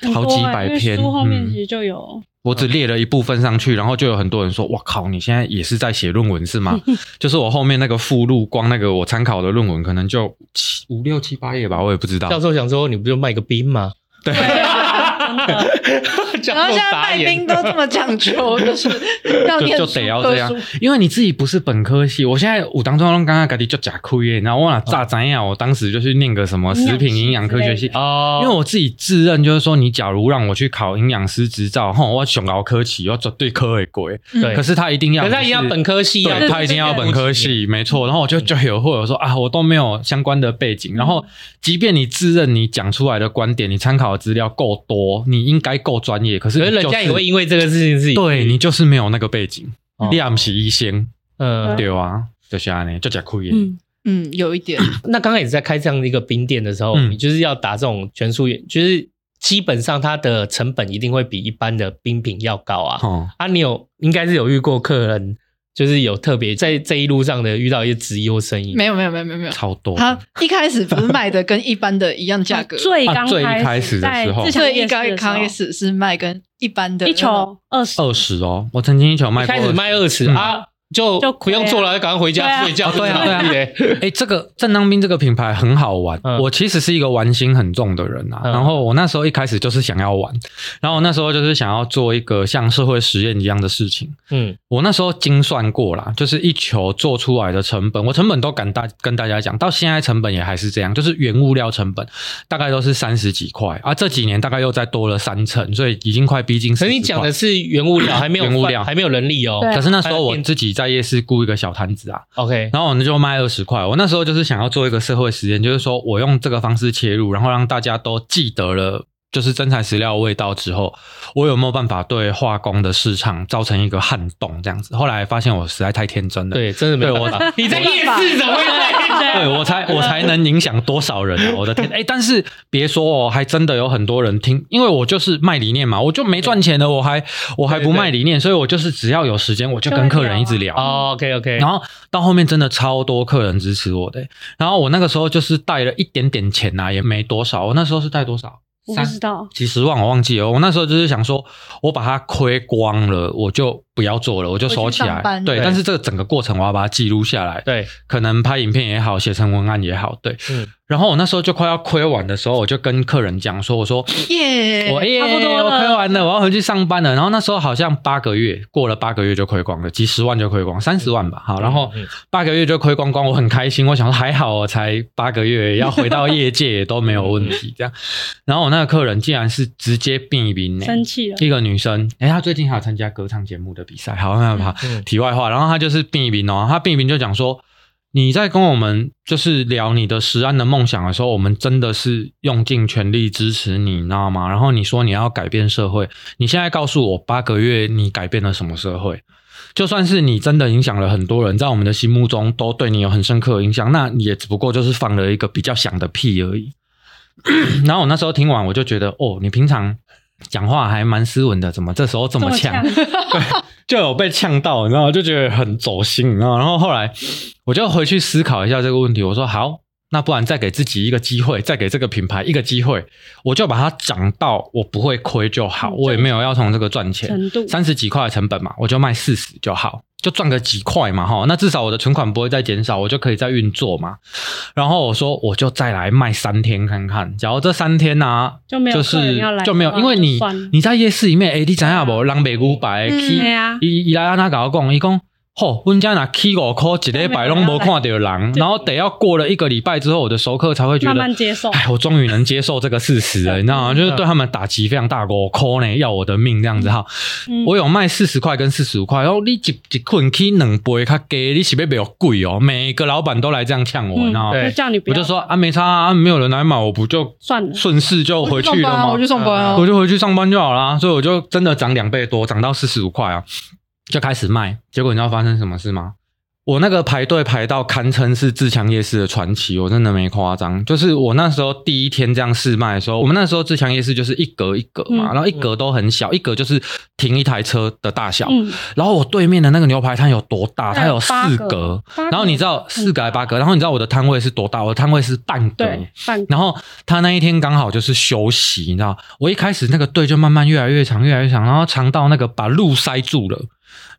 Speaker 5: 很
Speaker 4: 好
Speaker 5: 多
Speaker 4: 几
Speaker 5: 欸
Speaker 4: 百
Speaker 5: 因为
Speaker 4: 篇，
Speaker 5: 书后面
Speaker 4: 嗯
Speaker 5: 其实就有，
Speaker 4: 我
Speaker 2: 嗯
Speaker 4: 只列了一部分上去，然后就有很多人说：“哇靠，你现在也是在写论文 是吗？”就是我后面那个附录，光那个我参考的论文可能就七五六七八页吧，我也不知道。
Speaker 2: 教授想说，你不就卖个冰 吗？
Speaker 4: 对，
Speaker 3: 啊
Speaker 5: 真的
Speaker 2: 教
Speaker 3: 然后
Speaker 2: 授
Speaker 3: 现在
Speaker 2: 傻
Speaker 3: 卖
Speaker 2: 眼
Speaker 3: 冰都这么讲究，就是要
Speaker 4: 就
Speaker 3: 念
Speaker 4: 就
Speaker 3: 书
Speaker 4: 得要
Speaker 3: 科
Speaker 4: 这样
Speaker 3: 书，
Speaker 4: 因为你自己不是本科系。我现在我当中刚刚给你就假亏耶，然后我哪咋怎样？我当时就去念个什么食品营养科学系。
Speaker 2: 哦，
Speaker 4: 因为我自己自认就是说，你假如让我去考营养师执照，吼，我想熬科起，我绝对科会过。
Speaker 2: 对，
Speaker 4: 可是他一定要，
Speaker 2: 可是他一定要本科系啊，
Speaker 4: 对他一定要本科系，没错。然后我就就有会有说啊，我都没有相关的背景。
Speaker 2: 嗯
Speaker 4: 然后，即便你自认你讲出来的观点，你参考的资料够多，你应该够专业，可是
Speaker 2: 可
Speaker 4: 你
Speaker 2: 是
Speaker 4: 就是
Speaker 2: 人家也会因为这个事情自己
Speaker 4: 对你就是没有那个背景
Speaker 2: 哦，
Speaker 4: 你也不是医生，
Speaker 2: 嗯。
Speaker 4: 对啊，就是安尼，就吃亏的。
Speaker 5: 嗯，
Speaker 3: 嗯，有一点，
Speaker 2: 那刚开始在开这样的一个冰店的时候，
Speaker 4: 嗯
Speaker 2: 你就是要打这种全素原，就是基本上它的成本一定会比一般的冰品要高啊。
Speaker 4: 哦，
Speaker 2: 啊，你有应该是有遇过客人，就是有特别在这一路上的遇到一些质疑或生意，
Speaker 3: 没有没有没有没有没有，
Speaker 4: 超多的。
Speaker 3: 他一开始不是卖的跟一般的一样价 格，
Speaker 5: 最刚
Speaker 4: 最一开始的
Speaker 5: 在
Speaker 4: 时候
Speaker 5: 自强
Speaker 3: 所以
Speaker 5: 夜
Speaker 3: 一刚
Speaker 5: 市的时候
Speaker 3: 刚开始是卖跟哦一般的
Speaker 5: 一
Speaker 3: 那种
Speaker 5: 球二十，
Speaker 4: 二十哦，我曾经一球卖
Speaker 2: 一
Speaker 4: 过
Speaker 2: 开始卖二十
Speaker 4: 嗯
Speaker 2: 啊，就
Speaker 5: 就
Speaker 2: 不
Speaker 5: 亏啊
Speaker 2: 用做了，赶快回
Speaker 5: 对
Speaker 2: 家
Speaker 5: 啊
Speaker 2: 睡觉。
Speaker 4: 哦对啊
Speaker 2: 不然
Speaker 4: 对
Speaker 2: 对
Speaker 4: 哎、这个正当兵这个品牌很好玩。
Speaker 2: 嗯
Speaker 4: 我其实是一个玩心很重的人啊，
Speaker 2: 嗯
Speaker 4: 然后我那时候一开始就是想要玩，然后我那时候就是想要做一个像社会实验一样的事情。
Speaker 2: 嗯
Speaker 4: 我那时候精算过啦，就是一球做出来的成本，我成本都敢大跟大家讲，到现在成本也还是这样，就是原物料成本大概都是三十几块，啊，这几年大概又再多了三成，所以已经快逼近40
Speaker 2: 可
Speaker 4: 块。
Speaker 2: 是你讲的是原物料，还没有
Speaker 4: 原物
Speaker 2: 饭
Speaker 4: 料
Speaker 2: 还没有人力哦。
Speaker 5: 对
Speaker 4: 可是那时候
Speaker 2: 还
Speaker 4: 我
Speaker 2: 有
Speaker 4: 自己在夜市雇一个小摊子啊，
Speaker 2: OK，
Speaker 4: 然后我们就卖二十块。我那时候就是想要做一个社会实验，就是说我用这个方式切入，然后让大家都记得了。就是真材实料的味道之后，我有没有办法对化工的市场造成一个撼动这样子？后来发现我实在太天真了，
Speaker 2: 对，真的没
Speaker 4: 对
Speaker 2: 有
Speaker 4: 我
Speaker 2: 办法。 你在夜市怎么会卖？
Speaker 4: 对我才我才能影响多少人啊！我的天，哎、但是别说哦，还真的有很多人听，因为我就是卖理念嘛，我就没赚钱的，我还我还不卖理念，所以我就是只要有时间，我就跟客人一直聊。
Speaker 2: 哦，OK OK，
Speaker 4: 然后到后面真的超多客人支持我的欸、然后我那个时候就是带了一点点钱呐、啊，也没多少。我那时候是带多少？
Speaker 5: 我不
Speaker 4: 三
Speaker 5: 知道，
Speaker 4: 几十万，我忘记了。我那时候就是想说，我把它亏光了，我就不要做了，我就收起
Speaker 3: 回去上
Speaker 4: 来。
Speaker 3: 班
Speaker 4: 对，
Speaker 2: 对
Speaker 4: 但是这个整个过程我要把它记录下来，
Speaker 2: 对，
Speaker 4: 可能拍影片也好，写成文案也好，对。
Speaker 2: 嗯，
Speaker 4: 然后我那时候就快要亏完的时候，我就跟客人讲说，我说。
Speaker 3: 耶，
Speaker 4: 我耶，
Speaker 5: 差不多了
Speaker 4: 我亏完了，我要回去上班了。然后那时候好像八个月，过了八个月就亏光了，几十万就亏光，三十万吧。好，然后
Speaker 2: 嗯嗯
Speaker 4: 八个月就亏光光，我很开心。我想说还好，我才八个月，要回到业界也都没有问题。这样，然后我那个客人竟然是直接变一变呢，
Speaker 5: 生气了，
Speaker 4: 一个女生，诶，她最近还有参加歌唱节目的比赛。好，好，好，
Speaker 2: 嗯
Speaker 4: 题外话，然后她就是变一变哦，她变一变就讲说。你在跟我们就是聊你的食安的梦想的时候，我们真的是用尽全力支持你，你知道吗？然后你说你要改变社会，你现在告诉我八个月你改变了什么社会？就算是你真的影响了很多人，在我们的心目中都对你有很深刻的影响，那也只不过就是放了一个比较响的屁而已。 然后我那时候听完，我就觉得，哦，你平常讲话还蛮斯文的，怎么这时候这么呛？就有被呛到，你知道吗？就觉得很走心，你知道吗？然后后来我就回去思考一下这个问题，我说好，那不然再给自己一个机会，再给这个品牌一个机会，我就把它涨到我不会亏就好，
Speaker 5: 嗯
Speaker 4: 我也没有要从这个赚钱。
Speaker 5: 程度
Speaker 4: 三十几块的成本嘛，我就卖四十就好，就赚个几块嘛哈。那至少我的存款不会再减少，我就可以再运作嘛。然后我说我就再来卖三天看看，假如这三天啊呢、
Speaker 5: 就没有
Speaker 4: 就
Speaker 5: 客人
Speaker 4: 是
Speaker 5: 要来
Speaker 4: 就没有，
Speaker 5: 的话哦
Speaker 4: 因为你
Speaker 5: 就算了
Speaker 4: 你在夜市里面，哎，你知影无？人卖五百，
Speaker 3: 嗯
Speaker 4: 去
Speaker 5: 对啊
Speaker 4: 伊伊来安那甲我讲，伊讲。吼，阮家若起五箍一礼拜拢无看到人，
Speaker 5: 对
Speaker 4: 然后得要过了一个礼拜之后，我的熟客才会觉得，
Speaker 5: 慢慢接受嗯
Speaker 4: 哎，我终于能接受这个事实 了，你知道吗？就是对他们打击非常大，五箍呢要我的命这样子哈。
Speaker 5: 嗯
Speaker 4: 我有卖四十块跟四十五块，然后你一一捆起两杯较低，你是不是比较贵哦？每个老板都来这样呛我，你知道吗？
Speaker 2: 对
Speaker 5: 就叫你不
Speaker 4: 我
Speaker 5: 要
Speaker 4: 就说啊，没差啊，没有人来买，我不就
Speaker 5: 算了
Speaker 4: 顺势就回去了吗？
Speaker 3: 我去上班啊，
Speaker 4: 我
Speaker 3: 我去上班啊。
Speaker 4: 就回去上班就好啦。所以我就真的涨两倍多，涨到四十五块啊，就开始卖。结果你知道发生什么事吗？我那个排队排到堪称是自强夜市的传奇，我真的没夸张。就是我那时候第一天这样试卖的时候，我们那时候自强夜市就是一格一格嘛，
Speaker 5: 嗯
Speaker 4: 然后一格都很小，一格就是停一台车的大小。
Speaker 5: 嗯，
Speaker 4: 然后我对面的那个牛排摊有多大？它有
Speaker 5: 八
Speaker 4: 四
Speaker 5: 格
Speaker 4: 格，
Speaker 5: 八
Speaker 4: 然后
Speaker 5: 格
Speaker 4: 你知道
Speaker 5: 很
Speaker 4: 四格还
Speaker 5: 大
Speaker 4: 八格，然后你知道我的摊位是多大？我的摊位是半格，
Speaker 5: 对，半
Speaker 4: 然后他那一天刚好就是休息，你知道，我一开始那个队就慢慢越来越长，越来越长，然后长到那个把路塞住了，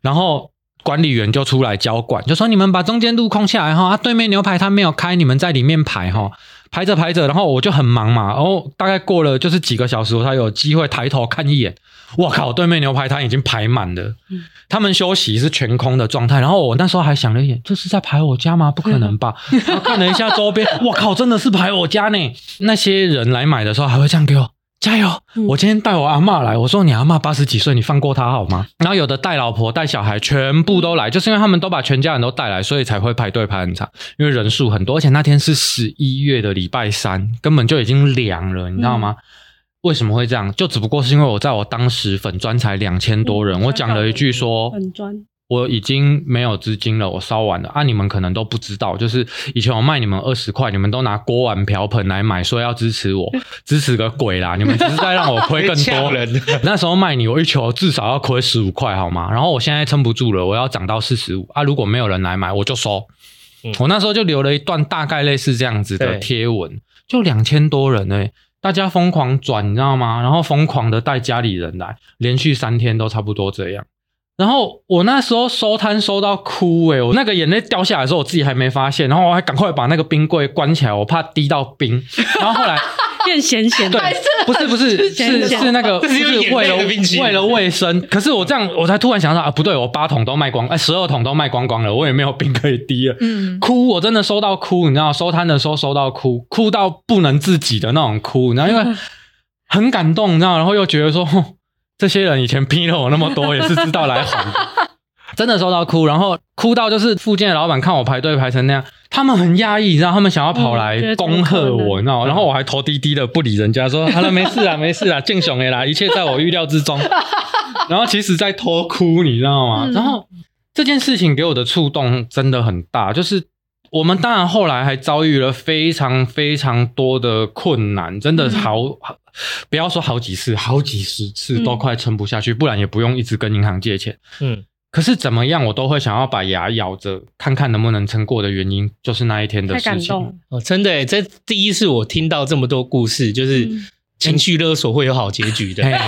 Speaker 4: 然后管理员就出来交管，就说你们把中间路空下来哈，啊，对面牛排摊没有开，你们在里面排哈。排着排着，然后我就很忙嘛，然、后大概过了就是几个小时，我才有机会抬头看一眼。我靠，对面牛排摊已经排满了，
Speaker 5: 嗯
Speaker 4: 他们休息是全空的状态。然后我那时候还想了一眼，这是在排我家吗？不可能 吧！然后看了一下周边，我靠，真的是排我家呢。那些人来买的时候还会这样给我。加油！
Speaker 5: 嗯
Speaker 4: 我今天带我阿嬷来，我说你阿嬷八十几岁，你放过她好吗？然后有的带老婆带小孩，全部都
Speaker 5: 嗯
Speaker 4: 来，就是因为他们都把全家人都带来，所以才会排队排很长，因为人数很多，而且那天是十一月的礼拜三，根本就已经凉了，你知道
Speaker 5: 嗯
Speaker 4: 吗？为什么会这样？就只不过是因为我在我当时粉砖才两千多人，
Speaker 5: 嗯
Speaker 4: 我讲了一句说，
Speaker 5: 粉砖
Speaker 4: 我已经没有资金了，我烧完了啊！你们可能都不知道，就是以前我卖你们二十块，你们都拿锅碗瓢盆来买，说要支持我，支持个鬼啦！你们只是在让我亏 更多
Speaker 2: 呛人。
Speaker 4: 那时候卖你，我一球至少要亏十五块，好吗？然后我现在撑不住了，我要涨到四十五啊！如果没有人来买，我就收。
Speaker 2: 嗯
Speaker 4: 我那时候就留了一段大概类似这样子的
Speaker 2: 对
Speaker 4: 贴文，就两千多人哎、大家疯狂转，你知道吗？然后疯狂的带家里人来，连续三天都差不多这样。然后我那时候收摊收到哭诶、我那个眼泪掉下来的时候，我自己还没发现，然后我还赶快把那个冰柜关起来，我怕滴到冰。然后后来。
Speaker 5: 变咸咸的，
Speaker 4: 对，不是不是是是那 个，
Speaker 2: 这
Speaker 4: 就是
Speaker 2: 一个
Speaker 4: 是为了
Speaker 2: 眼泪的冰淇淋
Speaker 4: 为了卫生。可是我这样，我才突然想到啊，不对，我八桶都卖光，哎，十二桶都卖光光了，我也没有冰可以滴了。
Speaker 3: 嗯，
Speaker 4: 哭，我真的收到哭，你知道，收摊的时候收到哭，哭到不能自己的那种哭，你知道，因为很感动，你知道，然后又觉得说，哼这些人以前批了我那么多，也是知道来哄 的。真的收到哭，然后哭到就是附近的老板看我排队排成那样，他们很压抑，你知道，他们想要跑
Speaker 5: 嗯觉
Speaker 4: 来
Speaker 5: 得怎么
Speaker 4: 恭贺
Speaker 5: 可能
Speaker 4: 我，你知
Speaker 3: 嗯
Speaker 4: 道，然后我还头低低的不理人家，说好了，没事啊，没事啊，敬雄也啦，一切在我预料之 中。然后其实在偷哭，你知道吗？
Speaker 3: 嗯
Speaker 4: 然后这件事情给我的触动真的很大，就是我们当然后来还遭遇了非常非常多的困难，真的
Speaker 3: 嗯
Speaker 4: 好。不要说好几次，好几十次都快撑不下去，不然也不用一直跟银行借钱。
Speaker 2: 嗯，
Speaker 4: 可是怎么样，我都会想要把牙咬着，看看能不能撑过的原因，就是那一天的
Speaker 5: 太
Speaker 4: 事
Speaker 5: 感动
Speaker 4: 情。
Speaker 5: 了。
Speaker 2: 哦，真的耶，这第一次我听到这么多故事，就是
Speaker 5: 嗯
Speaker 2: 情绪勒索会有好结局的。
Speaker 4: 嘿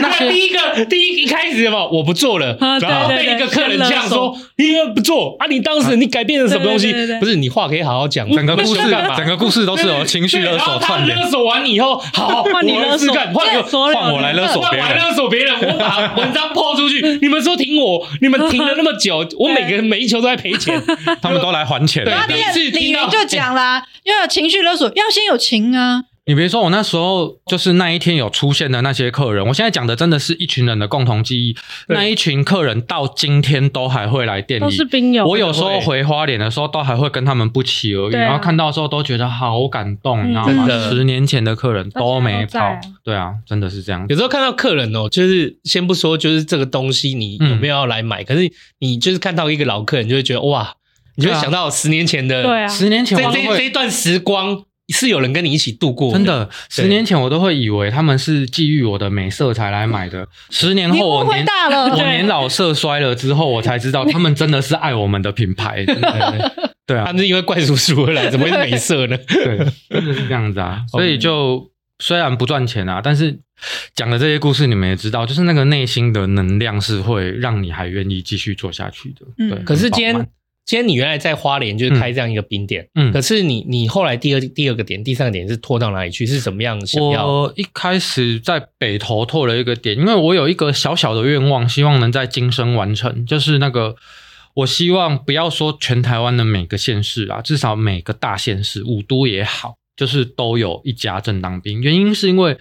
Speaker 4: 那些
Speaker 2: 第一个，第一一开始嘛，我不做了，
Speaker 5: 啊
Speaker 2: 然后
Speaker 5: 对对
Speaker 2: 被
Speaker 5: 对
Speaker 2: 一个客人
Speaker 5: 先
Speaker 2: 这
Speaker 5: 勒
Speaker 2: 样
Speaker 5: 索
Speaker 2: 说：“你也不做啊？你当时你改变了什么东西
Speaker 5: 对对对对？”对
Speaker 2: 不是，你话可以好好讲，
Speaker 4: 整个故
Speaker 2: 你
Speaker 4: 事
Speaker 2: 想干嘛，
Speaker 4: 整个故事都是由情绪勒
Speaker 2: 对然
Speaker 4: 索
Speaker 2: 后他
Speaker 4: 串联。
Speaker 2: 勒索完以后，好，
Speaker 5: 换你勒索
Speaker 2: 我来试看换一个
Speaker 5: 所有人
Speaker 4: 换我来勒索
Speaker 2: 换
Speaker 4: 别
Speaker 2: 我来
Speaker 4: 人
Speaker 2: 勒索别人，我把文章抛出 去，你们说停我，你们停了那么久，我每个每一球都在赔 钱。
Speaker 4: 他们都来还钱
Speaker 2: 对
Speaker 4: 了。
Speaker 3: 那
Speaker 2: 第一次
Speaker 3: 李
Speaker 2: 听到
Speaker 3: 云就讲啦，要有情绪勒索，要先有情啊，
Speaker 4: 你别说，我那时候就是那一天有出现的那些客人，我现在讲的真的是一群人的共同记忆。
Speaker 2: 对
Speaker 4: 那一群客人到今天都还会来店里，
Speaker 5: 都是冰友。
Speaker 4: 我有时候回花莲的时候，都还会跟他们不期而遇，
Speaker 5: 对啊
Speaker 4: 然后看到的时候都觉得好感动，
Speaker 5: 嗯
Speaker 4: 你知道
Speaker 2: 真？
Speaker 4: 吗
Speaker 2: 的
Speaker 4: 十年前的客人都没
Speaker 5: 到现在
Speaker 4: 跑
Speaker 5: 都在啊，
Speaker 4: 对啊，真的是这样
Speaker 2: 有。时候看到客人哦，就是先不说，就是这个东西你
Speaker 4: 嗯
Speaker 2: 有没有要来买，可是你就是看到一个老客人，就会觉得哇，你就会
Speaker 4: 对啊
Speaker 2: 想到十年前的，
Speaker 5: 对啊，
Speaker 4: 十年前
Speaker 2: 这
Speaker 4: 我都
Speaker 2: 这这
Speaker 4: 会
Speaker 2: 一段时光是有人跟你一起度过，
Speaker 4: 真，的，十年前我都会以为他们是觊觎我的美色才来买的。十年
Speaker 3: 你
Speaker 4: 后我
Speaker 3: 误会
Speaker 4: 年
Speaker 3: 大了嗯
Speaker 4: 我
Speaker 5: 对
Speaker 4: 年老色衰了之后，我才知道他们真的是爱我们的品牌。真 的对
Speaker 2: 他
Speaker 4: 啊，
Speaker 2: 们是因为怪叔叔而来，怎么会是美色呢？
Speaker 4: 对， 真的是这样子啊。所以就虽然不赚钱啊，但是讲的这些故事你们也知道，就是那个内心的能量是会让你还愿意继续做下去的。
Speaker 3: 嗯
Speaker 4: 对，
Speaker 2: 可是今
Speaker 4: 很
Speaker 2: 天
Speaker 4: 饱满，
Speaker 2: 今天你原来在花莲就是开这样一个冰店，
Speaker 4: 嗯
Speaker 2: 可是你你后来第二第二个点、第三个点是拖到哪里去？是怎么样想要？
Speaker 4: 我一开始在北投拓了一个点，因为我有一个小小的愿望，希望能在今生完成，就是那个我希望不要说全台湾的每个县市啊，至少每个大县市，五都也好，就是都有一家正当兵。原因是因为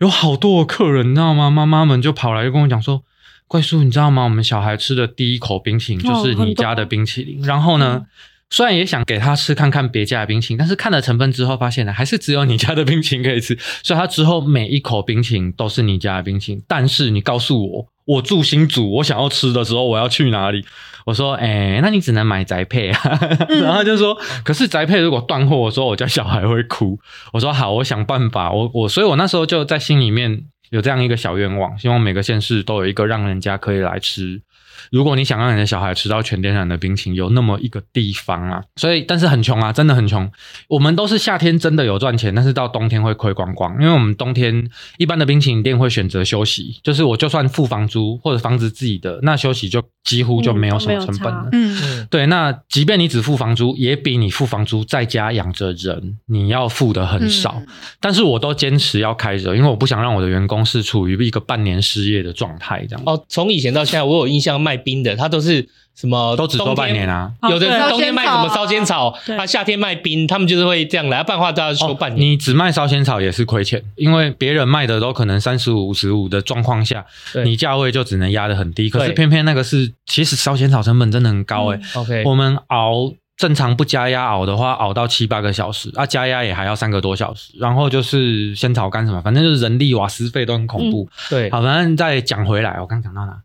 Speaker 4: 有好多的客人，你知道吗？妈妈们就跑来就跟我讲说。怪叔，你知道吗？我们小孩吃的第一口冰淇淋就是你家的冰淇淋。然后呢，虽然也想给他吃看看别家的冰淇淋，但是看了成分之后，发现呢还是只有你家的冰淇淋可以吃，所以他之后每一口冰淇淋都是你家的冰淇淋。但是你告诉我，我住新竹，我想要吃的时候，我要去哪里？我说，哎、那你只能买宅配啊。 然后他就说，可是宅配如果断货，我说我家小孩会哭。我说好，我想办法。我我，所以我那时候就在心里面有这样一个小愿望，希望每个县市都有一个让人家可以来吃。如果你想让你的小孩吃到全天然的冰淇淋，有那么一个地方啊，所以但是很穷啊，真的很穷。我们都是夏天真的有赚钱，但是到冬天会亏光光，因为我们冬天一般的冰淇淋店会选择休息，就是我就算付房租或者房子自己的，那休息就几乎就没有什么成本了。
Speaker 5: 嗯
Speaker 3: 嗯，
Speaker 2: 嗯，
Speaker 4: 对，那即便你只付房租，也比你付房租在家养着人，你要付的很少。
Speaker 3: 嗯
Speaker 4: 但是我都坚持要开着，因为我不想让我的员工是处于一个半年失业的状态，这样。
Speaker 2: 哦，从以前到现在，我有印象卖冰的，他都是什么
Speaker 4: 都只做
Speaker 2: 冬天
Speaker 4: 半年啊。
Speaker 5: 哦
Speaker 2: 有的
Speaker 5: 对
Speaker 2: 是冬天卖什么烧
Speaker 3: 烧
Speaker 2: 仙
Speaker 3: 仙
Speaker 2: 草，
Speaker 5: 对
Speaker 2: 他夏天卖冰，他们就是会这样来，半话都要休半
Speaker 4: 哦
Speaker 2: 年。
Speaker 4: 你只卖烧仙草也是亏钱，因为别人卖的都可能三十五、五十五的状况下
Speaker 2: 对，
Speaker 4: 你价位就只能压得很低。可是
Speaker 2: 对
Speaker 4: 偏偏那个是，其实烧仙草成本真的很高诶、欸
Speaker 5: 嗯
Speaker 2: OK，
Speaker 4: 哦我们熬正常不加压熬的话，熬到七八个小时，啊，加压也还要三个多小时。然后就是仙草干什么，反正就是人力瓦斯费都很恐怖。
Speaker 2: 对，
Speaker 4: 好，反正再讲回来，我刚讲到哪？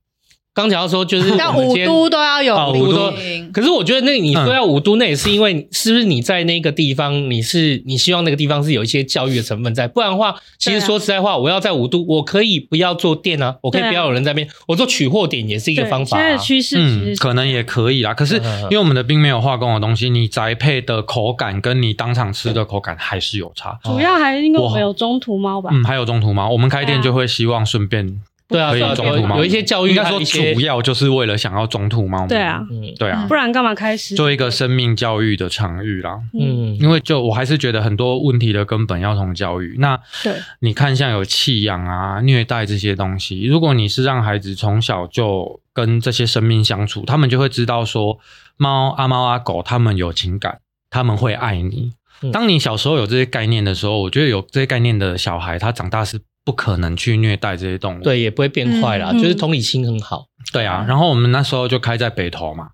Speaker 2: 刚讲到说就是
Speaker 3: 但
Speaker 2: 我们
Speaker 3: 五
Speaker 2: 今天
Speaker 3: 都都要有
Speaker 4: 哦
Speaker 3: 冰
Speaker 4: 五
Speaker 2: 都
Speaker 3: 淇淋
Speaker 2: 可是我觉得那你
Speaker 4: 嗯
Speaker 2: 说要五都，那也是因为你是不是你在那个地方，你是你希望那个地方是有一些教育的成分在，不然的话，其实
Speaker 3: 对啊
Speaker 2: 说实在话，我要在五
Speaker 4: 啊
Speaker 2: 都，我可以不要做店啊，我可以
Speaker 5: 对啊
Speaker 2: 不要有人在那边，我做取货点也是一个
Speaker 5: 对
Speaker 2: 方法
Speaker 5: 现在
Speaker 2: 啊
Speaker 5: 的。趋势其
Speaker 4: 嗯
Speaker 5: 实，是
Speaker 4: 可能也可以啦。可是
Speaker 2: 嗯嗯嗯
Speaker 4: 因为我们的冰没有化工的东西，你宅配的口感跟你当场吃的口感还是有差。
Speaker 5: 主要还是因为我
Speaker 4: 哇
Speaker 5: 们有中途猫吧，
Speaker 4: 嗯，还有中途吗？我们开店
Speaker 5: 对啊
Speaker 4: 就会希望顺便
Speaker 2: 对啊，
Speaker 4: 可以
Speaker 2: 对啊
Speaker 4: 中途
Speaker 2: 有
Speaker 4: 吗？
Speaker 2: 有一些教育
Speaker 4: 应该
Speaker 2: 和
Speaker 4: 说
Speaker 2: 一些
Speaker 4: 主要就是为了想要中途吗？
Speaker 5: 对啊，
Speaker 2: 嗯
Speaker 4: 对啊
Speaker 5: 不，然干嘛开始？
Speaker 4: 做一个生命教育的场域啦。
Speaker 2: 嗯，
Speaker 4: 因为就我还是觉得很多问题的根本要从教育。那
Speaker 5: 对
Speaker 4: 你看，像有弃养啊、虐待这些东西，如果你是让孩子从小就跟这些生命相处，他们就会知道说，猫啊猫啊狗，他们有情感，他们会爱你
Speaker 2: 嗯。
Speaker 4: 当你小时候有这些概念的时候，我觉得有这些概念的小孩，他长大是不可能去虐待这些动物。
Speaker 2: 对，也不会变坏啦，
Speaker 5: 嗯
Speaker 2: 就是同理心很好。
Speaker 4: 对啊，然后我们那时候就开在北投嘛，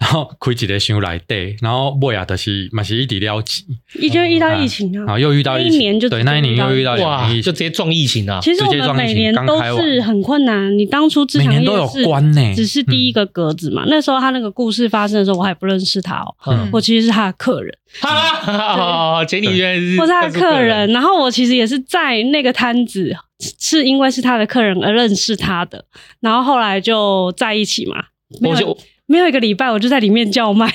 Speaker 4: 然后开一个箱来对，然后尾亚的是嘛是一底了结。
Speaker 5: 一就遇到疫情
Speaker 4: 然
Speaker 5: 啊
Speaker 4: 后。又遇到
Speaker 5: 那一
Speaker 4: 疫情
Speaker 5: 年就
Speaker 4: 对
Speaker 5: 直接
Speaker 4: 那一年
Speaker 5: 遇到
Speaker 4: 又遇到两
Speaker 2: 哇，
Speaker 4: 年疫
Speaker 2: 就直，
Speaker 4: 情
Speaker 2: 接撞疫情啊！
Speaker 5: 其实我
Speaker 4: 直接
Speaker 5: 们
Speaker 4: 撞疫情
Speaker 5: 每年都是很困难，啊你当初自
Speaker 4: 每
Speaker 5: 强
Speaker 4: 年
Speaker 5: 夜
Speaker 4: 都有
Speaker 5: 市
Speaker 4: 关呢嗯
Speaker 5: 只是第一个格子嘛。那时候他那个故事发生的时候，我还不认识他哦，
Speaker 2: 嗯
Speaker 3: 嗯，
Speaker 5: 我其实是他的客人，
Speaker 2: 哈哈哈哈，杰里原来是
Speaker 5: 我是他的客
Speaker 2: 客
Speaker 5: 人，，然后我其实也是在那个摊子，是因为是他的客人而认识他的，然后后来就在一起嘛。没
Speaker 2: 我就
Speaker 5: 有没有一个礼拜，我就在里面叫卖了，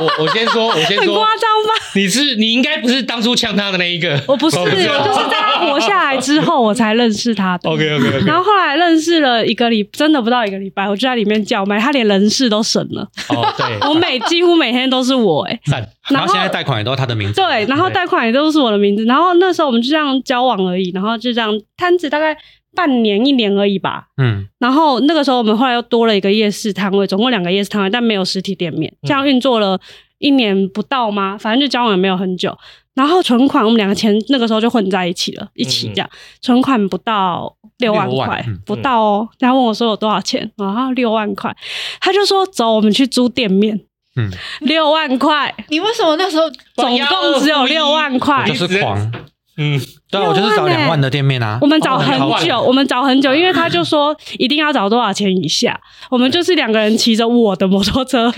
Speaker 2: 我我先说，我先
Speaker 5: 很
Speaker 2: 说，
Speaker 5: 夸张吧？
Speaker 2: 你是你应该不是当初呛他的那一个，哦
Speaker 5: 我不是，我就是
Speaker 2: 啊
Speaker 5: 在他 活下来之后，我才认识他 的。
Speaker 2: OK OK OK，
Speaker 5: 然后后来认识了一个礼，真的不到一个礼拜，我就在里面叫卖，他连人事都省了。
Speaker 2: 哦对，
Speaker 5: 我每几乎每天都是我 哎、欸
Speaker 2: 赞，
Speaker 4: 然后
Speaker 5: 然后
Speaker 4: 现在贷款也都是他的名字，
Speaker 5: 对，然后
Speaker 2: 对
Speaker 5: 贷款也都是我的名字。然后那时候我们就这样交往而已，然后就这样摊子大概半年一年而已吧。
Speaker 4: 嗯，
Speaker 5: 然后
Speaker 4: 嗯
Speaker 5: 那个时候我们后来又多了一个夜市摊位，总共两个夜市摊位，但没有实体店面，这样运作了一年不到吗？反正就交往也没有很久。然后存款，我们两个钱那个时候就混在一起了，一起这样，存款不到六万
Speaker 4: 嗯六万
Speaker 5: 块
Speaker 4: 嗯，
Speaker 5: 不到哦。他问我说有多少钱，然后六万块，他就说走，我们去租店面，
Speaker 4: 嗯，
Speaker 5: 六万块，
Speaker 3: 你为什么那时候
Speaker 5: 总共只有六万块
Speaker 4: 我就。是狂，
Speaker 2: 嗯，
Speaker 4: 对啊，我就是找
Speaker 5: 六万欸
Speaker 4: 两万的店面啊
Speaker 5: 我。们找很
Speaker 2: 哦两
Speaker 5: 久，
Speaker 2: 万
Speaker 5: 我们找很久，因为他就说一定要找多少钱以下。我们就是两个人骑着我的摩 托车，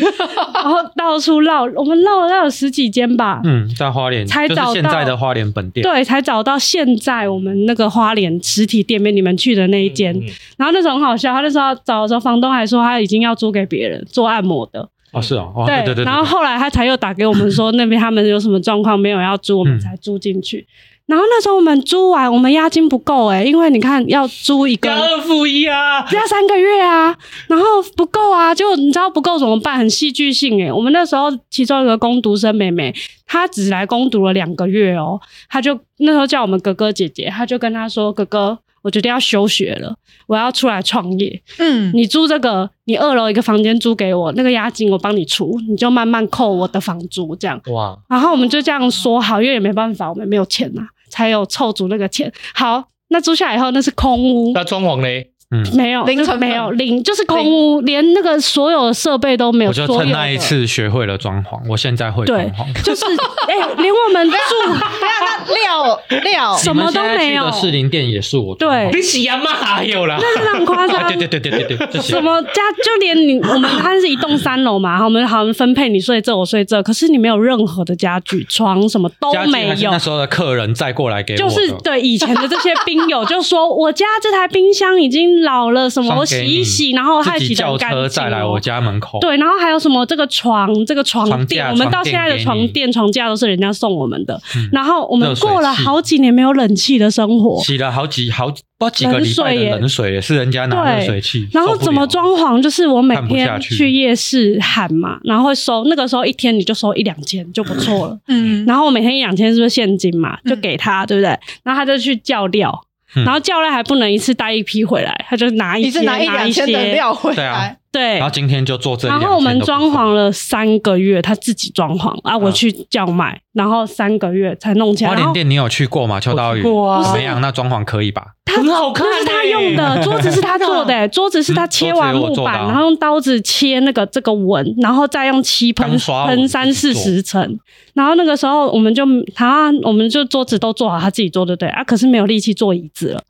Speaker 5: 然后到处绕，我们绕了大概有十几间吧，
Speaker 4: 嗯，在花莲
Speaker 5: 才
Speaker 4: 就是
Speaker 5: 找
Speaker 4: 现
Speaker 5: 到
Speaker 4: 在的花莲本店，
Speaker 5: 对，才找到现在我们那个花莲实体店面你们去的那一间。
Speaker 2: 嗯嗯
Speaker 5: 然后那时候很好笑，他那时候要找的时候，房东还说他已经要租给别人做按摩的，
Speaker 4: 哦是哦，哦对对对，
Speaker 5: 然后后来他才又打给我们说那边他们有什么状况没有要租，我们
Speaker 4: 嗯
Speaker 5: 才租进去。 然后那时候我们租完，我们押金不够哎、因为你看要租 一个
Speaker 2: 加二负一啊，
Speaker 5: 要三个月啊，然后不够啊，就你知道不够怎么办？很戏剧性欸诶、我们那时候其中一个攻读生妹妹，她只来攻读了两个月哦，她就那时候叫我们哥哥姐姐，她就跟她说：“哥哥，我决定要休学了，我要出来创业。
Speaker 3: 嗯，
Speaker 5: 你租这个，你二楼一个房间租给我，那个押金我帮你出，你就慢慢扣我的房租这样。”
Speaker 2: 哇，
Speaker 5: 然后我们就这样说好，因为也没办法，我们没有钱呐、啊才有凑足那个钱。好，那租下来以后那是空屋，
Speaker 2: 那装潢嘞？
Speaker 4: 嗯
Speaker 5: 没有，
Speaker 3: 零
Speaker 5: 就
Speaker 3: 成本
Speaker 5: 没有零，就是空屋，连那个所有的设备都没有。
Speaker 4: 我就
Speaker 5: 所有
Speaker 4: 趁
Speaker 5: 的
Speaker 4: 那一，次学会了装潢，我现在会装
Speaker 5: 对
Speaker 4: 潢。
Speaker 5: 就是哎、连我 们住
Speaker 3: 对啊，那料料
Speaker 5: 什么都没有
Speaker 4: 你们现在去的士林店也是我装潢
Speaker 5: 对，
Speaker 2: 你喜羊嘛哎呦啦，
Speaker 5: 非常夸张
Speaker 4: 啊，。对对对对对对，这些
Speaker 5: 什么家就连你我们它是一栋三楼嘛，好我们好像分配你睡这我睡这，可是你没有任何的家具、床什么都
Speaker 4: 家具
Speaker 5: 没
Speaker 4: 还是
Speaker 5: 有
Speaker 4: 那。时候的客人再过来给我
Speaker 5: 就
Speaker 4: 的，
Speaker 5: 是对以前的这些兵友就说， 我家这台冰箱已经老了，什么
Speaker 4: 放
Speaker 5: 我
Speaker 4: 给
Speaker 5: 洗
Speaker 4: 你
Speaker 5: 一洗，然后还
Speaker 4: 自
Speaker 5: 洗
Speaker 4: 己
Speaker 5: 得
Speaker 4: 叫
Speaker 5: 很干净、哦
Speaker 4: 车再来我。家门口。
Speaker 5: 对，然后还有什么这个床、这个床
Speaker 4: 哦床
Speaker 5: 垫，
Speaker 4: 架
Speaker 5: 我们到
Speaker 4: 床垫
Speaker 5: 现在的
Speaker 4: 给
Speaker 5: 床
Speaker 4: 你
Speaker 5: 垫、床架都是人家送我们的。
Speaker 4: 嗯，
Speaker 5: 然后我们
Speaker 4: 热水
Speaker 5: 过了
Speaker 4: 器
Speaker 5: 好几年没有冷气的生活，
Speaker 4: 洗了好几好不知道几个礼拜的
Speaker 5: 冷水耶
Speaker 4: 冷水，也是人家拿热水器，
Speaker 5: 然后
Speaker 4: 受不了
Speaker 5: 怎么装？潢？就是我每
Speaker 4: 看不下
Speaker 5: 天
Speaker 4: 去
Speaker 5: 去夜市喊嘛，然后会收那个时候一天你就收一两千就不错了。
Speaker 3: 嗯，
Speaker 5: 然后我每天一两千是不是现金嘛，
Speaker 3: 嗯
Speaker 5: 就给他，对不对？然后他就去叫料，
Speaker 4: 嗯
Speaker 5: 然后叫料还不能一次带一批回来，他就拿一
Speaker 3: 你
Speaker 5: 些
Speaker 3: 是拿一两千的
Speaker 5: 些
Speaker 3: 料回
Speaker 4: 对啊
Speaker 3: 来，
Speaker 5: 对
Speaker 4: 然。后今天就做这一
Speaker 5: 然
Speaker 4: 两天的部分，
Speaker 5: 后我们装潢了三个月，他自己装潢啊，我去叫卖，然后三个月才弄起
Speaker 4: 嗯
Speaker 5: 来。
Speaker 4: 花
Speaker 5: 然
Speaker 4: 莲
Speaker 5: 后
Speaker 4: 店，你有去过吗？秋刀鱼
Speaker 2: 去过啊
Speaker 4: 怎么样？那装潢可以吧？
Speaker 5: 他
Speaker 2: 很好看
Speaker 5: 那是他
Speaker 2: 欸
Speaker 5: 用的，桌子是他 做的欸、桌子是他切完
Speaker 4: 桌
Speaker 5: 木
Speaker 4: 子我做的
Speaker 5: 板，
Speaker 4: 啊
Speaker 5: 然后用刀子切那个这个纹，然后再用漆喷
Speaker 4: 钢刷我
Speaker 5: 喷
Speaker 4: 自己
Speaker 5: 三四
Speaker 4: 做
Speaker 5: 十层。然后那个时候我们就他我们就桌子都做好，他自己做对不对啊？可是没有力气做椅子 了。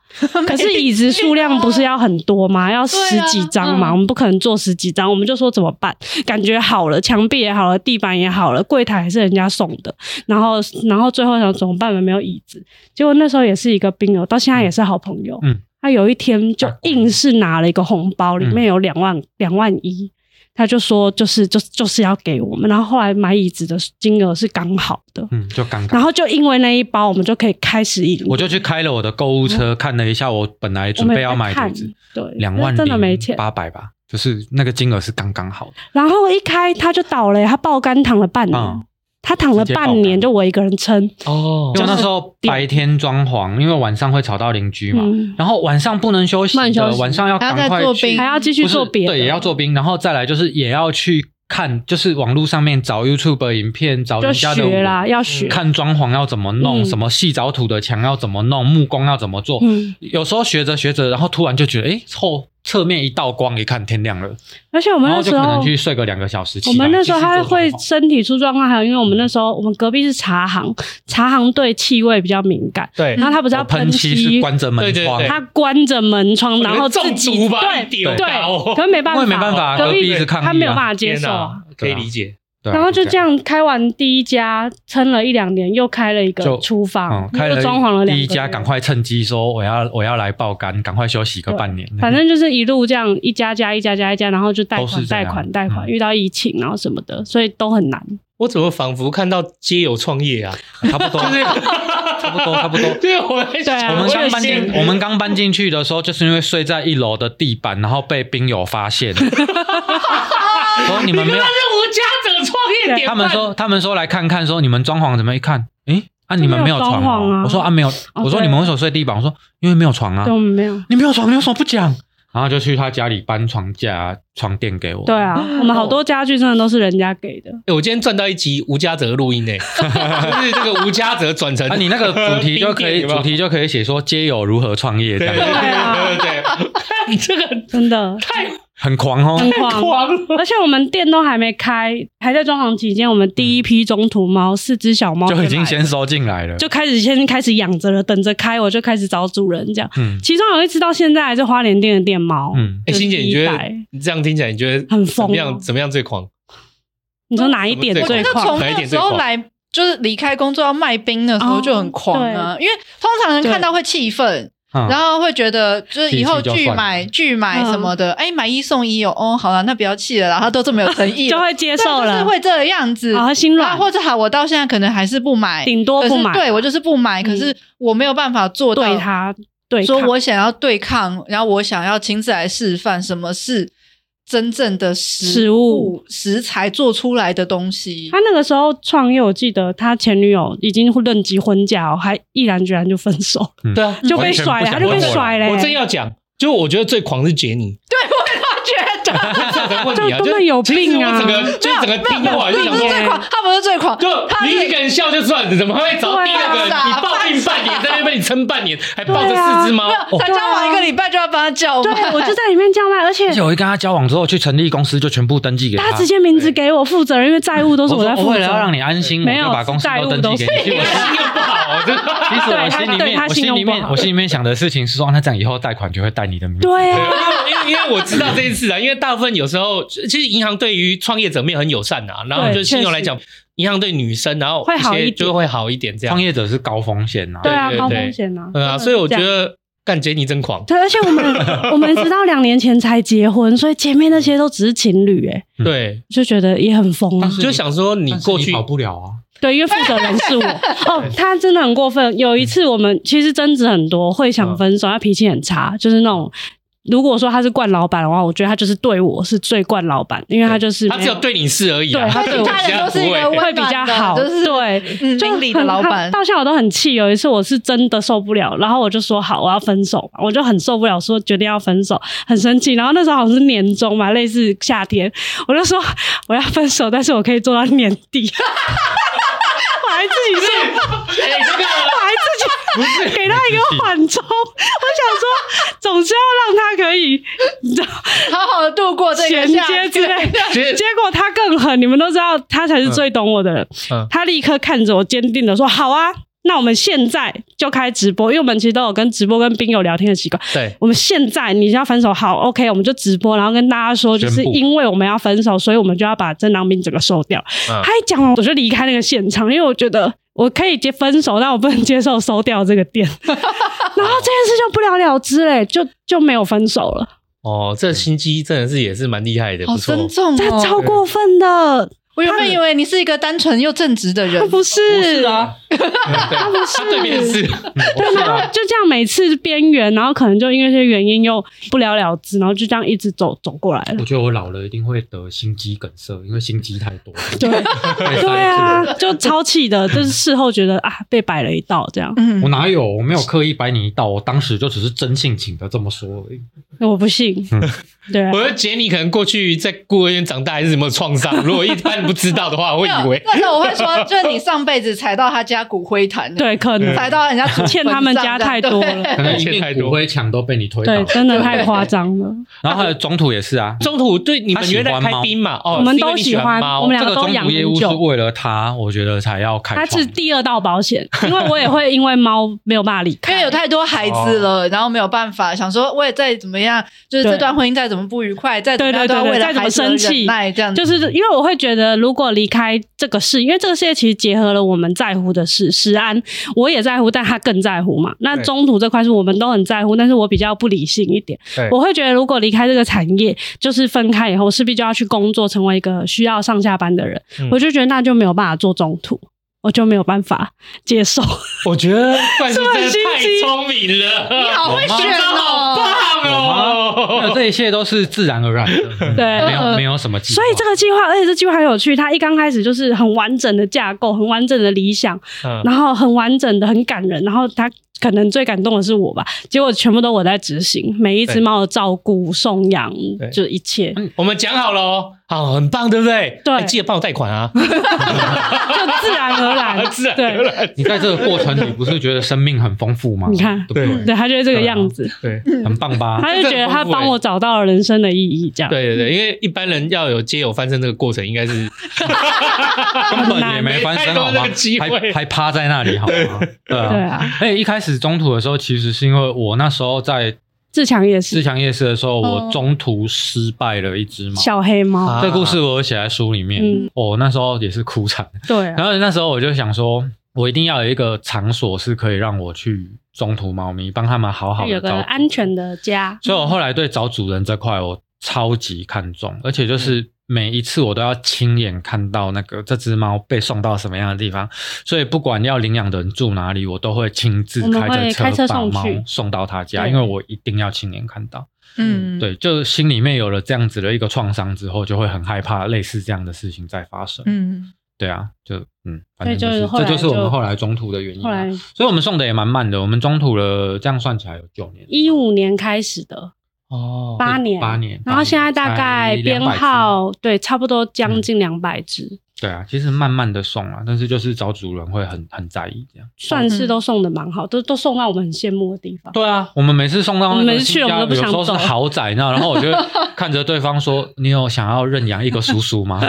Speaker 5: 可是椅子数量不是要很多吗？要十
Speaker 4: 啊
Speaker 5: 几张嘛，
Speaker 3: 嗯
Speaker 5: 我们不可能做十几张，我们就说怎么办？感觉好了，墙壁也好了，地板也好了，柜台还是人家送的，然后然后最后想怎么办？我们没有椅子，结果那时候也是一个兵友，到现在也是好朋友。
Speaker 4: 嗯
Speaker 5: 他有一天就硬是拿了一个红包，里
Speaker 4: 嗯
Speaker 5: 面有两万两万一，他就说就是就就是要给我们，然后后来买椅子的金额是刚好的，
Speaker 4: 嗯，就刚
Speaker 5: 然
Speaker 4: 刚。
Speaker 5: 后就因为那一包，我们就可以开始赢。
Speaker 4: 我就去开了我的购物车，看了一下我本来
Speaker 5: 我
Speaker 4: 准
Speaker 5: 们
Speaker 4: 备要
Speaker 5: 也
Speaker 4: 买的
Speaker 5: 看
Speaker 4: 椅子，
Speaker 5: 对
Speaker 4: 两万
Speaker 5: 真的没钱。
Speaker 4: 八百吧，就是那个金额是刚刚好的。
Speaker 5: 然后一开他就倒了，他爆肝躺了半年，
Speaker 4: 嗯
Speaker 5: 他躺了
Speaker 4: 直接爆
Speaker 5: 半年，
Speaker 4: 肝
Speaker 5: 就我一个人撑。
Speaker 2: 哦
Speaker 4: 因为那时
Speaker 2: 候
Speaker 4: 候白天装潢，因为晚上会吵到邻居嘛，
Speaker 5: 嗯，
Speaker 4: 然后晚上不能休息
Speaker 5: 不能休
Speaker 4: 的，
Speaker 5: 息
Speaker 4: 晚上要
Speaker 3: 还要
Speaker 4: 赶
Speaker 3: 再
Speaker 4: 快
Speaker 3: 做
Speaker 4: 去
Speaker 3: 兵
Speaker 5: 还要继续
Speaker 4: 不是
Speaker 5: 做别的，
Speaker 4: 对，也要做兵，然后再来就是也要去看，就是网络上面找 YouTube 影片，找
Speaker 5: 就
Speaker 4: 人家的
Speaker 5: 学啦，要学。
Speaker 4: 看装潢要怎么弄，
Speaker 5: 嗯
Speaker 4: 什么细藻土的墙要怎么弄，木工要怎么做。
Speaker 5: 嗯，
Speaker 4: 有时候学着学着，然后突然就觉得，哎，后侧面一道光，一看天亮了，
Speaker 5: 而且我们
Speaker 4: 然后
Speaker 5: 那
Speaker 4: 就
Speaker 5: 时
Speaker 4: 可
Speaker 5: 候
Speaker 4: 能去睡个两个小时起
Speaker 5: 我
Speaker 4: 来。
Speaker 5: 们那时候
Speaker 4: 继续做
Speaker 5: 还会
Speaker 4: 装潢
Speaker 5: 身体出状况，还有因为我们那时候我们隔壁是茶行，茶行对气味比较敏感，
Speaker 2: 对
Speaker 5: 然后他不是要
Speaker 4: 我哦喷漆是
Speaker 5: 漆，
Speaker 4: 关着
Speaker 2: 对
Speaker 4: 门
Speaker 2: 对
Speaker 4: 窗，
Speaker 2: 对
Speaker 5: 他关着门窗，然后自己
Speaker 2: 中毒吧
Speaker 5: 对
Speaker 2: 一丢大哦
Speaker 5: 对，可是没办
Speaker 4: 我
Speaker 5: 法，
Speaker 4: 也没办法
Speaker 5: 隔
Speaker 4: 隔壁一直抗议啊
Speaker 5: 他没有办法接
Speaker 2: 天
Speaker 5: 受啊。
Speaker 2: 哪，可以理解。
Speaker 4: 对啊
Speaker 5: 然后就这
Speaker 4: 样。
Speaker 5: 样开完第一家，撑了一两年，又开了一个
Speaker 4: 就
Speaker 5: 厨房
Speaker 4: 嗯，，开
Speaker 5: 又装潢了
Speaker 4: 了
Speaker 5: 两个
Speaker 4: 第一家，
Speaker 5: 月
Speaker 4: 赶快趁机说我要我要来爆肝，赶快休息个
Speaker 5: 对
Speaker 4: 半年。
Speaker 5: 反正就是一路这样一家加一家加一家，然后就贷
Speaker 4: 都
Speaker 5: 款
Speaker 4: 是这
Speaker 5: 贷
Speaker 4: 样
Speaker 5: 款贷款，
Speaker 4: 嗯
Speaker 5: 遇到疫情然后什么的，所以都很难。
Speaker 2: 我怎么仿佛看到皆有创业啊？
Speaker 4: 差不多，
Speaker 2: 就是
Speaker 4: 差不多，差不多。
Speaker 2: 对，我在
Speaker 5: 对啊
Speaker 4: 我
Speaker 2: 想
Speaker 4: 们刚
Speaker 5: 也
Speaker 4: 搬
Speaker 5: 是
Speaker 4: 进，我们刚搬进去的时候，就是因为睡在一楼的地板，然后被兵友发现， 说你
Speaker 2: 你
Speaker 4: 们
Speaker 2: 们
Speaker 4: 没
Speaker 2: 是
Speaker 4: 有，
Speaker 2: 无家者创 业典范。
Speaker 4: 他们说他们说来看看，说你们装潢怎么一看，诶，啊
Speaker 5: 就
Speaker 4: 你们
Speaker 5: 没
Speaker 4: 没
Speaker 5: 有
Speaker 4: 有床
Speaker 5: 装潢
Speaker 4: 哦
Speaker 5: 啊
Speaker 4: 我说啊没有，我说
Speaker 5: 对
Speaker 4: 你们为什么睡地板？我说因为没有床啊
Speaker 5: 对，，我们没有。
Speaker 4: 你没有床，你为什么不讲？然后就去他家里搬床架、床垫给我。
Speaker 5: 对，啊，我们好多家具真的都是人家给的。
Speaker 2: 哎、我今天赚到一集吴家泽的录音诶、 就是这个吴家泽转成
Speaker 4: 啊，你那个主题就 可
Speaker 2: 冰店
Speaker 4: 以，
Speaker 2: 有没有
Speaker 4: 主题就可以写说街友如何创业这
Speaker 2: 对
Speaker 5: 啊
Speaker 2: 对对
Speaker 4: 样，
Speaker 2: 对对对，你 这个
Speaker 5: 真的
Speaker 4: 很狂哦。
Speaker 5: 很
Speaker 2: 太
Speaker 5: 狂，
Speaker 2: 狂了，
Speaker 5: 而且我们店都还没开，还在装潢期间，我们第一批中途猫四只小猫
Speaker 4: 就已经
Speaker 5: 来了
Speaker 4: 先收进来了，
Speaker 5: 就开始先开始养着了，等着开我就开始找主人这样。
Speaker 4: 嗯
Speaker 5: 其中有一只到现在还是花莲店的店猫，
Speaker 4: 嗯，
Speaker 2: 哎、
Speaker 5: 就是
Speaker 2: 欣姐，你
Speaker 5: 一
Speaker 2: 觉得
Speaker 5: 百
Speaker 2: 你这样听起来，你觉得
Speaker 5: 很
Speaker 2: 怎
Speaker 5: 疯
Speaker 2: 么
Speaker 5: 哦
Speaker 2: 样？怎么样最狂？
Speaker 5: 你说哪一点
Speaker 3: 我觉
Speaker 4: 啊
Speaker 5: 最
Speaker 3: 得
Speaker 5: 狂
Speaker 3: 从？
Speaker 2: 哪一
Speaker 3: 那
Speaker 2: 点
Speaker 3: 时
Speaker 2: 最
Speaker 3: 候
Speaker 2: 狂
Speaker 3: 来。就是离开工作要卖冰的时候
Speaker 5: 哦
Speaker 3: 就很狂啊，因为通常人看到会气愤，
Speaker 4: 嗯
Speaker 3: 然后会觉得就是以后
Speaker 4: 气一气就
Speaker 3: 拒
Speaker 4: 算了
Speaker 3: 买拒买
Speaker 5: 嗯
Speaker 3: 什么的，哎、买一送一哦，哦，好了，那不要气了啦，他都这么有诚意了，
Speaker 5: 就会接受
Speaker 3: 对就
Speaker 5: 了，
Speaker 3: 是会这个样子。
Speaker 5: 啊，心
Speaker 3: 啊，
Speaker 5: 软，
Speaker 3: 或者好，我到现在可能还是不买，
Speaker 5: 顶多
Speaker 3: 可
Speaker 5: 不
Speaker 3: 是
Speaker 5: 买，嗯
Speaker 3: 对我就是不买，可是我没有办法做到
Speaker 5: 对他对
Speaker 3: 说
Speaker 5: 抗
Speaker 3: 我想要对抗，然后我想要亲自来示范什么是真正的食
Speaker 5: 食物
Speaker 3: 食材做出来的东西
Speaker 5: 他。那个时候创业，我记得他前女友已经论及婚嫁哦，还毅然决然就分手 了，
Speaker 2: 对啊，
Speaker 5: 就被
Speaker 4: 完全不
Speaker 5: 甩了，
Speaker 4: 想
Speaker 5: 他就被
Speaker 4: 问我了
Speaker 5: 甩了、
Speaker 2: 我正要讲，就我觉得最狂是杰 尼，
Speaker 3: 觉 得
Speaker 2: 这个问题啊，就
Speaker 5: 就真的有
Speaker 2: 其实
Speaker 5: 病
Speaker 2: 我
Speaker 5: 啊
Speaker 2: 整个就整个听的话，
Speaker 3: 他
Speaker 2: 就想
Speaker 3: 不是
Speaker 2: 说，哎
Speaker 3: 最狂，他不是最 狂，
Speaker 4: 哦
Speaker 2: 就
Speaker 3: 他
Speaker 2: 你一个
Speaker 3: 是
Speaker 2: 人笑就算了，怎么会找第二个人？
Speaker 3: 对啊
Speaker 2: 你抱定半年，在那边你撑半年，还抱着四只猫，哦
Speaker 3: 才交往一个礼拜就要帮他叫
Speaker 5: 对啊
Speaker 3: 卖，
Speaker 5: 我就在里面叫卖，而且
Speaker 4: 而且我一跟他交往之后，去成立公司就全部登记给
Speaker 5: 他
Speaker 4: 他。
Speaker 5: 直接名字给我负责人，因为债务都是
Speaker 4: 我
Speaker 5: 在
Speaker 4: 说
Speaker 5: 负
Speaker 4: 为
Speaker 5: 责
Speaker 4: 了。要让你安心，我
Speaker 5: 没有
Speaker 4: 就把公司
Speaker 5: 债务
Speaker 4: 都登记给
Speaker 5: 都
Speaker 4: 你。
Speaker 5: 是
Speaker 4: 其实
Speaker 2: 我
Speaker 4: 我
Speaker 2: 心又不好，真的。
Speaker 4: 其实我
Speaker 5: 对他
Speaker 4: 心里面，我心
Speaker 5: 对他信用
Speaker 4: 里
Speaker 5: 不好
Speaker 4: 面，我心里面想的事情是说，那这样以后贷款就会贷你的名字。
Speaker 5: 对啊，
Speaker 2: 因哎为因为我知道这件事啊，因为大部分有时候其实银行对于创业者没有很友善啊，然后
Speaker 5: 对
Speaker 2: 就信用
Speaker 5: 确
Speaker 2: 来
Speaker 5: 实
Speaker 2: 讲，银行对女生，然后
Speaker 5: 会好
Speaker 2: 一些
Speaker 5: 一点
Speaker 2: 就会好一点这样
Speaker 4: 创。业者是高风险呐、
Speaker 5: 对啊，
Speaker 2: 对对
Speaker 5: 高
Speaker 2: 对
Speaker 5: 风险啊。
Speaker 2: 嗯啊，所以我觉得干杰尼真狂，
Speaker 5: 对，而且我们 我们直到两年前才结婚，所以前面那些都只是情侣，哎，
Speaker 4: 嗯
Speaker 2: 对，
Speaker 5: 就觉得也很疯啊
Speaker 4: 但。是
Speaker 2: 就想说你
Speaker 4: 但是
Speaker 2: 过去
Speaker 4: 跑不了啊。
Speaker 5: 对，因为负责人 是我。哦，他真的很过分。有一次我们其实争执很多，会想分
Speaker 2: 嗯
Speaker 5: 手，他脾气很差，就是那种。如果说他是惯老板的话，我觉得他就是对我是最惯老板，因为他就是
Speaker 2: 他只有对你是而已啊，
Speaker 5: 对他对我
Speaker 2: 其他
Speaker 3: 人都是
Speaker 2: 不
Speaker 3: 一
Speaker 2: 会
Speaker 3: 个温
Speaker 5: 会
Speaker 3: 暖
Speaker 5: 比较
Speaker 3: 的
Speaker 5: 好，
Speaker 3: 就是
Speaker 5: 对，
Speaker 3: 嗯
Speaker 5: 就
Speaker 3: 明理的
Speaker 5: 很
Speaker 3: 老
Speaker 5: 他
Speaker 3: 板
Speaker 5: 到现在我都很气。哦有一次我是真的受不了，然后我就说好，我要分手嘛，我就很受不了，说决定要分手，很生气。然后那时候好像是年终嘛，类似夏天，我就说我要分手，但是我可以做到年底。 我还自己说，
Speaker 2: 哎，这个
Speaker 5: 我还自己给他一个缓冲。 我想说，总是要让他可以，你知道。
Speaker 3: 好好的度过这个
Speaker 5: 衔
Speaker 3: 夏
Speaker 5: 接
Speaker 3: 天
Speaker 5: 之 类的。
Speaker 2: 其实
Speaker 5: 结果他更狠，你们都知道，他才是最懂我的人。
Speaker 2: 嗯
Speaker 5: 他立刻看着我，坚定的说：“好啊，那我们现在就开直播，因为我们其实都有跟直播跟兵友聊天的习惯。
Speaker 2: 对
Speaker 5: 我们现在你要分手，好，OK，我们就直播，然后跟大家说，就是
Speaker 4: 宣布
Speaker 5: 因为我们要分手，所以我们就要把正当兵整个收掉。
Speaker 2: 嗯
Speaker 5: 他一讲完，我就离开那个现场，因为我觉得我可以接分手，但我不能接受收掉这个 店。然后这件事就不了了之嘞，就就没有分手了。
Speaker 2: 哦，这心机真的是也是蛮厉害的，
Speaker 3: 好
Speaker 2: 不错。
Speaker 3: 尊重
Speaker 5: 这超
Speaker 3: 哦！
Speaker 5: 过分的，
Speaker 3: 我原本以为你是一个单纯又正直的人
Speaker 5: 哦 他，不是，啊
Speaker 2: 对
Speaker 5: 他不是，
Speaker 2: 他对面是，
Speaker 5: 嗯
Speaker 4: 嗯
Speaker 5: 对，啊然
Speaker 4: 啊
Speaker 5: 后就这样每次边缘，然后可能就因为一些原因又不了了之，然后就这样一直走走过来了
Speaker 4: 我。觉得我老了一定会得心肌梗塞，因为心肌太多。
Speaker 5: 对
Speaker 4: 太塞住
Speaker 5: 对啊
Speaker 4: 了，，
Speaker 5: 就超气的，就是事后觉得啊被摆了一道这样，
Speaker 3: 嗯
Speaker 4: 我，哪有？我没有刻意摆你一道，我当时就只是真性情的这么说而已。
Speaker 5: 我不信。对啊
Speaker 2: 我，觉得杰尼可能过去在孤儿院长大还是什么创伤，如果一般不知道的话，我会以为
Speaker 3: 那时候我会说，就是你上辈子踩到他家骨灰坛，，
Speaker 5: 对，可能
Speaker 3: 踩到人家祖坟
Speaker 5: 欠他们家
Speaker 3: 上
Speaker 5: 太
Speaker 3: 这样
Speaker 5: 多
Speaker 3: 对
Speaker 5: 了，
Speaker 4: 可能一
Speaker 2: 欠太
Speaker 4: 面
Speaker 2: 多
Speaker 4: 骨灰墙都被你推倒
Speaker 5: 对，
Speaker 4: 了。
Speaker 5: 真的太夸张了。
Speaker 4: 然后还有中途也是啊，
Speaker 2: 中途对你们
Speaker 4: 他喜
Speaker 2: 原来
Speaker 4: 欢
Speaker 2: 开
Speaker 4: 猫
Speaker 2: 兵嘛，哦，
Speaker 5: 我们
Speaker 2: 是因为
Speaker 5: 都
Speaker 2: 你
Speaker 5: 喜
Speaker 2: 喜欢
Speaker 5: 欢
Speaker 2: 猫，
Speaker 5: 我们
Speaker 4: 这
Speaker 5: 两
Speaker 4: 个
Speaker 5: 个都
Speaker 4: 中
Speaker 5: 养
Speaker 4: 途业
Speaker 5: 很
Speaker 4: 务是
Speaker 5: 久。
Speaker 4: 为了他，我觉得才要开
Speaker 5: 它
Speaker 4: 创。
Speaker 5: 是第二道保险，因为我也会因为猫没有办法 离
Speaker 3: 因为
Speaker 5: 开，
Speaker 3: 有太多孩子了，然后没有办法，想说我也再怎么样，就是这段婚姻再怎么不愉快，再怎么样
Speaker 5: 对对对
Speaker 3: 都要为了
Speaker 5: 再怎么
Speaker 3: 孩子而
Speaker 5: 生气
Speaker 3: 忍耐这
Speaker 2: 嗯
Speaker 3: 样子，
Speaker 5: 就是因为我会觉得，如果离开这个事，因为这个世界其实结合了我们在乎的事，食安我也在乎，但他更在乎嘛。那
Speaker 2: 对
Speaker 5: 中途这块是我们都很在乎，但是我比较不理性一点
Speaker 2: 对，
Speaker 5: 我会觉得如果离开这个产业，就是分开以后，势必就要去工作，成为一个需要上下班的人，
Speaker 2: 嗯
Speaker 5: 我就觉得那就没有办法做中途。我就没有办法 接受，
Speaker 2: 我觉得冠希真
Speaker 5: 很
Speaker 2: 的
Speaker 5: 心
Speaker 2: 太
Speaker 5: 机
Speaker 2: 聪明了，
Speaker 3: 你好会选
Speaker 2: 好
Speaker 3: 哦。
Speaker 2: 棒
Speaker 4: 那
Speaker 2: 哦！
Speaker 4: 这一切都是自然而然的，
Speaker 5: 对
Speaker 4: 没有没有什么计划。
Speaker 5: 所以这个计划，而且这计划很有趣。它一刚开始就是很完整的架构，很完整的理想，
Speaker 2: 嗯
Speaker 5: 然后很完整的、很感人，然后他可能最感动的是我吧。结果全部都我在执行，每一只
Speaker 2: 对
Speaker 5: 猫的照顾、送养
Speaker 2: 对，
Speaker 5: 就一 切。
Speaker 2: 我们讲好了哦，好，很棒，对不对？
Speaker 5: 对
Speaker 2: 哎记得帮我贷款 啊，
Speaker 5: 就自然而然，
Speaker 2: 自然而
Speaker 5: 对。
Speaker 2: 然，
Speaker 4: 你在这个过程里不是觉得生命很丰富吗？
Speaker 5: 你看
Speaker 4: 对不对，
Speaker 5: 对，他就是这个样子，
Speaker 2: 对。啊
Speaker 4: 很棒 吧？
Speaker 5: 他就觉得他帮我找到了人生的意义，这样。
Speaker 2: 对对对，因为一般人要有皆有翻身这个过程，应该是
Speaker 4: 根本也没翻身好
Speaker 2: 太多
Speaker 4: 吗
Speaker 2: 那个机？会
Speaker 4: 还还趴在那里好吗？对
Speaker 5: 对
Speaker 4: 啊。
Speaker 5: 啊，
Speaker 4: 哎，一开始中途的时候，其实是因为我那时候在
Speaker 5: 志强也
Speaker 4: 自
Speaker 5: 是
Speaker 4: 强夜市的时候，
Speaker 3: 哦
Speaker 4: 我中途失败了一只猫。
Speaker 5: 嗯小黑猫
Speaker 2: 啊，
Speaker 4: 这故事我有写在书里面
Speaker 5: 嗯，
Speaker 4: 我那时候也是哭惨。
Speaker 5: 对啊，
Speaker 4: 然后那时候我就想说，我一定要有一个场所是可以让我去中途猫咪，帮他们好好
Speaker 5: 有
Speaker 4: 的
Speaker 5: 个
Speaker 4: 照顾。
Speaker 5: 安全的家，
Speaker 4: 所以我后来对找主人这块我超级看重，而且
Speaker 5: 嗯
Speaker 4: 就是每一次我都要亲眼看到那个这只猫被送到什么样的地方，所以不管要领养的人住哪里，我都会亲自
Speaker 5: 我们
Speaker 4: 开
Speaker 5: 会
Speaker 4: 着
Speaker 5: 开车
Speaker 4: 把
Speaker 5: 送
Speaker 4: 猫
Speaker 5: 去
Speaker 4: 送到他家，
Speaker 5: 对
Speaker 4: 因为我一定要亲眼看到。
Speaker 3: 嗯，
Speaker 4: 对，就心里面有了这样子的一个创伤之后，就会很害怕类似这样的事情再发生。
Speaker 3: 嗯，
Speaker 4: 对啊，就嗯，反正
Speaker 5: 所以
Speaker 4: 就
Speaker 5: 就是
Speaker 4: 是
Speaker 5: 后
Speaker 4: 这
Speaker 5: 来
Speaker 4: 就是我们
Speaker 5: 就
Speaker 4: 后来中途的原因
Speaker 5: 后
Speaker 4: 啊、
Speaker 5: 来
Speaker 4: 所以我们送的也蛮慢的，我们中途了这样算起来有九年。
Speaker 5: 一五年开始的，
Speaker 2: 哦，
Speaker 5: 八年，
Speaker 4: 八年
Speaker 5: 然后现在大概
Speaker 4: 才
Speaker 5: 编
Speaker 4: 200只
Speaker 5: 号对，差不多将近两百
Speaker 2: 嗯
Speaker 5: 只，
Speaker 4: 对啊，其实慢慢的送啊，但是就是找主人会很很在意这样。
Speaker 5: 算是都送的蛮好，都都送到我们很羡慕的地方。
Speaker 4: 对啊，我们每次送到那
Speaker 5: 我们
Speaker 4: 个
Speaker 5: 每次去
Speaker 4: 新家，
Speaker 5: 我们都不
Speaker 4: 有
Speaker 5: 想
Speaker 4: 时候是
Speaker 5: 走
Speaker 4: 豪宅那，然后 我就会看着对方说：“你有想要认养一个叔叔 吗？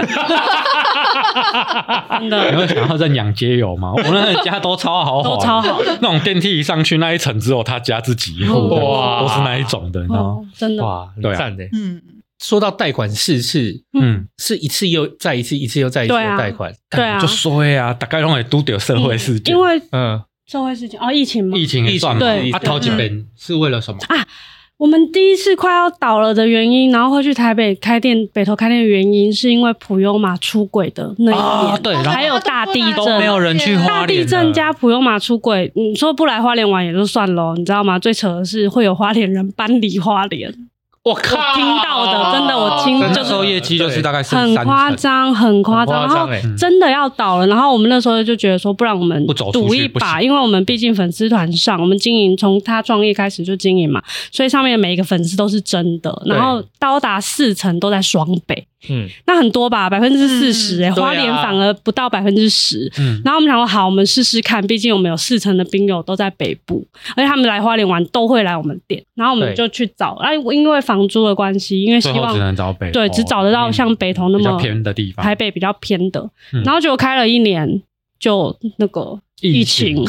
Speaker 2: 啊
Speaker 5: 真
Speaker 4: 你
Speaker 5: 的
Speaker 4: 有想要认养街友吗？”我那个家都超豪华，
Speaker 5: 都超好，
Speaker 4: 那种电梯一上去那一层只有他家自己一户，
Speaker 2: 哇
Speaker 4: 都是那一种的，你知道吗？
Speaker 5: 哦，真的，
Speaker 2: 哇，很
Speaker 4: 对啊
Speaker 2: 赞的。
Speaker 3: 嗯，
Speaker 2: 说到贷款四次，
Speaker 4: 嗯，
Speaker 2: 是一次又再一次，一次又再一次
Speaker 5: 对啊
Speaker 2: 的贷款，
Speaker 5: 对啊
Speaker 4: 就，衰啊，大概拢会拄到社会事件，
Speaker 5: 因为
Speaker 2: 嗯，
Speaker 5: 社会事情哦，疫情嘛，
Speaker 4: 疫情也算嘛
Speaker 5: 对嗯
Speaker 4: 啊，
Speaker 5: 啊
Speaker 4: 头一遍是为了什么？
Speaker 5: 我们第一次快要倒了的原因，然后会去台北开店、北投开店的原因，是因为普悠玛出轨的那一年，
Speaker 4: 啊，对，然
Speaker 5: 还
Speaker 4: 后
Speaker 5: 有大地
Speaker 4: 都没有
Speaker 5: 震。
Speaker 4: 人去花
Speaker 5: 大
Speaker 4: 莲
Speaker 5: 地
Speaker 4: 了
Speaker 5: 震加普悠玛出轨，你说不来花莲玩也就算了，你知道吗？最扯的是会有花莲人搬离花莲，
Speaker 2: 我靠，
Speaker 5: 我听到的真的我听
Speaker 4: 对
Speaker 5: 真的
Speaker 4: 那时候业绩就是大概剩
Speaker 5: 很
Speaker 4: 三
Speaker 5: 夸
Speaker 4: 成。
Speaker 5: 张，很夸张。
Speaker 2: 很
Speaker 5: 然
Speaker 2: 夸张
Speaker 5: 后
Speaker 2: 欸
Speaker 5: 真的要倒了，然后我们那时候就觉得说，不然我们
Speaker 4: 嗯不走出
Speaker 5: 赌
Speaker 4: 去
Speaker 5: 一
Speaker 4: 不行
Speaker 5: 把，因为我们毕竟粉丝团上，我们经营从他创业开始就经营嘛，所以上面的每一个粉丝都是真的，
Speaker 2: 对
Speaker 5: 然后高达四成都在双北，
Speaker 2: 嗯，
Speaker 5: 那很多吧，百分之四十哎，
Speaker 2: 对啊
Speaker 5: 花莲反而不到百分之十。
Speaker 4: 嗯，
Speaker 5: 然后我们想说，好，我们试试看，毕竟我们有四成的兵友都在北部，而且他们来花莲玩都会来我们店，然后我们
Speaker 2: 对
Speaker 5: 就去找，哎，因为房租的关系，因为希
Speaker 4: 最后
Speaker 5: 望
Speaker 4: 只能找北投，
Speaker 5: 对只找得到像北投那
Speaker 4: 嗯比
Speaker 5: 么
Speaker 4: 较偏的地方。
Speaker 5: 台北比较偏的，
Speaker 4: 啊嗯
Speaker 5: 然后就开了一年，就那个疫情，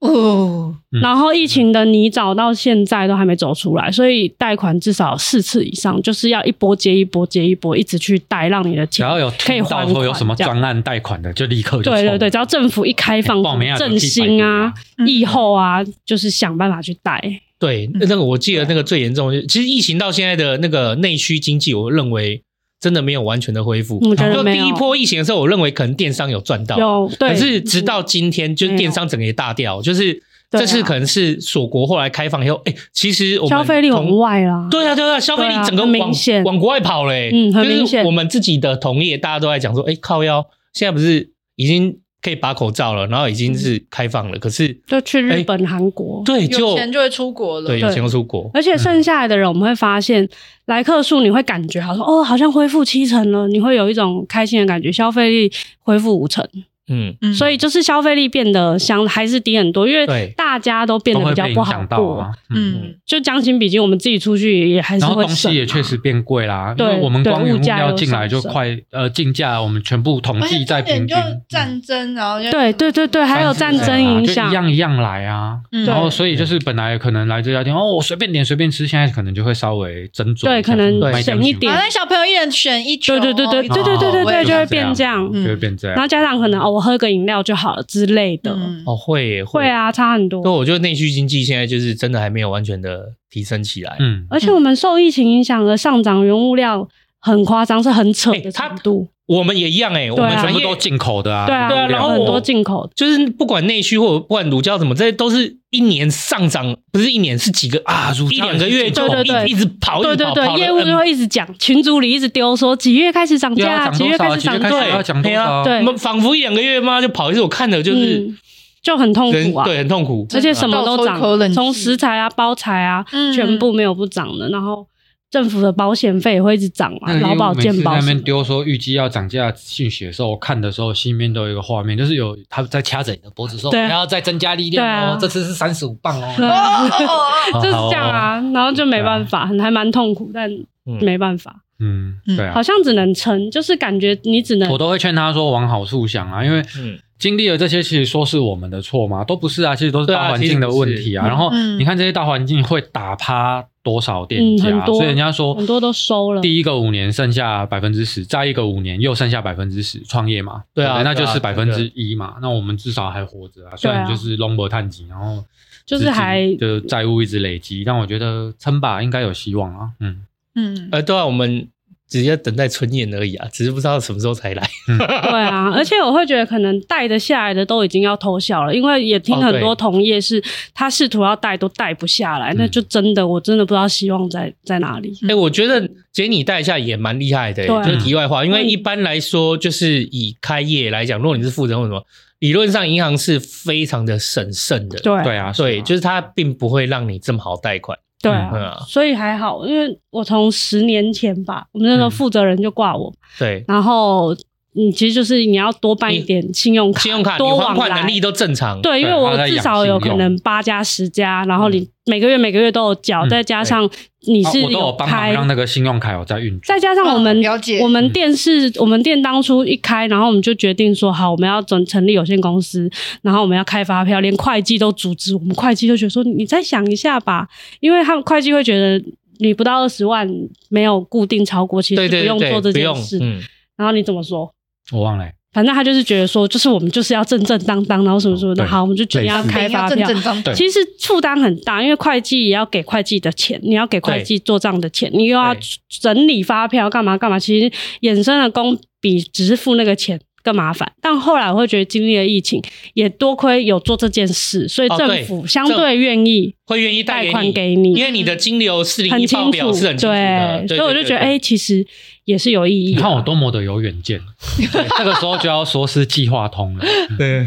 Speaker 3: 哦，
Speaker 4: 嗯
Speaker 5: 然后疫情的泥沼到现在都还没走出来，所以贷款至少四次以上，就是要一波接一波接一波，一直去贷，让你的
Speaker 4: 只
Speaker 5: 钱
Speaker 4: 要有
Speaker 5: 可以
Speaker 4: 听
Speaker 5: 还
Speaker 4: 到
Speaker 5: 款
Speaker 4: 说有什么
Speaker 5: 这样
Speaker 4: 专案贷款的，就立刻就
Speaker 5: 对对
Speaker 4: 冲
Speaker 5: 对，只要政府一开放
Speaker 4: 哎报名啊
Speaker 5: 振兴啊、
Speaker 3: 嗯
Speaker 5: 疫后啊，就是想办法去贷。
Speaker 2: 对，那那个我记
Speaker 5: 啊
Speaker 2: 得那个最严重的，其实疫情到现在的那个内需经济，我认为真的没有完全的恢复。
Speaker 5: 我觉得
Speaker 2: 就
Speaker 5: 没
Speaker 2: 第
Speaker 5: 有
Speaker 2: 一波疫情的时候，我认为可能电商有赚到，
Speaker 5: 有
Speaker 2: 嗯
Speaker 5: 对，嗯
Speaker 2: 可是直到今天，就是电商整个也大掉，就是
Speaker 5: 对啊
Speaker 2: 这是可能是锁国后来开放以后，哎，其实我们
Speaker 5: 消费力往
Speaker 2: 同。
Speaker 5: 外啦，
Speaker 2: 对啊，对啊，消费力
Speaker 5: 对啊
Speaker 2: 整个
Speaker 5: 很明
Speaker 2: 往
Speaker 5: 显
Speaker 2: 往国外跑嘞、
Speaker 5: 嗯很明
Speaker 2: 就
Speaker 5: 显
Speaker 2: 是我们自己的同业，大家都在讲说，哎，靠腰，现在不是已经可以拔口罩了，然后已经是开放了，可是
Speaker 5: 就去嗯日
Speaker 2: 哎
Speaker 5: 本、韩国。哎
Speaker 2: 对，
Speaker 3: 有
Speaker 2: 就
Speaker 3: 钱就会出国了，
Speaker 2: 对，有钱都出国，
Speaker 5: 而且剩下来的人，我们会发现、来客数，你会感觉好像哦，好像恢复七成了，你会有一种开心的感觉，消费力恢复五成，
Speaker 2: 嗯，
Speaker 3: 嗯
Speaker 5: 所以就是消费力变得相还是低很多，因
Speaker 2: 对
Speaker 5: 为大家都变
Speaker 4: 都
Speaker 5: 得
Speaker 4: 会
Speaker 5: 比较
Speaker 4: 被
Speaker 5: 不
Speaker 4: 影
Speaker 5: 好
Speaker 4: 响到
Speaker 5: 过
Speaker 4: 啊。。嗯，
Speaker 3: 嗯
Speaker 5: 就将心比心，我们自己出去也还是
Speaker 4: 然后
Speaker 5: 会
Speaker 4: 东西
Speaker 5: 省啊
Speaker 4: 也确实变贵啦，因
Speaker 5: 对
Speaker 4: 为我们
Speaker 5: 对
Speaker 4: 光原
Speaker 5: 物
Speaker 4: 物
Speaker 5: 价
Speaker 4: 料
Speaker 5: 又
Speaker 4: 进来就
Speaker 5: 上升
Speaker 4: 快呃进价，我们全部统
Speaker 3: 而且
Speaker 4: 计在
Speaker 3: 重哎点
Speaker 4: 平
Speaker 3: 就
Speaker 4: 均。
Speaker 5: 嗯
Speaker 3: 战争，然后又
Speaker 5: 对对对对，还有战争影
Speaker 4: 啊就
Speaker 5: 响
Speaker 4: 一，样一样来啊。
Speaker 3: 嗯
Speaker 4: 然后所以就是本来可能来这家店哦，我随便点随便吃，现在可能就会稍微斟酌一下，
Speaker 5: 对可能
Speaker 4: 卖掉
Speaker 5: 省一
Speaker 4: 几
Speaker 5: 点
Speaker 4: 块
Speaker 3: 好像小朋友一人选一球，哦
Speaker 5: 对对对对
Speaker 3: 一
Speaker 4: 哦
Speaker 5: 对
Speaker 3: 种
Speaker 5: 对对对对
Speaker 3: 口味
Speaker 5: 对，就会变
Speaker 4: 这
Speaker 5: 这
Speaker 4: 样嗯
Speaker 5: 样，
Speaker 4: 就会变这
Speaker 5: 然后
Speaker 4: 样。
Speaker 5: 加上可能哦，我喝个饮料就好了之类的，
Speaker 3: 嗯
Speaker 2: 哦，会耶
Speaker 5: 会，啊，差很多
Speaker 2: 所以。我觉得内需经济现在就是真的还没有完全的提升起来。
Speaker 4: 嗯，
Speaker 5: 而且我们受疫情影响而上涨原物料很夸张，是很
Speaker 4: 哎
Speaker 5: 扯
Speaker 2: 欸
Speaker 5: 的
Speaker 2: 它
Speaker 5: 程度。
Speaker 2: 我们也一样哎、我们
Speaker 5: 对啊
Speaker 4: 全
Speaker 2: 全
Speaker 4: 部
Speaker 2: 部
Speaker 4: 都
Speaker 2: 都
Speaker 4: 进口的啊。
Speaker 5: 对啊，
Speaker 2: 对啊
Speaker 5: 我们
Speaker 2: 然后
Speaker 5: 很
Speaker 2: 我
Speaker 5: 多进口的，
Speaker 2: 就是不管内需或不管乳胶什么，这些都是一年上涨，不是一年是几个
Speaker 4: 啊乳胶
Speaker 2: 一两个月就
Speaker 5: 对对对
Speaker 2: 一直跑，
Speaker 5: 对
Speaker 2: 一直
Speaker 5: 对
Speaker 2: 跑嗯
Speaker 5: 对，业务就。会一直讲，群组里一直丢说几月开始涨
Speaker 4: 对
Speaker 5: 价，
Speaker 4: 啊，涨
Speaker 5: 几
Speaker 4: 多
Speaker 5: 月
Speaker 4: 少
Speaker 5: 开
Speaker 4: 啊？
Speaker 5: 始
Speaker 4: 几月
Speaker 5: 涨
Speaker 4: 开
Speaker 5: 价，
Speaker 4: 始要讲多少啊？
Speaker 5: 对
Speaker 2: 我们仿佛一两个月嘛就跑一次，我看的就是
Speaker 5: 嗯就很痛
Speaker 2: 人
Speaker 5: 苦啊。
Speaker 2: 对很痛苦，
Speaker 4: 嗯
Speaker 5: 而且什么都
Speaker 3: 倒抽一口冷
Speaker 5: 涨，
Speaker 3: 气
Speaker 5: 从食材啊、包材啊，
Speaker 3: 嗯
Speaker 5: 全部没有不涨的。然后政府的保险费也会一直涨嘛，
Speaker 4: 那
Speaker 5: 劳保、
Speaker 4: 每次
Speaker 5: 健保
Speaker 4: 在那
Speaker 5: 什么
Speaker 4: 边
Speaker 5: 的。
Speaker 4: 丢说预计要涨价讯息的时候，我看的时候心里面都有一个画面，就是有他在掐着你的脖子说，
Speaker 5: 对啊
Speaker 4: 然后再增加力量
Speaker 5: 对
Speaker 4: 哦
Speaker 5: 啊，
Speaker 4: 这次是三十五磅哦，
Speaker 5: 对啊就是这样
Speaker 4: 好。好好
Speaker 5: 啊，然后就没办法，还蛮痛苦，但
Speaker 2: 嗯
Speaker 5: 没办法，
Speaker 4: 嗯，对啊
Speaker 5: 好，像只能撑，就是感觉你只能
Speaker 4: 我都会劝他说往好处想啊，因为
Speaker 2: 嗯
Speaker 4: 经历了这些，其实说是我们的错吗？都不是啊，其实都是
Speaker 2: 对啊
Speaker 4: 大环境的问题啊。
Speaker 3: 其实不是
Speaker 4: 然后
Speaker 3: 嗯
Speaker 4: 你看这些大环境会打趴多少店家，
Speaker 5: 嗯很多
Speaker 4: 所以人家说
Speaker 5: 很多都收了
Speaker 4: 第一个五年剩下百分之十，再一个五年又剩下百分之十，创业嘛，
Speaker 2: 对啊
Speaker 4: 不那就
Speaker 2: 对
Speaker 4: 是百
Speaker 2: 啊
Speaker 4: 分之一嘛。那我们至少还活着啊，虽
Speaker 5: 对啊
Speaker 4: 然就是龙博探级，然后
Speaker 5: 就
Speaker 4: 资
Speaker 5: 是
Speaker 4: 金
Speaker 5: 还
Speaker 4: 的债务一直累积，但我觉得撑吧，应该有希望啊。嗯，
Speaker 3: 嗯，
Speaker 2: 呃，对啊，我们只要等待春宴而已啊，只是不知道什么时候才来。
Speaker 5: 对啊，而且我会觉得可能带得下来的都已经要偷笑了，因为也听
Speaker 2: 哦
Speaker 5: 很多
Speaker 2: 对
Speaker 5: 同业是他试图要带都带不下来，
Speaker 4: 嗯
Speaker 5: 那就真的我真的不知道希望在在哪里。
Speaker 2: 哎、我觉得姐你带一下也蛮厉害的、
Speaker 5: 嗯对啊
Speaker 2: 就是题外话，因为
Speaker 5: 嗯
Speaker 2: 一般来说，就是以开业来讲，如果你是负责人或什么，理论上银行是非常的审慎的，
Speaker 5: 对
Speaker 4: 对啊，
Speaker 2: 对，就是是它并不会让你这么好贷款，
Speaker 5: 对
Speaker 2: 嗯
Speaker 5: 啊
Speaker 2: 啊，
Speaker 5: 所以还好，因为我从十年前吧，我们那个
Speaker 4: 嗯
Speaker 5: 负责人就挂我，
Speaker 2: 对，
Speaker 5: 然后你其实就是你要多办一
Speaker 2: 你
Speaker 5: 点信用卡，
Speaker 2: 信用卡你
Speaker 5: 多
Speaker 2: 还
Speaker 5: 往
Speaker 2: 款
Speaker 5: 来
Speaker 2: 能力都正常，
Speaker 5: 对，因为
Speaker 4: 对
Speaker 5: 我
Speaker 4: 他在
Speaker 5: 至
Speaker 4: 养
Speaker 5: 少
Speaker 4: 信
Speaker 5: 有可
Speaker 4: 用
Speaker 5: 能八家十家，然后
Speaker 2: 嗯
Speaker 5: 你每个月每个月都有缴，
Speaker 4: 嗯
Speaker 5: 再加上你
Speaker 4: 啊
Speaker 5: 是
Speaker 4: 我都有帮忙
Speaker 5: 开，
Speaker 4: 让那个信用卡有在运转
Speaker 5: 再。加上我们、
Speaker 3: 嗯了解
Speaker 5: 我们店是我们店当初一开，然后我们就决定说好，我们要整成立有限公司，然后我们要开发票，连会计都阻止我们会计就觉得说你再想一下吧，因为他们会计会觉得你不到二十万没有固定超过，其实
Speaker 2: 对
Speaker 5: 不
Speaker 2: 对
Speaker 5: 用
Speaker 2: 对
Speaker 5: 做这
Speaker 2: 对，不
Speaker 5: 件
Speaker 2: 用
Speaker 5: 事。，
Speaker 2: 嗯，
Speaker 5: 然后你怎么说？
Speaker 4: 我忘了欸，
Speaker 5: 反正他就是觉得说，就是我们就是要正正当当，然后什么什么
Speaker 2: 哦
Speaker 5: 的。
Speaker 4: 对
Speaker 5: 好，我们就决定要
Speaker 4: 类似
Speaker 5: 开发
Speaker 3: 要正
Speaker 5: 票。
Speaker 3: 正当
Speaker 4: 对
Speaker 5: 其实负担很大，因为会计也要给会计的钱，你要给会计做账的钱，你又要
Speaker 2: 对
Speaker 5: 整理发票，干嘛干嘛。其实衍生的工比只是付那个钱更麻烦。但后来我会觉得经历了疫情，也多亏有做这件事，所以
Speaker 2: 哦
Speaker 5: 政
Speaker 2: 对
Speaker 5: 府相
Speaker 2: 政
Speaker 5: 对愿意
Speaker 2: 会愿意贷
Speaker 5: 贷款给你
Speaker 2: 你，因为你的金流四零
Speaker 5: 很
Speaker 2: 一
Speaker 5: 清
Speaker 2: 报
Speaker 5: 楚，
Speaker 2: 表是很清楚的，
Speaker 5: 对，所以我就觉得，哎、
Speaker 2: 哎，
Speaker 5: 其实也是有意义
Speaker 4: 你
Speaker 5: 啊的。
Speaker 4: 看我多么的有远见，对这个时候就要说是计划 通了。
Speaker 2: 对，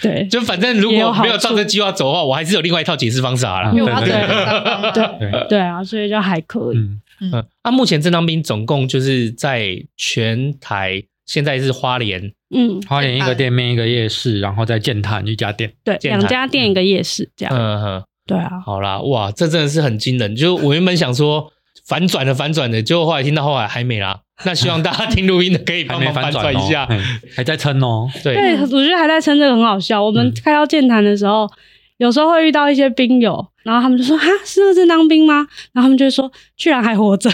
Speaker 5: 对
Speaker 2: 就反正如
Speaker 5: 也有
Speaker 2: 果
Speaker 5: 好
Speaker 2: 没有照这计划走的话，我还是有另外一套解释方式好啦
Speaker 4: 嗯。
Speaker 3: 因为我要正
Speaker 4: 对对
Speaker 3: 正当当啊。
Speaker 5: 对
Speaker 4: 对，
Speaker 5: 对啊，所以就还可以。
Speaker 4: 嗯，
Speaker 2: 嗯，那、目前正当兵总共就是在全台，现在是花莲，
Speaker 5: 嗯，
Speaker 4: 花莲一个店面一个夜市，然后再建探一家店。
Speaker 5: 对，
Speaker 2: 建
Speaker 5: 两
Speaker 2: 潭
Speaker 5: 家店一个夜市这样。
Speaker 2: 嗯哼，
Speaker 5: 对啊，
Speaker 2: 好啦，哇，这真的是很惊人。就我原本想说反转的反转的，结果后来听到后来还没啦。那希望大家听录音的可以
Speaker 4: 还
Speaker 2: 帮
Speaker 4: 没
Speaker 2: 忙
Speaker 4: 反
Speaker 2: 反
Speaker 4: 转
Speaker 2: 转一下
Speaker 4: 哦，，嘿还在撑哦。
Speaker 2: 对
Speaker 5: 对，
Speaker 3: 嗯
Speaker 5: 我觉得还在撑这个很好笑。我们
Speaker 4: 嗯
Speaker 5: 开到健谈的时候，有时候会遇到一些兵友，然后他们就说：“哈，是那正当兵吗？”然后他们就会说：“居然还活 着。”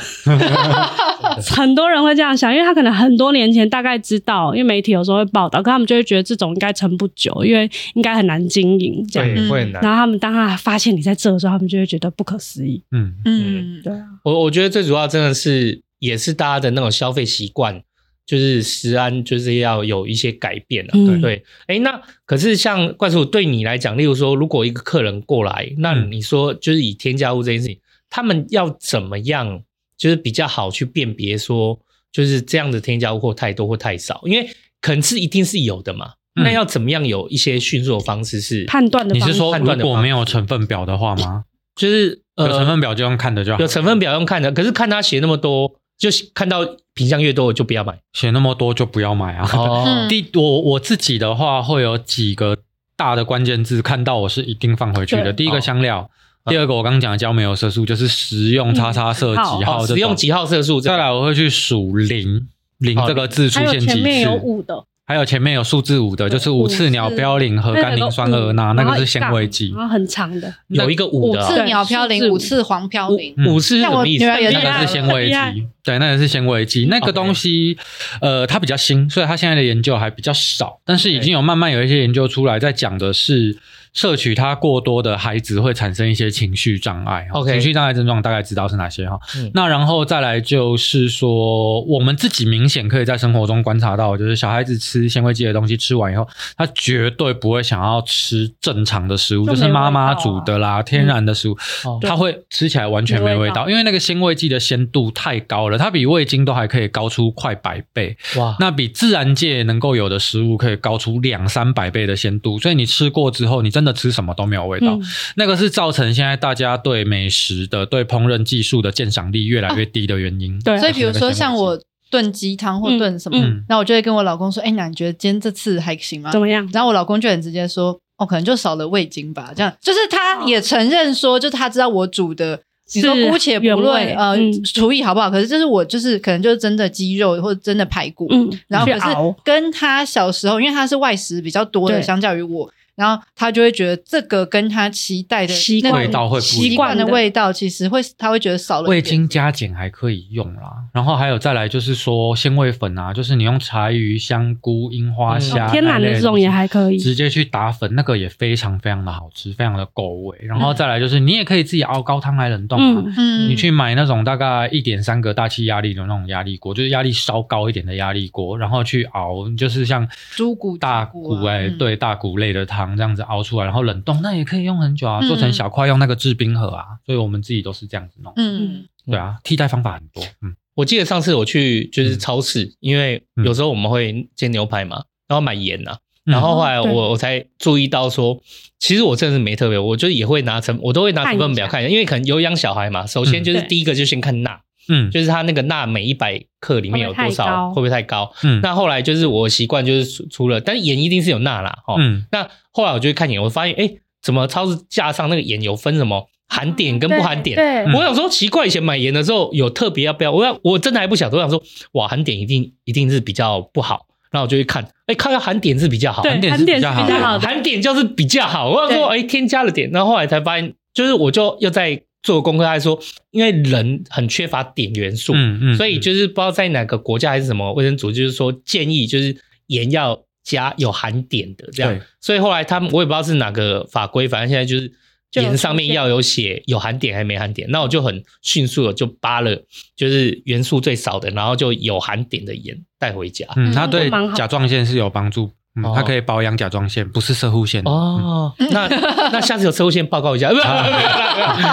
Speaker 5: 很多人会这样想，因为他可能很多年前大概知道，因为媒体有时候会报道，可他们就会觉得这种应该撑不久，因为应该很难经营这样。
Speaker 3: 嗯
Speaker 2: 会很难
Speaker 5: 然。后他们当他发现你在这的时候，他们就会觉得不可思议。
Speaker 4: 嗯，
Speaker 3: 嗯，
Speaker 5: 对啊，
Speaker 2: 我我觉得最主要真的是也是大家的那种消费习惯，就是食安就是要有一些改变啊。
Speaker 5: 嗯
Speaker 2: 对，哎，那可是像怪叔对你来讲，例如说，如果一个客人过来，那
Speaker 4: 嗯
Speaker 2: 你说就是以添加物这件事情，他们要怎么样，就是比较好去辨别说，就是这样的添加物或太多或太少，因为可能是一定是有的嘛。
Speaker 4: 嗯
Speaker 2: 那要怎么样有一些迅速的方式是，
Speaker 5: 判断的
Speaker 4: 你
Speaker 5: 方
Speaker 4: 是
Speaker 5: 式
Speaker 4: 说
Speaker 2: 判
Speaker 4: 如
Speaker 2: 断的
Speaker 4: 果
Speaker 2: 方
Speaker 4: 没有成分表的话吗？
Speaker 2: 就是
Speaker 4: 有成
Speaker 2: 呃
Speaker 4: 分表就用看的就好
Speaker 2: 有，成分表用看的，可是看他写那么多，就是看到品相越多我就不要买。
Speaker 4: 写那么多就不要买啊。
Speaker 2: 哦
Speaker 3: 嗯，
Speaker 4: 第我我自己的话会有几个大的关键字，看到我是一定放回去
Speaker 5: 对
Speaker 4: 的。第一个香料，
Speaker 2: 哦
Speaker 4: 第二个我刚刚讲的焦煤油色素，就是食用叉叉色
Speaker 5: 嗯
Speaker 4: 几
Speaker 2: 好，
Speaker 4: 号这
Speaker 2: 哦使用
Speaker 4: 种。
Speaker 2: 几号色素这个？
Speaker 4: 再来我会去数零，零
Speaker 2: 好
Speaker 4: 这个字出
Speaker 5: 还有
Speaker 4: 现几
Speaker 5: 前面有
Speaker 4: 次。呃
Speaker 5: 五的，
Speaker 4: 还有前面有数字五的，
Speaker 5: 对
Speaker 4: 就是五次鸟嘌呤和甘磷酸二钠，那个是纤维剂
Speaker 5: 然。后啊很长的，
Speaker 2: 有一个五的
Speaker 3: 五
Speaker 2: 啊，
Speaker 3: 次鸟飘零，五次黄飘零。
Speaker 4: 嗯
Speaker 2: 五是什么意思
Speaker 3: 像？我女儿也
Speaker 4: 那
Speaker 3: 对
Speaker 4: 个是纤维
Speaker 5: 对啊
Speaker 4: 剂，对，那个是纤维剂。那个
Speaker 2: OK
Speaker 4: 东西，呃，它比较新，所以它现在的研究还比较少，但是已
Speaker 2: OK
Speaker 4: 经有慢慢有一些研究出来，在讲的是摄取它过多的孩子会产生一些情绪障碍。
Speaker 2: OK
Speaker 4: 情绪障碍症状大概知道是哪些哈。
Speaker 2: 嗯
Speaker 4: 那然后再来就是说，我们自己明显可以在生活中观察到，就是小孩子吃纤维基的东西，吃完以后，他绝对不会想要吃正常的食物，
Speaker 5: 就
Speaker 4: 就
Speaker 5: 没
Speaker 4: 是妈
Speaker 5: 味
Speaker 4: 妈
Speaker 5: 道啊
Speaker 4: 煮的啦、天然的食物，
Speaker 2: 哦
Speaker 4: 他会吃起来完全没
Speaker 5: 没味
Speaker 4: 味
Speaker 5: 道
Speaker 4: 道，因为那个纤维剂的鲜度太高了，它比味精都还可以高出快百倍。
Speaker 2: 哇，
Speaker 4: 那比自然界能够有的食物可以高出两三百倍的鲜度，所以你吃过之后，你真的吃什么都没有味道。
Speaker 5: 嗯
Speaker 4: 那个是造成现在大家对美食的、对烹饪技术的鉴赏力越来越低的原因。
Speaker 5: 对啊
Speaker 3: 所以比如说像我炖鸡汤或炖什么，
Speaker 5: 嗯
Speaker 3: 那我就会跟我老公说：“哎、那你觉得今天这次还行吗
Speaker 5: 怎么样？”
Speaker 3: 然后我老公就很直接说：“哦，可能就少了味精吧。”这样就是他也承认说，就是他知道我煮的。你说
Speaker 5: 是
Speaker 3: 姑且不
Speaker 5: 原味
Speaker 3: 论呃、
Speaker 5: 嗯
Speaker 3: 厨艺好不好，可是就是我就是可能就是真的鸡肉或者真的排骨，
Speaker 5: 嗯，
Speaker 3: 然后
Speaker 5: 去
Speaker 3: 可是
Speaker 5: 熬
Speaker 3: 跟他小时候，因为他是外食比较多的，
Speaker 5: 对
Speaker 3: 相较于我，然后他就会觉得这个跟他期待的
Speaker 5: 习
Speaker 3: 那个
Speaker 5: 惯味
Speaker 4: 道会不一样
Speaker 3: 习惯的
Speaker 5: 习惯的
Speaker 3: 味道，其实会他会觉得少了一
Speaker 4: 味
Speaker 3: 点
Speaker 4: 精加减还可以用啦，然后还有再来就是说鲜味粉啊，就是你用柴鱼、香菇、樱花虾、
Speaker 5: 哦天然的这种也还可以
Speaker 4: 直接去打粉，那个也非常非常的好吃，非常的够味。然后再来就是你也可以自己熬高汤来冷冻啊，
Speaker 5: 嗯
Speaker 3: 嗯
Speaker 4: 你去买那种大概一点三个大气压力的那种压力锅，就是压力稍高一点的压力锅，然后去熬，就是像
Speaker 3: 猪骨
Speaker 4: 大
Speaker 3: 猪骨啊
Speaker 4: 骨哎、
Speaker 3: 嗯
Speaker 4: 对大骨类的汤这样子熬出来，然后冷冻，那也可以用很久啊，
Speaker 3: 嗯
Speaker 4: 做成小块用那个制冰盒啊，所以我们自己都是这样子弄。
Speaker 3: 嗯
Speaker 4: 对啊，替代方法很多。嗯，
Speaker 2: 我记得上次我去就是超市，因为
Speaker 4: 嗯
Speaker 2: 有时候我们会煎牛排嘛，然后买盐呐、然后后来
Speaker 5: 对
Speaker 2: 我我才注意到说，其实我真的是没特别，我就也会拿成，我都会拿成分表看一下，因为可能有养小孩嘛，首先就是
Speaker 5: 嗯对
Speaker 2: 第一个就先看钠，
Speaker 4: 嗯
Speaker 2: 就是它那个钠每一百克里面有多少，
Speaker 5: 会
Speaker 2: 会
Speaker 5: 不
Speaker 2: 不会太高？
Speaker 4: 嗯
Speaker 2: 那后来就是我习惯就是除除了，但盐一定是有钠啦，哦，
Speaker 4: 嗯
Speaker 2: 那后来我就去看盐，我发现哎，诶怎么超市架上那个盐有分什么含碘跟不含碘？
Speaker 5: 对，
Speaker 4: 嗯
Speaker 2: 我想说奇怪，以前买盐的时候有特别要不要？我要我真的还不晓得，我想说哇，含碘一定一定是比较不好。然后我就去看，哎，看到含碘是比较好，
Speaker 5: 对
Speaker 4: 含碘
Speaker 5: 含
Speaker 4: 是
Speaker 5: 碘
Speaker 4: 比较
Speaker 5: 是
Speaker 4: 好
Speaker 5: 比较
Speaker 4: 的
Speaker 5: 好的，
Speaker 2: 含碘就是比较好。我想说哎，添加了碘，然后后来才发现，就是我就又在做功课，他说因为人很缺乏碘元素，
Speaker 4: 嗯嗯，
Speaker 2: 所以就是不知道在哪个国家还是什么卫生组，织，就是说建议就是盐要加有含碘的这样
Speaker 4: 对。
Speaker 2: 所以后来他们我也不知道是哪个法规，反正现在就是
Speaker 5: 就有
Speaker 2: 盐上
Speaker 5: 出
Speaker 2: 面
Speaker 5: 现
Speaker 2: 要有写有含碘还没含碘。那我就很迅速的就扒了就是元素最少的，然后就有含碘的盐带回家。
Speaker 4: 嗯，它
Speaker 5: 嗯
Speaker 4: 对
Speaker 5: 蛮好
Speaker 4: 甲状腺是有帮助，嗯
Speaker 2: 哦
Speaker 4: 它可以保养甲状腺，不是射护腺的。嗯，
Speaker 2: 哦，那那下次有车祸先报告一 下，不是不是不是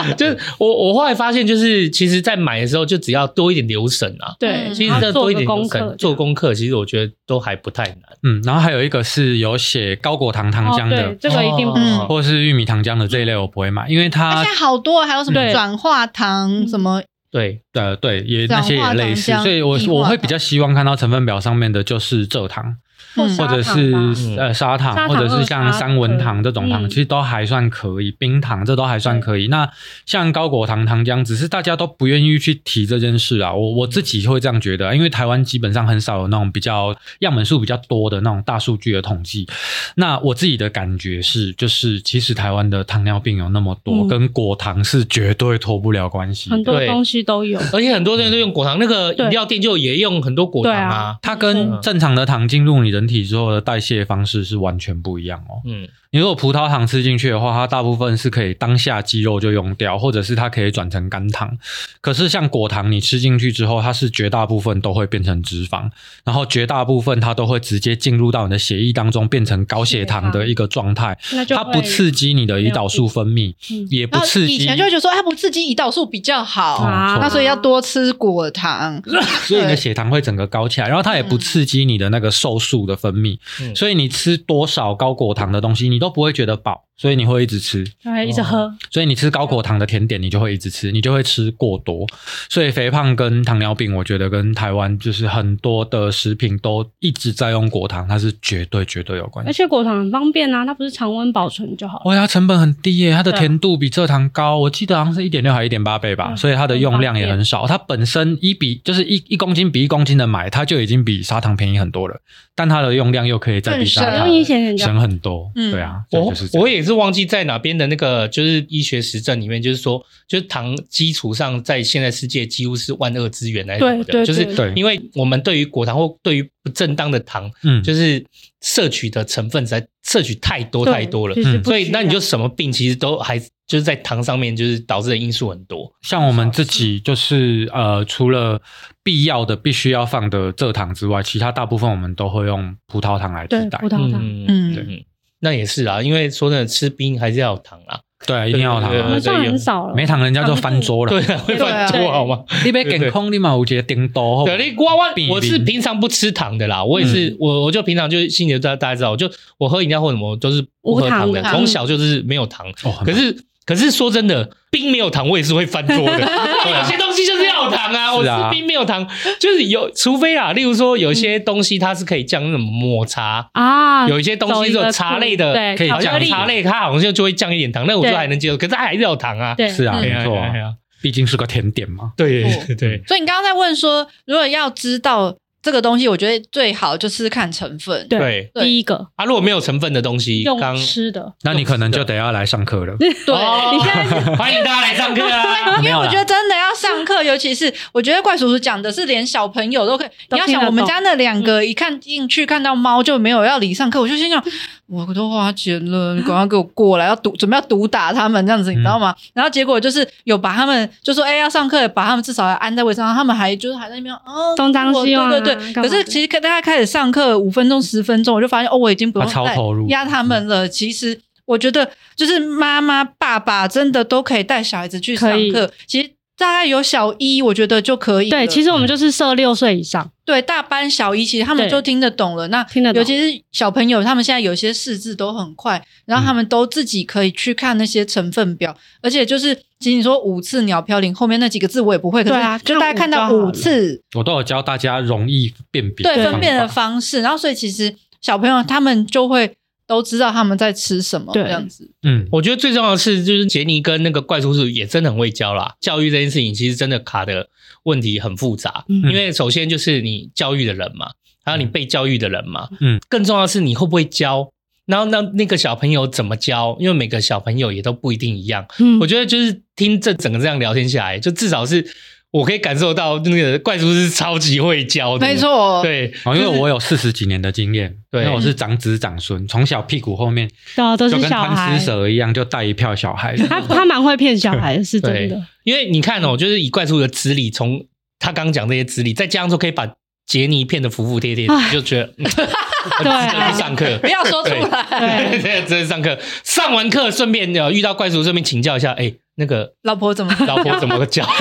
Speaker 2: 不是，就是我我后来发现，就是其实，在买的时候就只要多一点留神啊，
Speaker 5: 对，
Speaker 3: 嗯
Speaker 2: 其实
Speaker 5: 然后
Speaker 2: 这
Speaker 5: 做
Speaker 2: 多一
Speaker 5: 个
Speaker 2: 点
Speaker 5: 功
Speaker 2: 留
Speaker 5: 课
Speaker 2: 神，做功课，其实我觉得都还不太难。
Speaker 4: 嗯，然后还有一个是有写高果糖糖浆
Speaker 5: 哦对
Speaker 4: 的，
Speaker 5: 这个一定不
Speaker 3: 行
Speaker 4: 或是玉米糖浆的这一类我不会买，因为
Speaker 3: 而
Speaker 4: 它
Speaker 3: 且好多还有什么
Speaker 4: 嗯
Speaker 5: 对
Speaker 3: 转化
Speaker 5: 嗯
Speaker 3: 糖什么，
Speaker 2: 对，
Speaker 4: 呃对也那些也类似
Speaker 3: 转化糖，浆
Speaker 4: 所以我
Speaker 3: 硬化糖
Speaker 4: 我会比较希望看到成分表上面的就是蔗糖
Speaker 5: 或
Speaker 3: 嗯
Speaker 5: 砂
Speaker 4: 或者
Speaker 5: 糖
Speaker 4: 是
Speaker 5: 吧
Speaker 2: 嗯
Speaker 4: 呃砂糖，
Speaker 5: 砂糖
Speaker 4: 或者是
Speaker 5: 二砂
Speaker 4: 像三文糖
Speaker 5: 可以
Speaker 4: 这种糖，
Speaker 5: 嗯
Speaker 4: 其实都还算可以，冰糖这都还算可以。那像高果糖糖浆，只是大家都不愿意去提这件事啊。我我自己会这样觉得，因为台湾基本上很少有那种比较样本数比较多的那种大数据的统计。那我自己的感觉是，就是其实台湾的糖尿病有那么多，
Speaker 5: 嗯
Speaker 4: 跟果糖是绝对脱不了关系的。
Speaker 5: 很多
Speaker 2: 对
Speaker 5: 东西都有。
Speaker 2: 而且很多人都用果糖，那个
Speaker 5: 对
Speaker 2: 饮料店就也用很多果糖啊。
Speaker 4: 它跟
Speaker 2: 嗯
Speaker 4: 正常的糖进入你人体之后的代谢方式是完全不一样哦。
Speaker 2: 嗯，
Speaker 4: 你如果葡萄糖吃进去的话，它大部分是可以当下肌肉就用掉，或者是它可以转成肝糖。可是像果糖，你吃进去之后，它是绝大部分都会变成脂肪，然后绝大部分它都会直接进入到你的血液当中，变成高血糖的一个状态。
Speaker 5: 那就
Speaker 4: 它不刺激你的胰岛素分泌，
Speaker 5: 嗯
Speaker 4: 也不
Speaker 3: 然后
Speaker 4: 刺激。
Speaker 3: 以前就会觉得说，哎，不刺激胰岛素比较好，
Speaker 5: 啊
Speaker 4: 嗯
Speaker 3: 那所以要多吃果糖。
Speaker 4: 所以你的血糖会整个高起来，然后它也
Speaker 3: 嗯
Speaker 4: 不刺激你的那个瘦素的分泌，
Speaker 2: 嗯
Speaker 4: 所以你吃多少高果糖的东西，你都不会觉得饱，所以你会一直吃。
Speaker 5: 就会一直喝，
Speaker 4: 所以你吃高果糖的甜点，你就会一直吃，你就会吃过多。所以肥胖跟糖尿病，我觉得跟台湾就是很多的食品都一直在用果糖，它是绝对绝对有关
Speaker 5: 而
Speaker 4: 系。
Speaker 5: 且果糖很方便啊，它不是常温保存就好了。
Speaker 4: 哇，它成本很低耶，它的
Speaker 5: 对啊
Speaker 4: 甜度比蔗糖高，我记得好像是一点六还一点八倍吧，
Speaker 5: 嗯
Speaker 4: 所以它的用量也很少。它本身一比就是一一公斤比一公斤的买，它就已经比砂糖便宜很多了，但它的用量又可以再比砂
Speaker 3: 更省
Speaker 4: 糖
Speaker 5: 用一点点就好
Speaker 4: 省很多。
Speaker 3: 嗯
Speaker 4: 对啊，这
Speaker 2: 我
Speaker 4: 就是这样
Speaker 2: 我也也是忘记在哪边的那个，就是医学实证里面，就是说，就是糖基础上，在现在世界几乎是万恶之源来
Speaker 5: 对
Speaker 2: 的，
Speaker 5: 对
Speaker 2: 就是
Speaker 5: 对
Speaker 4: 对
Speaker 2: 因为我们对于果糖或对于不正当的糖，
Speaker 4: 嗯，
Speaker 2: 就是摄取的成分实在摄取太多太多了
Speaker 5: 对，就是
Speaker 4: 嗯
Speaker 5: 不
Speaker 2: 所以
Speaker 5: 需
Speaker 2: 那你
Speaker 5: 要
Speaker 2: 就什么病其实都还就是在糖上面，就是导致的因素很多。
Speaker 4: 像我们自己就是呃，除了必要的必须要放的蔗糖之外，其他大部分我们都会用葡萄糖来
Speaker 5: 对
Speaker 4: 替代
Speaker 5: 葡。萄糖。
Speaker 2: 嗯
Speaker 3: 嗯
Speaker 2: 嗯，那也是啦，因为说真的，吃冰还是要有糖啦。
Speaker 4: 对，一定要有糖
Speaker 2: 对
Speaker 5: 我
Speaker 4: 啊
Speaker 5: 们，算
Speaker 2: 对有
Speaker 5: 很少了，
Speaker 4: 没糖人家就翻桌了。
Speaker 2: 对啊，会犯
Speaker 5: 对
Speaker 2: 错
Speaker 5: 啊
Speaker 2: 好吗？
Speaker 4: 你别健康，你嘛有一个顶多。
Speaker 2: 对，你我
Speaker 4: 避
Speaker 2: 我我是
Speaker 4: 免
Speaker 2: 平常不吃糖的啦，我也
Speaker 4: 嗯
Speaker 2: 是我我就平常就是心里大大家知道，我就我喝饮料或什么我都是不喝糖
Speaker 5: 无
Speaker 2: 的，
Speaker 5: 糖的
Speaker 2: 从小就是没有糖。
Speaker 4: 哦，很
Speaker 2: 可是可是说真的，冰没有糖我也是会翻桌 的，因为有些东西就是要有糖啊，我
Speaker 4: 是啊
Speaker 2: 吃冰没有糖就是有，除非啊，例如说有些东西它是可以降那种抹茶。
Speaker 5: 啊，
Speaker 2: 有一些东
Speaker 5: 走
Speaker 2: 西，
Speaker 5: 一
Speaker 2: 就
Speaker 5: 个
Speaker 2: 茶
Speaker 5: 苦
Speaker 2: 类的
Speaker 5: 对
Speaker 4: 可以
Speaker 5: 巧克
Speaker 2: 讲
Speaker 5: 力
Speaker 2: 茶类，它好像就就会降一点糖，那我就
Speaker 5: 对
Speaker 2: 还能接受。可是它还是要有糖啊，
Speaker 5: 对
Speaker 4: 是啊，
Speaker 2: 哎
Speaker 4: 没
Speaker 2: 呀
Speaker 4: 错
Speaker 2: 哎
Speaker 4: 啊，
Speaker 2: 呀
Speaker 4: 毕竟是个甜点嘛。
Speaker 2: 对
Speaker 3: 哦
Speaker 2: 对对，
Speaker 3: 所以你刚刚在问说，如果要知道这个东西，我觉得最好就是看成分。
Speaker 5: 对
Speaker 2: 对
Speaker 3: 对
Speaker 5: 第一个
Speaker 2: 啊，如果没有成分的东西，刚
Speaker 5: 用吃的，
Speaker 4: 那你可能就得要来上课了。
Speaker 3: 对
Speaker 2: 哦
Speaker 5: 你现在
Speaker 2: 欢迎大家来上课啊！
Speaker 4: 没
Speaker 3: 因为
Speaker 4: 有
Speaker 3: 我
Speaker 4: 啦
Speaker 3: 觉得真的要上课， 尤其是我觉得怪叔叔讲的是连小朋友都可以。
Speaker 5: 都
Speaker 3: 你要
Speaker 5: 听
Speaker 3: 想
Speaker 5: 得
Speaker 3: 我们
Speaker 5: 懂
Speaker 3: 家那两个一看进去看到猫就没有要理上课，我就心 想，我都花钱了，你赶快给我过来，要毒准备要毒打他们这样子，你
Speaker 5: 嗯
Speaker 3: 知道吗？然后结果就是有把他们就说哎、要上课，把他们至少要安在位置上，他们还就是还在那边哦
Speaker 5: 东张西望啊
Speaker 3: 对对对。可
Speaker 5: 干嘛
Speaker 3: 是
Speaker 5: 的
Speaker 3: 其实大家开始上课五分钟十分钟，我就发现哦，我已经不用
Speaker 4: 啊超
Speaker 3: 再
Speaker 4: 投入
Speaker 3: 压他们了。其实我觉得，就是妈妈、爸爸真的都可以带小孩子去上
Speaker 5: 可以
Speaker 3: 课。其实大概有小一，我觉得就可以了。
Speaker 5: 对，其实我们就是设六岁以上，
Speaker 3: 对大班、小一，其实他们
Speaker 5: 对
Speaker 3: 就听得懂了。那
Speaker 5: 听得懂
Speaker 3: 尤其是小朋友，他们现在有些识字都很快，然
Speaker 5: 嗯
Speaker 3: 后他们都自己可以去看那些成分表，而且就是，其实你说五次鸟飘零后面那几个字我也不会，可
Speaker 5: 对啊
Speaker 3: 是就大概看
Speaker 5: 看
Speaker 3: 到
Speaker 5: 五就好
Speaker 3: 五次，
Speaker 4: 我都有教大家容易辨别
Speaker 3: 对
Speaker 5: 对
Speaker 3: 分辨的
Speaker 4: 方法
Speaker 3: 方式，然后所以其实小朋友他们就会都知道他们在吃什么
Speaker 5: 对
Speaker 3: 这样子。
Speaker 4: 嗯，
Speaker 2: 我觉得最重要的是，就是杰尼跟那个怪叔叔也真的很会教啦。教育这件事情其实真的卡的问题很复杂，
Speaker 5: 嗯
Speaker 2: 因为首先就是你教育的人嘛，还有你被教育的人嘛，
Speaker 4: 嗯，
Speaker 2: 更重要的是你会不会教。然后那那个小朋友怎么教？因为每个小朋友也都不一定一样。
Speaker 5: 嗯
Speaker 2: 我觉得就是听这整个这样聊天下来，就至少是我可以感受到那个怪叔叔是超级会教的，
Speaker 3: 没，错，
Speaker 2: 对，
Speaker 4: 哦，因为我有四十几年的经验，
Speaker 2: 对
Speaker 4: 因为我是长子长孙，从小屁股后面
Speaker 5: 对啊，都
Speaker 4: 就是跟
Speaker 5: 小
Speaker 4: 贪
Speaker 5: 孩
Speaker 4: 吃，蛇一样，就带一票小孩。
Speaker 5: 他他蛮会骗小孩的，是真的。
Speaker 2: 因为你看哦，就是以怪叔的资历，从他刚讲这些资历，再加上说可以把杰尼骗得服服帖帖，
Speaker 5: 唉啊
Speaker 2: 你就觉 得嗯很值得去上课
Speaker 3: 不。要说出来。
Speaker 5: 对
Speaker 2: 对，这是上课，上完课顺便呃遇到怪叔，顺便请教一下，哎，那个
Speaker 3: 老婆怎么？
Speaker 2: 老婆怎么教？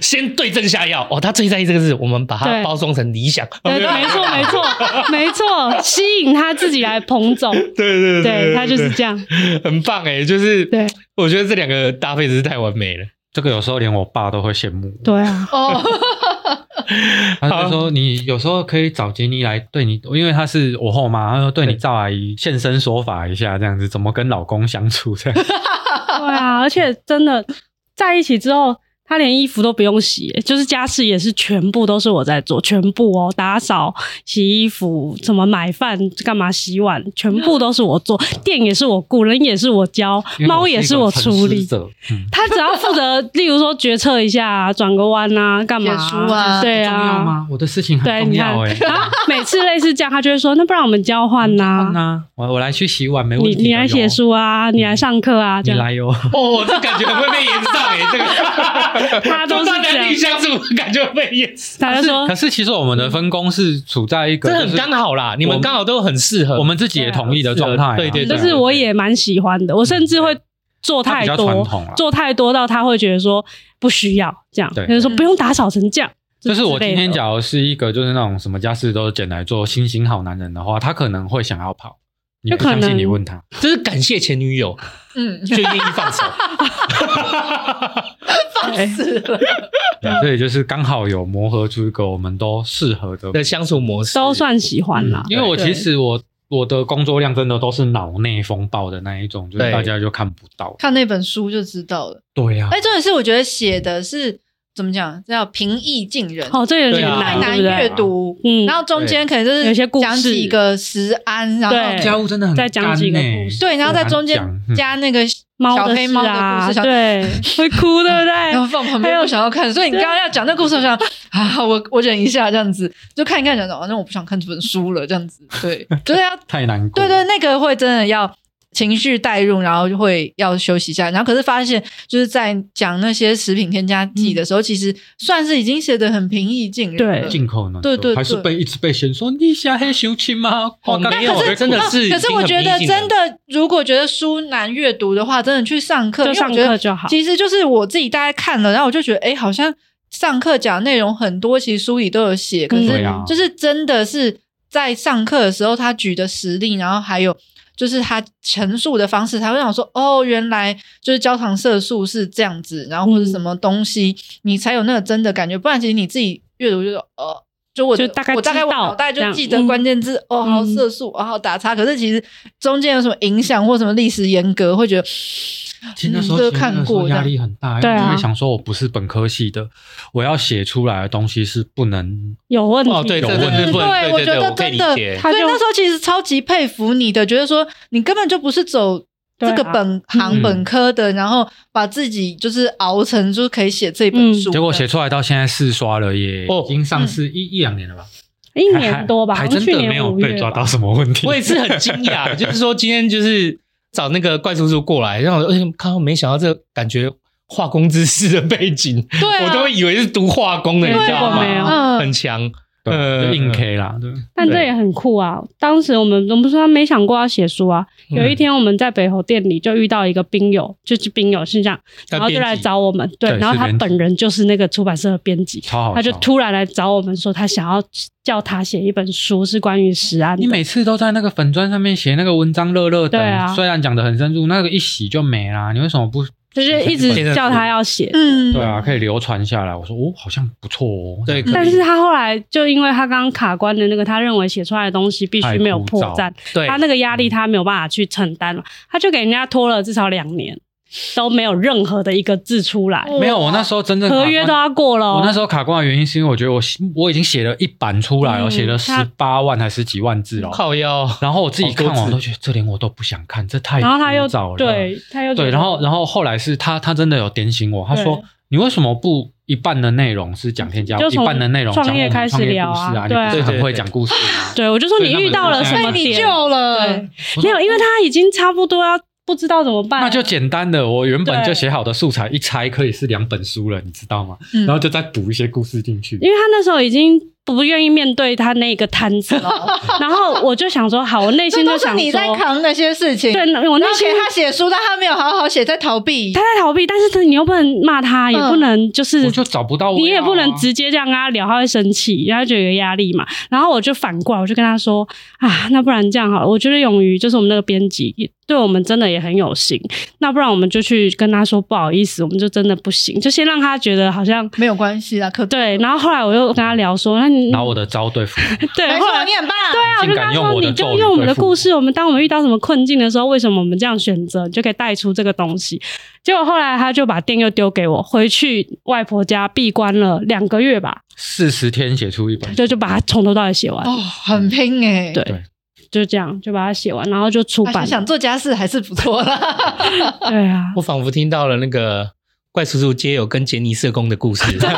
Speaker 2: 先对症下药哦，他最在意这个是我们把它
Speaker 5: 对
Speaker 2: 包装成理想，
Speaker 5: 对，对没 错，没错，没错，吸引他自己来捧走，
Speaker 2: 对对
Speaker 5: 对他就是这样，
Speaker 2: 样，很棒哎，就是
Speaker 5: 对
Speaker 2: 我觉得这两个搭配真是太完美了。
Speaker 4: 这个有时候连我爸都会羡慕我，
Speaker 5: 对啊，
Speaker 3: 哦，
Speaker 4: 他就说你有时候可以找杰尼来对你，因为他是我后妈，他说对你赵阿姨现身说法一下，这样子怎么跟老公相处这样。
Speaker 5: 对啊，而且真的在一起之后，他连衣服都不用洗，就是家事也是全部都是我在做，全部哦，打扫、洗衣服、怎么买饭、干嘛洗碗，全部都是我做，店也是我雇，人也是我教，
Speaker 4: 因为
Speaker 5: 猫也
Speaker 4: 是
Speaker 5: 是
Speaker 4: 一个
Speaker 5: 我
Speaker 4: 沉
Speaker 5: 处
Speaker 4: 思
Speaker 5: 理。
Speaker 4: 者嗯，
Speaker 5: 他只要负责，例如说决策一下、转个弯啊，干嘛、
Speaker 3: 写书啊
Speaker 5: 对
Speaker 4: 嗯重
Speaker 5: 啊，
Speaker 4: 要吗？我的事情
Speaker 5: 对，
Speaker 4: 很重
Speaker 5: 你看啊
Speaker 4: 要， 哎。
Speaker 5: 然后每次类似这样，他就会说：“那不然我们交换呐、
Speaker 3: 嗯
Speaker 4: 那嗯啊我我来去洗碗没问
Speaker 5: 你
Speaker 4: 题的哟。
Speaker 5: 你来写书啊，你来上课啊，这
Speaker 4: 嗯你
Speaker 5: 样。
Speaker 4: 来哟。
Speaker 2: 哦，这感觉很会被延上哎、 这个
Speaker 5: 他都是这样
Speaker 2: 男女相处，感觉会被延上，”
Speaker 5: 他就说
Speaker 4: 可是其实我们的分工是处在一个
Speaker 2: 这
Speaker 4: 就
Speaker 2: 很
Speaker 4: 是
Speaker 2: 刚好啦，你们刚好都很适合。
Speaker 4: 我们自己也同意的状态啊。
Speaker 2: 对对：“对
Speaker 5: 就
Speaker 2: 对
Speaker 5: 是我也蛮喜欢的，我甚至会做太
Speaker 4: 嗯他比较传
Speaker 5: 多
Speaker 4: 统啊，
Speaker 5: 做太多到他会觉得说不需要这样，
Speaker 4: 对
Speaker 5: 他就说
Speaker 3: 嗯
Speaker 5: 不用打扫成这样。”
Speaker 4: 就是我今天
Speaker 5: 之类的，
Speaker 4: 假如是一个就是那种什么家事都捡来做新型好男人的话，他可能会想要跑。你不
Speaker 5: 有可
Speaker 4: 相信
Speaker 5: 能
Speaker 4: 你问他，
Speaker 2: 这是感谢前女友，
Speaker 3: 嗯，
Speaker 2: 就愿意放 手。
Speaker 3: 放肆了。
Speaker 4: 对啊 所以就是刚好有磨合出一个我们都适合的
Speaker 2: 的相处模式
Speaker 5: 都算喜欢啦
Speaker 4: 嗯。因为我其实我我的工作量真的都是脑内风暴的那一种，就是
Speaker 2: 对
Speaker 4: 大家就看不到。
Speaker 3: 看那本书就知道了。
Speaker 4: 对呀、啊
Speaker 3: 哎，重点是我觉得写的是怎么讲，叫平易近人，
Speaker 5: 哦，这有点
Speaker 2: 对啊
Speaker 5: 难，
Speaker 3: 难
Speaker 5: 对不对
Speaker 3: 阅读。
Speaker 5: 嗯，
Speaker 3: 然后中间可能就是
Speaker 5: 对有些故事
Speaker 3: 讲几个食安，然后
Speaker 5: 对
Speaker 4: 家务真的很
Speaker 5: 再讲几个
Speaker 4: 干欸
Speaker 5: 故事
Speaker 3: 对，然后在中间
Speaker 4: 很难讲嗯
Speaker 3: 加那个
Speaker 5: 猫
Speaker 3: 小黑猫
Speaker 5: 事
Speaker 3: 的故
Speaker 5: 啊，
Speaker 3: 事，小哦
Speaker 5: 对，会哭，对不
Speaker 3: 然后
Speaker 5: 对？
Speaker 3: 放旁
Speaker 5: 哎还
Speaker 3: 边
Speaker 5: 有
Speaker 3: 不想要看，所以你刚刚要讲那故事，我想啊，我我忍一下这样子，就看一看，讲讲，啊那我不想看这本书了，这样子， 对，就是要
Speaker 4: 太难过。
Speaker 3: 对对，那个会真的要情绪带入，然后就会要休息一下。然后可是发现就是在讲那些食品添加剂的时候，其实算是已经写的很平易近人了。
Speaker 5: 对
Speaker 4: 进口呢？
Speaker 3: 对对对
Speaker 4: 还是被一直被嫌说你下黑熊亲吗？
Speaker 2: 哦
Speaker 4: 哇
Speaker 2: 没有
Speaker 4: 干
Speaker 2: 真的
Speaker 3: 哦
Speaker 2: 是
Speaker 3: 可是我觉
Speaker 2: 已经很
Speaker 3: 得
Speaker 2: 平易近
Speaker 3: 真
Speaker 2: 人
Speaker 3: 的，如果觉得书难阅读的话，真的去上课，因
Speaker 5: 就
Speaker 3: 为我
Speaker 5: 上
Speaker 3: 觉得
Speaker 5: 课就好。
Speaker 3: 其实就是我自己大概看了，然后我就觉得，哎，好像上课讲的内容很多，其实书里都有写，可
Speaker 4: 对
Speaker 3: 是
Speaker 4: 啊
Speaker 3: 就是真的是在上课的时候，他举的实例，然后还有就是他陈述的方式，才会让我说，哦，原来就是焦糖色素是这样子，然后或者什么东西，你才有那个真的感觉，不然其实你自己阅读就是，呃。就我
Speaker 5: 就大概
Speaker 3: 我大概
Speaker 5: 知
Speaker 3: 我
Speaker 5: 道
Speaker 3: 脑袋就
Speaker 5: 这样
Speaker 3: 记得
Speaker 5: 嗯
Speaker 3: 关键字、哦，好
Speaker 5: 嗯
Speaker 3: 色素，哦好打叉。可是其实中间有什么影响或什么历史严格，会觉得
Speaker 4: 其实那时候
Speaker 3: 嗯这
Speaker 4: 其
Speaker 3: 个
Speaker 4: 实
Speaker 3: 看
Speaker 4: 那时
Speaker 3: 过这
Speaker 4: 候压
Speaker 3: 样
Speaker 4: 力很大，
Speaker 5: 对啊
Speaker 4: 因为想说我不是本科系的，我要写出来的东西是不能
Speaker 5: 有问题，
Speaker 2: 哦，对，
Speaker 4: 有
Speaker 2: 这
Speaker 4: 问
Speaker 2: 这
Speaker 4: 题
Speaker 2: 这部分
Speaker 3: 对
Speaker 2: 对
Speaker 3: 我
Speaker 2: 对
Speaker 3: 觉
Speaker 2: 对，
Speaker 3: 得
Speaker 2: 可以
Speaker 3: 真的
Speaker 2: 理解。
Speaker 5: 他
Speaker 3: 所以
Speaker 5: 就
Speaker 3: 那时候其实超级佩服你的，觉得说你根本就不是走这
Speaker 5: 对啊
Speaker 3: 个本行
Speaker 4: 嗯
Speaker 3: 本科的，然后把自己就是熬成就是可以写这本
Speaker 5: 嗯
Speaker 3: 书的，
Speaker 4: 结果写出来到现在四刷了，也
Speaker 2: 哦
Speaker 4: 已经上市一一两年了吧，
Speaker 5: 一年多吧，
Speaker 4: 还还
Speaker 5: 好像
Speaker 4: 真
Speaker 5: 去
Speaker 4: 的
Speaker 5: 年
Speaker 4: 没有
Speaker 5: 五月
Speaker 4: 被抓
Speaker 5: 吧
Speaker 4: 到什么问题。
Speaker 2: 我也是很惊讶，就是说今天就是找那个怪叔叔过来，让我哎看到没想到这感觉化工知识的背景，
Speaker 3: 对啊
Speaker 2: 我都会以为是读化工的，你知道
Speaker 5: 对我没有
Speaker 2: 吗？
Speaker 3: 嗯
Speaker 2: 很强，
Speaker 4: 对
Speaker 2: 呃
Speaker 4: 就硬 K 啦，对，
Speaker 5: 但这也很酷啊！当时我们我们说他没想过要写书啊。
Speaker 2: 嗯
Speaker 5: 有一天我们在北侯店里就遇到一个兵友，就是兵友是这样，
Speaker 2: 他
Speaker 5: 然后就
Speaker 2: 编
Speaker 5: 来
Speaker 2: 辑
Speaker 5: 找我们，对，
Speaker 4: 对
Speaker 5: 然后
Speaker 4: 是
Speaker 5: 他
Speaker 4: 编辑
Speaker 5: 本人就是那个出版社的编辑，
Speaker 4: 超好笑。
Speaker 5: 他就突然来找我们说他想要叫他写一本书，是关于食安
Speaker 4: 你
Speaker 5: 的。
Speaker 4: 每次都在那个粉砖上面写那个文章乐乐等，
Speaker 5: 对啊
Speaker 4: 虽然讲的很深入，那个一洗就没啦。你为什么不
Speaker 5: 就是一
Speaker 4: 写成
Speaker 5: 直
Speaker 4: 本
Speaker 5: 叫他要写，
Speaker 3: 嗯，
Speaker 4: 对啊，可以流传下来。我说哦，好像不错哦。
Speaker 2: 对
Speaker 4: 这样
Speaker 5: 但是他后来就因为他刚刚卡关的那个，他认为写出来的东西必须没有破绽
Speaker 4: 太，
Speaker 2: 对
Speaker 5: 他那个
Speaker 4: 嗯
Speaker 5: 压力他没有办法去承担嘛，他就给人家拖了至少两年，都没有任何的一个字出来，
Speaker 3: 哦
Speaker 4: 没有，我那时候真正卡
Speaker 5: 合
Speaker 4: 关
Speaker 5: 约都要过了哦。
Speaker 4: 我那时候卡关的原因是因为我觉得我我已经写了一版出来了，
Speaker 5: 嗯
Speaker 4: 写了十
Speaker 5: 他
Speaker 4: 八万还是几万字了。
Speaker 2: 靠腰，
Speaker 4: 然后我自己看
Speaker 2: 好多字
Speaker 4: 完我都觉得这连我都不想看，这太
Speaker 5: 然后他又
Speaker 4: 枯燥了。
Speaker 5: 对，他又
Speaker 4: 对，然后然后后来是他他真的有点醒我，他说
Speaker 5: 对
Speaker 4: 你为什么不一半的内容是讲添加物，
Speaker 5: 就
Speaker 4: 一
Speaker 5: 从
Speaker 4: 半的内容讲我
Speaker 5: 创业
Speaker 4: 们
Speaker 5: 开始
Speaker 4: 创业
Speaker 5: 聊
Speaker 4: 故
Speaker 5: 啊
Speaker 4: 事啊，你
Speaker 5: 对啊
Speaker 4: 不是很会讲故事吗？
Speaker 5: 对我就说
Speaker 4: 所
Speaker 5: 你
Speaker 4: 以他们
Speaker 5: 遇到了什么
Speaker 4: 就是
Speaker 3: 被你
Speaker 5: 点？
Speaker 3: 救了
Speaker 5: 对，没有，因为他已经差不多要不知道怎么办
Speaker 4: 嗯
Speaker 5: 了，
Speaker 4: 那就简单的，我原本
Speaker 5: 对
Speaker 4: 就写好的素材一拆可以是两本书了，你知道吗？
Speaker 3: 嗯
Speaker 4: 然后就再补一些故事进去。
Speaker 5: 因为他那时候已经不愿意面对他那个摊子 了，然后我就想说，好，我内心
Speaker 3: 这
Speaker 5: 就
Speaker 3: 都是
Speaker 5: 想
Speaker 3: 你在
Speaker 5: 说，
Speaker 3: 扛那些事情，
Speaker 5: 对
Speaker 3: 然，
Speaker 5: 我内
Speaker 3: 后
Speaker 5: 心
Speaker 3: 给他写书，但他没有好好写，在逃避
Speaker 5: 他，在逃避，但是他你又不能骂他，
Speaker 3: 嗯
Speaker 5: 也不能就是
Speaker 4: 我就找不到味道啊
Speaker 5: 你也不能直接这样跟他聊，他会生气，然后就有压力嘛。然后我就反过来，我就跟他说啊，那不然这样好了，我觉得勇于就是我们那个编辑也对我们真的也很有心，那不然我们就去跟他说不好意思，我们就真的不行，就先让他觉得好像
Speaker 3: 没有关系啦，可
Speaker 5: 对。然后后来我又跟他聊说，那你
Speaker 4: 拿 我的招对付，
Speaker 5: 对，
Speaker 3: 没
Speaker 5: 后
Speaker 3: 错，
Speaker 5: 来
Speaker 3: 你很棒，
Speaker 5: 对啊，我
Speaker 4: 竟
Speaker 5: 就跟他
Speaker 4: 敢用
Speaker 5: 说，
Speaker 4: 我的
Speaker 5: 你
Speaker 4: 咒
Speaker 5: 就
Speaker 4: 语
Speaker 5: 用我们
Speaker 4: 对
Speaker 5: 的
Speaker 4: 付
Speaker 5: 故事，我们当我们遇到什么困境的时候，为什么我们这样选择，你就可以带出这个东西。结果后来他就把店又丢给我，回去外婆家闭关了两个月吧，
Speaker 4: 四十天写出一 本，
Speaker 5: 就就把它从头到尾写完，
Speaker 3: 哦，很拼哎，
Speaker 5: 对
Speaker 4: 对
Speaker 5: 就这样就把它写完，然后就出
Speaker 3: 啊
Speaker 5: 版
Speaker 3: 想
Speaker 5: 了。
Speaker 3: 想做家事还是不错啦，
Speaker 5: 对啊，
Speaker 2: 我仿佛听到了那个怪叔叔街友跟杰尼社工的 故事，
Speaker 5: 啊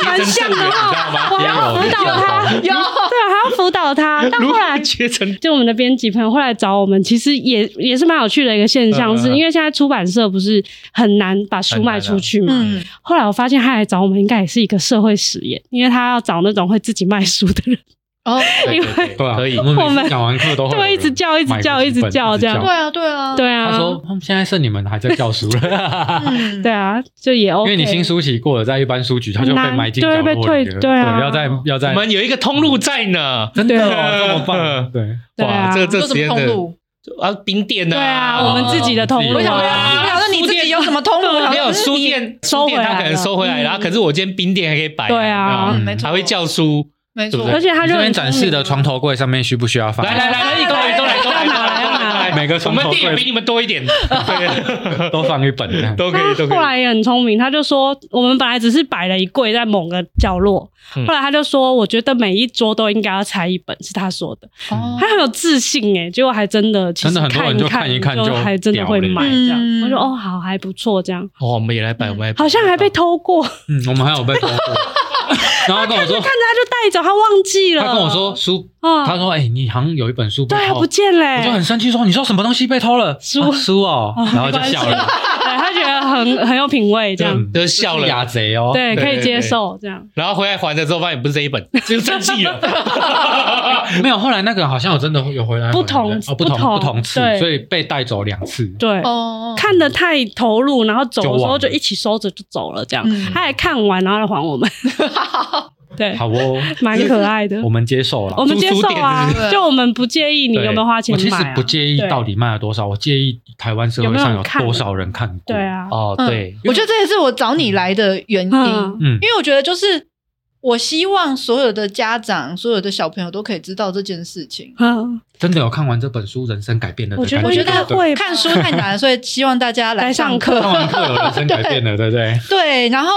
Speaker 5: 还蛮像的
Speaker 2: 你知道吗？
Speaker 5: 我要辅导他，
Speaker 3: 有
Speaker 5: 对啊，还要辅导他，但
Speaker 2: 如
Speaker 5: 后
Speaker 2: 何
Speaker 5: 来。
Speaker 2: 切成
Speaker 5: 就我们的编辑朋友后来找我们，其实也也是蛮有趣的一个现象，
Speaker 2: 嗯嗯
Speaker 5: 是
Speaker 2: 嗯
Speaker 5: 因为现在出版社不是很难把书
Speaker 2: 很难
Speaker 5: 卖
Speaker 2: 啊
Speaker 5: 出去嘛，
Speaker 3: 嗯，
Speaker 5: 后来我发现他来找我们，应该也是一个社会实验，因为他要找那种会自己卖书的人，
Speaker 3: 哦，
Speaker 2: 对对对
Speaker 4: 对啊，
Speaker 2: 可以
Speaker 4: 我。们
Speaker 5: 我
Speaker 4: 每
Speaker 5: 们
Speaker 4: 次讲完课都
Speaker 5: 就会一直叫一直叫一直叫这样
Speaker 3: 对啊，对啊，
Speaker 5: 对啊，
Speaker 4: 他说嗯现在剩你们还在教书了。
Speaker 3: 嗯，
Speaker 5: 对啊，就也 OK，
Speaker 4: 因为你新书期过了，在一般书局，他就被
Speaker 5: 很难
Speaker 4: 埋进
Speaker 5: 就
Speaker 4: 角
Speaker 5: 会
Speaker 4: 落
Speaker 5: 被退
Speaker 4: 里了
Speaker 5: 对啊
Speaker 4: 要在要在
Speaker 2: 我们有一个通路在呢，
Speaker 4: 真的
Speaker 5: 对啊
Speaker 4: 哦这么 棒，对，
Speaker 5: 对啊
Speaker 2: 哇，这这
Speaker 3: 有什
Speaker 2: 实
Speaker 3: 么
Speaker 2: 验
Speaker 3: 通
Speaker 2: 的
Speaker 3: 路？
Speaker 2: 啊，冰店
Speaker 5: 对啊，我们
Speaker 2: 哦
Speaker 5: 自己的同路
Speaker 4: 我
Speaker 3: 我想
Speaker 4: 对
Speaker 3: 说，
Speaker 4: 啊
Speaker 3: 我
Speaker 5: 啊，
Speaker 3: 想说你自己有什么通路？
Speaker 2: 没有书
Speaker 3: 嗯你
Speaker 2: 店，
Speaker 5: 收
Speaker 2: 书
Speaker 5: 回来
Speaker 2: 店他可能收回来啦，
Speaker 5: 嗯
Speaker 2: 可是我今天冰店还可以摆，
Speaker 5: 对啊
Speaker 2: 你
Speaker 3: 嗯没
Speaker 2: 知
Speaker 3: 错
Speaker 2: 道吗还会叫书，
Speaker 3: 没错，
Speaker 2: 对不对
Speaker 5: 而且他
Speaker 4: 你
Speaker 5: 就
Speaker 4: 这边
Speaker 5: 很
Speaker 4: 展示的床头柜上面需不需要放？
Speaker 2: 来来来，可以都来都来都来
Speaker 5: 要拿
Speaker 2: 都
Speaker 5: 来要拿
Speaker 2: 来
Speaker 5: 来
Speaker 2: 都来
Speaker 4: 每个
Speaker 2: 我
Speaker 4: 从
Speaker 2: 们
Speaker 4: 头
Speaker 2: 电影比
Speaker 4: 柜
Speaker 2: 你们多一点， 对，
Speaker 4: 都放一本，
Speaker 2: 都可以，都可
Speaker 5: 他后
Speaker 2: 以。
Speaker 5: 来也很聪明，他就说我们本来只是摆了一柜在某个角落，
Speaker 2: 嗯
Speaker 5: 后来他就说我觉得每一桌都应该要拆一本，是他说的，
Speaker 3: 哦
Speaker 5: 他很有自信哎、结果还真的，其实
Speaker 4: 嗯真的很多人就看一看
Speaker 5: 就
Speaker 4: 就
Speaker 5: 还真的会
Speaker 3: 屌
Speaker 5: 买
Speaker 3: 嘞
Speaker 5: 这样，
Speaker 3: 嗯
Speaker 5: 我说哦好还不错这样，
Speaker 2: 哦，我们也来摆，我们来摆
Speaker 5: 好像还被偷过，看着
Speaker 4: 嗯，我们还有被 偷过。然后他跟我说，
Speaker 5: 他就带走，他忘记了，
Speaker 4: 他跟我 说书，
Speaker 5: 啊
Speaker 4: 他说：“哎、你好像有一本书被
Speaker 5: 对啊
Speaker 4: 偷。
Speaker 5: 不见嘞、
Speaker 4: 我就很生气说：“你说什么东西被偷了？
Speaker 5: 书
Speaker 4: 啊书哦。”然后就笑了，
Speaker 5: 对他觉得很很有品味这样，
Speaker 4: 嗯
Speaker 2: 就是笑了
Speaker 4: 这是雅贼哦。
Speaker 5: 对
Speaker 2: 对
Speaker 5: 可以
Speaker 2: 对
Speaker 5: 接
Speaker 2: 对
Speaker 5: 受这样，
Speaker 2: 然后回来还的时候发现不是这一 本，就生气了。
Speaker 4: 没有，后来那个好像有真的有回来，
Speaker 5: 不同
Speaker 4: 哦，不同
Speaker 5: 不
Speaker 4: 不
Speaker 5: 同
Speaker 4: 同次，
Speaker 5: 对
Speaker 4: 所以被带走两次。
Speaker 5: 对。
Speaker 3: 哦，
Speaker 5: 看的太投入，然后走的时
Speaker 4: 就忘
Speaker 5: 候
Speaker 4: 了
Speaker 5: 就一起收着就走了，这样。
Speaker 3: 嗯
Speaker 5: 他还看完，然后来还我们。对，
Speaker 4: 好 哦，
Speaker 5: 蛮可爱的
Speaker 4: 我。们接受了。
Speaker 5: 我们接受啊
Speaker 2: 住宿
Speaker 3: 点是不，是
Speaker 5: 就我们不介意你
Speaker 4: 对
Speaker 5: 有没有花钱
Speaker 4: 我其
Speaker 5: 买、
Speaker 4: 实
Speaker 5: 啊。
Speaker 4: 不介意
Speaker 5: 对
Speaker 4: 到底卖了多少，我介意台湾社会上有多少人看过。
Speaker 5: 对，啊，
Speaker 2: 哦，对，
Speaker 3: 嗯我觉得这也是我找你来的原因，
Speaker 5: 嗯
Speaker 4: 嗯
Speaker 3: 因，为我觉得就是我希望所有的家长、所有的小朋友都可以知道这件事情。
Speaker 5: 嗯，
Speaker 4: 真的有看完这本书，人生改变了的
Speaker 5: 我觉得
Speaker 4: 感
Speaker 5: 我觉得
Speaker 4: 对不对
Speaker 5: 会吧
Speaker 3: 看书太难了，所以希望大家来
Speaker 5: 来上
Speaker 3: 上
Speaker 5: 课
Speaker 3: 课。
Speaker 4: 看完课有人生改变 了，对不对？
Speaker 3: 对，然后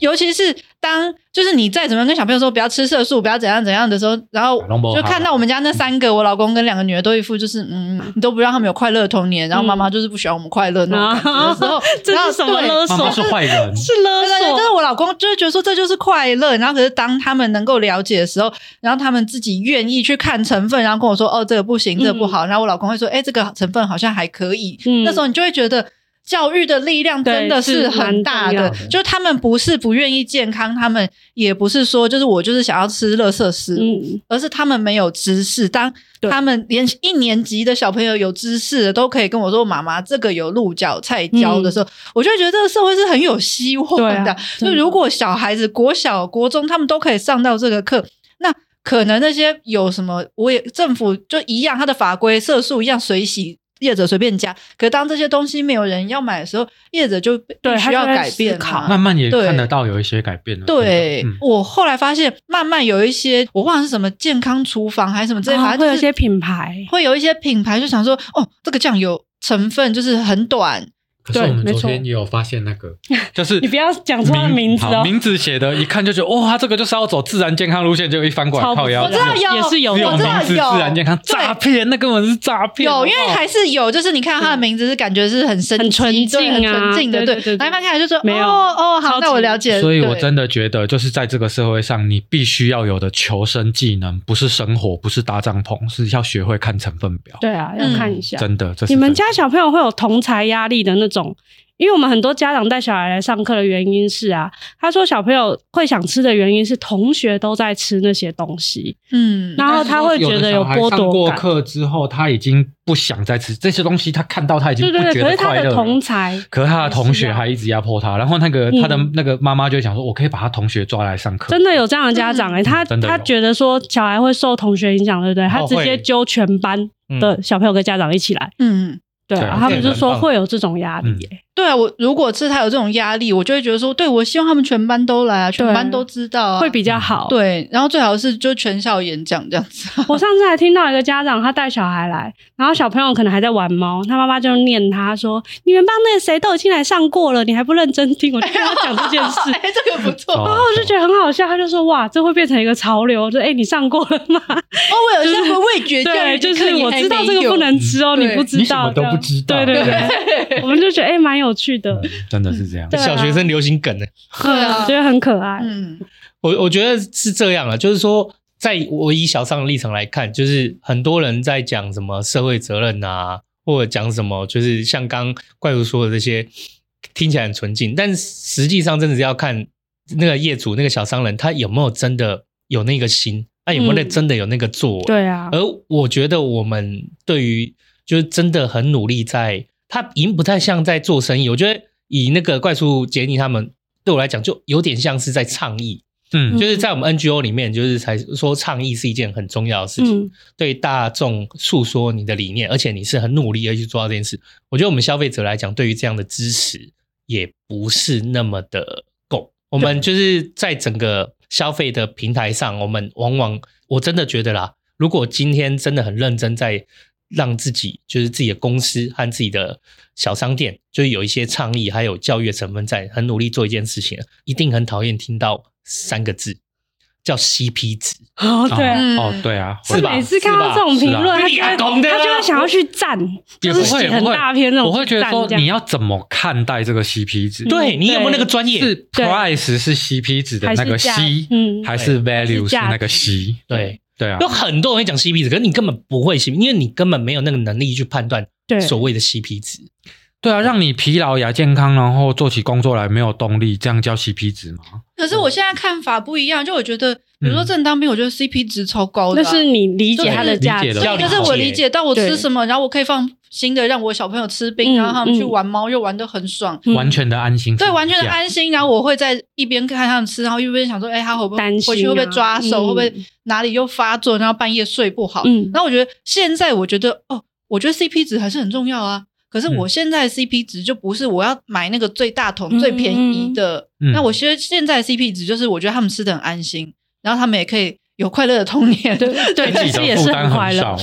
Speaker 3: 尤其是当就是你再怎么样跟小朋友说不要吃色素，不要怎样怎样的时候，然后
Speaker 4: 打龙包
Speaker 3: 就看到我们家那三个，我老公跟两个女儿都一副就是嗯，你都不让他们有快乐的童年，然后妈妈就是不喜欢我们快乐那种感觉的时候，
Speaker 5: 这
Speaker 3: 然后
Speaker 5: 是什么
Speaker 3: 对
Speaker 5: 勒
Speaker 4: 妈
Speaker 5: 索
Speaker 4: 妈？是坏 人，
Speaker 5: 是勒
Speaker 3: 对对对，但是
Speaker 5: 索。
Speaker 3: 我老公就会觉得说这就是快乐，然后可是当他们能够了解的时候，然后他们自己愿意去看成分，然后跟我说哦这个不行，这个不好，然后我老公会说哎这个成分好像还可以，
Speaker 5: 嗯
Speaker 3: 那时候你就会觉得。教育的力量真的
Speaker 5: 对是
Speaker 3: 是很大
Speaker 5: 蛮
Speaker 3: 的，
Speaker 5: 重要的
Speaker 3: 就是他们不是不愿意健康，他们也不是说就是我就是想要吃垃圾食物，
Speaker 5: 嗯，
Speaker 3: 而是他们没有知识。当
Speaker 5: 对
Speaker 3: 他们连一年级的小朋友有知识的，都可以跟我说：“妈妈，这个有鹿角菜椒”的时候，我就会觉得这个社会是很有希望
Speaker 5: 嗯对啊
Speaker 3: 的。
Speaker 5: 真
Speaker 3: 就
Speaker 5: 的
Speaker 3: 如果小孩子国小、国中他们都可以上到这个课，那可能那些有什么，我也政府就一样，它的法规色素一样水洗。业者随便加，可当这些东西没有人要买的时候，业者就必
Speaker 5: 对他
Speaker 3: 须
Speaker 5: 就
Speaker 3: 要
Speaker 5: 在
Speaker 3: 改
Speaker 5: 思
Speaker 3: 变啊
Speaker 5: 考
Speaker 3: 嘛
Speaker 4: 慢慢也
Speaker 3: 对
Speaker 4: 看得到有一些改变了。
Speaker 3: 对、
Speaker 4: 真的嗯
Speaker 3: 我后来发现，慢慢有一些我忘了是什么健康厨房还是什么之类，
Speaker 5: 啊
Speaker 3: 反
Speaker 5: 会
Speaker 3: 正、
Speaker 5: 有
Speaker 3: 就
Speaker 5: 一
Speaker 3: 是
Speaker 5: 些品牌，
Speaker 3: 会有一些品牌就想说，哦，这个酱油成分就是很短，
Speaker 4: 可是
Speaker 5: 对
Speaker 4: 我们
Speaker 5: 没
Speaker 4: 昨
Speaker 5: 错
Speaker 4: 天也有发现那 个，就是
Speaker 5: 你不要讲出他的名字哦
Speaker 4: 好名字写的，一看就觉得哇，他这个就是要走自然健康路线，就一翻过
Speaker 5: 超
Speaker 4: 来
Speaker 5: 不
Speaker 4: 靠腰，
Speaker 3: 我知道有
Speaker 5: 也是哦有
Speaker 4: 只有
Speaker 3: 我知道
Speaker 4: 名字自
Speaker 3: 有
Speaker 4: 然健康哦
Speaker 3: 对
Speaker 4: 诈骗，那根本是诈骗。
Speaker 3: 有，
Speaker 4: 好不
Speaker 3: 因
Speaker 4: 好
Speaker 3: 为还是有，就是你看它的名字是感觉是很生
Speaker 5: 很
Speaker 3: 机
Speaker 5: 纯
Speaker 3: 对
Speaker 5: 净
Speaker 3: 很
Speaker 5: 啊
Speaker 3: 纯净的，
Speaker 5: 对对对对
Speaker 3: 然后翻开来就说，
Speaker 5: 没有
Speaker 3: 哦哦，
Speaker 5: 超
Speaker 3: 好，那
Speaker 5: 级
Speaker 3: 我了解了，
Speaker 4: 所以，我
Speaker 3: 对
Speaker 4: 真的觉得，就是在这个社会上，你必须要有的求生技能，不是生活，不是搭帐篷，是要学会看成分表。
Speaker 5: 对啊，要
Speaker 3: 嗯
Speaker 5: 看一下。
Speaker 4: 真的，这是
Speaker 5: 你们
Speaker 4: 真的
Speaker 5: 家小朋友会有同才压力的那种？因为我们很多家长带小孩来上课的原因是啊，他说小朋友会想吃的原因是同学都在吃那些东西，
Speaker 3: 嗯，
Speaker 5: 然后他会觉得
Speaker 4: 有的小孩
Speaker 5: 剥
Speaker 4: 上
Speaker 5: 夺
Speaker 4: 过
Speaker 5: 感。
Speaker 4: 课之后，他已经不想再吃这些东西，他看到他已经
Speaker 5: 对
Speaker 4: 不
Speaker 5: 对对，
Speaker 4: 觉
Speaker 5: 可
Speaker 4: 得
Speaker 5: 是他
Speaker 4: 快乐
Speaker 5: 的
Speaker 4: 了。嗯
Speaker 5: 同才，啊
Speaker 4: 可是他的同学还一直压迫他，然后那个他的
Speaker 5: 嗯
Speaker 4: 那个妈妈就想说，我可以把他同学抓来上课，
Speaker 5: 真的有这样的家长哎、
Speaker 4: 嗯
Speaker 5: 他
Speaker 4: 真的有哦
Speaker 5: 他觉得说小孩会受同学影响，对不对？他直接
Speaker 2: 会
Speaker 5: 揪全班
Speaker 2: 嗯
Speaker 5: 的小朋友跟家长一起来，
Speaker 3: 嗯。
Speaker 5: 对
Speaker 4: 对嗯
Speaker 5: 啊，
Speaker 4: 啊
Speaker 5: 他们就
Speaker 2: 这也
Speaker 5: 说
Speaker 2: 很棒
Speaker 5: 会有这种压力耶、
Speaker 3: 对啊，我如果是他有这种压力，我就会觉得说，对我希望他们全班都来啊，全
Speaker 5: 对
Speaker 3: 班都知道啊，
Speaker 5: 会比较好。
Speaker 3: 对，然后最好是就全校演讲这样子，
Speaker 5: 我上次还听到一个家长，他带小孩来，然后小朋友可能还在玩猫，他妈妈就念他说：“你们班那个谁都已经来上过了，你还不认真听？”我就跟他讲这件事，
Speaker 3: 哎， 这个不错
Speaker 4: 哦，
Speaker 5: 然后我就觉得很好笑。他就说：“哇，这会变成一个潮流，就哎、你上过了吗
Speaker 3: 哦，我有上过味？”觉教育
Speaker 5: 对，
Speaker 3: 的
Speaker 5: 就
Speaker 3: 课
Speaker 5: 是
Speaker 3: 你
Speaker 5: 我
Speaker 3: 还
Speaker 5: 知道
Speaker 3: 没
Speaker 5: 这个
Speaker 3: 有
Speaker 5: 不能吃哦，
Speaker 3: 有
Speaker 5: 不知
Speaker 4: 你什
Speaker 5: 道，
Speaker 4: 么都不知道
Speaker 5: 对对对，我们就觉得哎，蛮、有趣的，
Speaker 4: 嗯真的是这样
Speaker 5: 对。啊
Speaker 2: 小学生流行梗呢，
Speaker 3: 对啊
Speaker 5: 觉得很可爱。
Speaker 3: 嗯
Speaker 2: 我我觉得是这样啊，就是说，在我以小尚的立场来看，就是很多人在讲什么社会责任啊，或者讲什么，就是像刚怪叔说的这些，听起来很纯净，但实际上真的是要看那个业主、那个小商人，他有没有真的有那个心，他有没有
Speaker 5: 嗯
Speaker 2: 真的有那个做、
Speaker 5: 对啊，
Speaker 4: 呃
Speaker 2: 而我觉得我们对于就是真的很努力在，他已经不太像在做生意。我觉得以那个怪叔杰尼他们对我来讲，就有点像是在倡议，
Speaker 4: 嗯，
Speaker 2: 就是在我们 NGO 里面，就是才说倡议是一件很重要的事情，
Speaker 5: 嗯
Speaker 2: 对大众诉说你的理念，而且你是很努力的去做到这件事。我觉得我们消费者来讲，对于这样的支持也不是那么的够。我们就是在整个消费的平台上，我们往往我真的觉得啦，如果今天真的很认真在让自己就是自己的公司和自己的小商店，就是有一些倡议，还有教育的成分在，很努力做一件事情，一定很讨厌听到三个字叫 CP 值，
Speaker 5: 哦，对，
Speaker 3: 嗯
Speaker 4: 哦，对啊，
Speaker 5: 他
Speaker 2: 是吧
Speaker 5: 每次看到这种评论，他
Speaker 2: 是
Speaker 5: 就
Speaker 2: 吧
Speaker 5: 会
Speaker 2: 你阿公的啊
Speaker 5: 他就会想要去赞，
Speaker 4: 也
Speaker 5: 就
Speaker 4: 不
Speaker 5: 是
Speaker 4: 会
Speaker 5: 写
Speaker 4: 也
Speaker 5: 很
Speaker 4: 不会
Speaker 5: 大篇那种
Speaker 4: 我会觉得说
Speaker 5: 赞这样
Speaker 4: 你要怎么看待这个 CP 值？
Speaker 2: 对你有没有那个专业？
Speaker 4: 是 price 是 CP 值的那个
Speaker 5: 还是价
Speaker 4: C，
Speaker 5: 嗯
Speaker 4: 还是 value
Speaker 5: 还是
Speaker 4: 是
Speaker 5: 价值
Speaker 4: 那个 C？
Speaker 2: 对，
Speaker 4: 对啊
Speaker 2: 有，很多人会讲 CP 值，可是你根本不会 CP，因为你根本没有那个能力去判断
Speaker 5: 对
Speaker 2: 所谓的 CP 值。
Speaker 4: 对啊，让你疲劳亚健康，然后做起工作来没有动力，这样叫 CP 值吗？
Speaker 3: 可是我现在看法不一样，就我觉得，比如说正当兵，我觉得 CP 值超高的
Speaker 5: 嗯那
Speaker 3: 啊、
Speaker 5: 是你理解
Speaker 3: 对
Speaker 5: 他的
Speaker 4: 理
Speaker 5: 价
Speaker 4: 解
Speaker 5: 值
Speaker 4: 的
Speaker 3: 对，
Speaker 2: 要
Speaker 3: 可是
Speaker 2: 理
Speaker 3: 我
Speaker 2: 解
Speaker 3: 理解到我
Speaker 5: 对
Speaker 3: 吃什么，然后我可以放新的，让我小朋友吃冰，
Speaker 5: 嗯
Speaker 3: 然后他们去
Speaker 5: 嗯
Speaker 3: 玩猫，又玩的很爽，
Speaker 5: 嗯
Speaker 4: 完全的安心，
Speaker 3: 对，完全的，安心。然后我会在一边看他们吃，然后一边想说，哎，他会不会
Speaker 5: 担心啊
Speaker 3: 回去会不会抓手，
Speaker 5: 嗯
Speaker 3: 会不会哪里又发作，然后半夜睡不好。
Speaker 5: 嗯
Speaker 3: 那我觉得现在，我觉得哦，我觉得 CP 值还是很重要啊。可是
Speaker 4: 嗯
Speaker 3: 我现在的 CP 值就不是我要买那个最大桶、
Speaker 5: 嗯
Speaker 3: 最便宜的。
Speaker 4: 嗯
Speaker 3: 那我觉得现在的 CP 值就是，我觉得他们吃的很安心，然后他们也可以有快乐的童年。 对
Speaker 5: 对对，
Speaker 4: 自
Speaker 5: 但
Speaker 4: 己
Speaker 5: 是
Speaker 4: 的
Speaker 5: 也是
Speaker 4: 负担
Speaker 5: 快
Speaker 4: 很
Speaker 5: 乐
Speaker 4: 少，，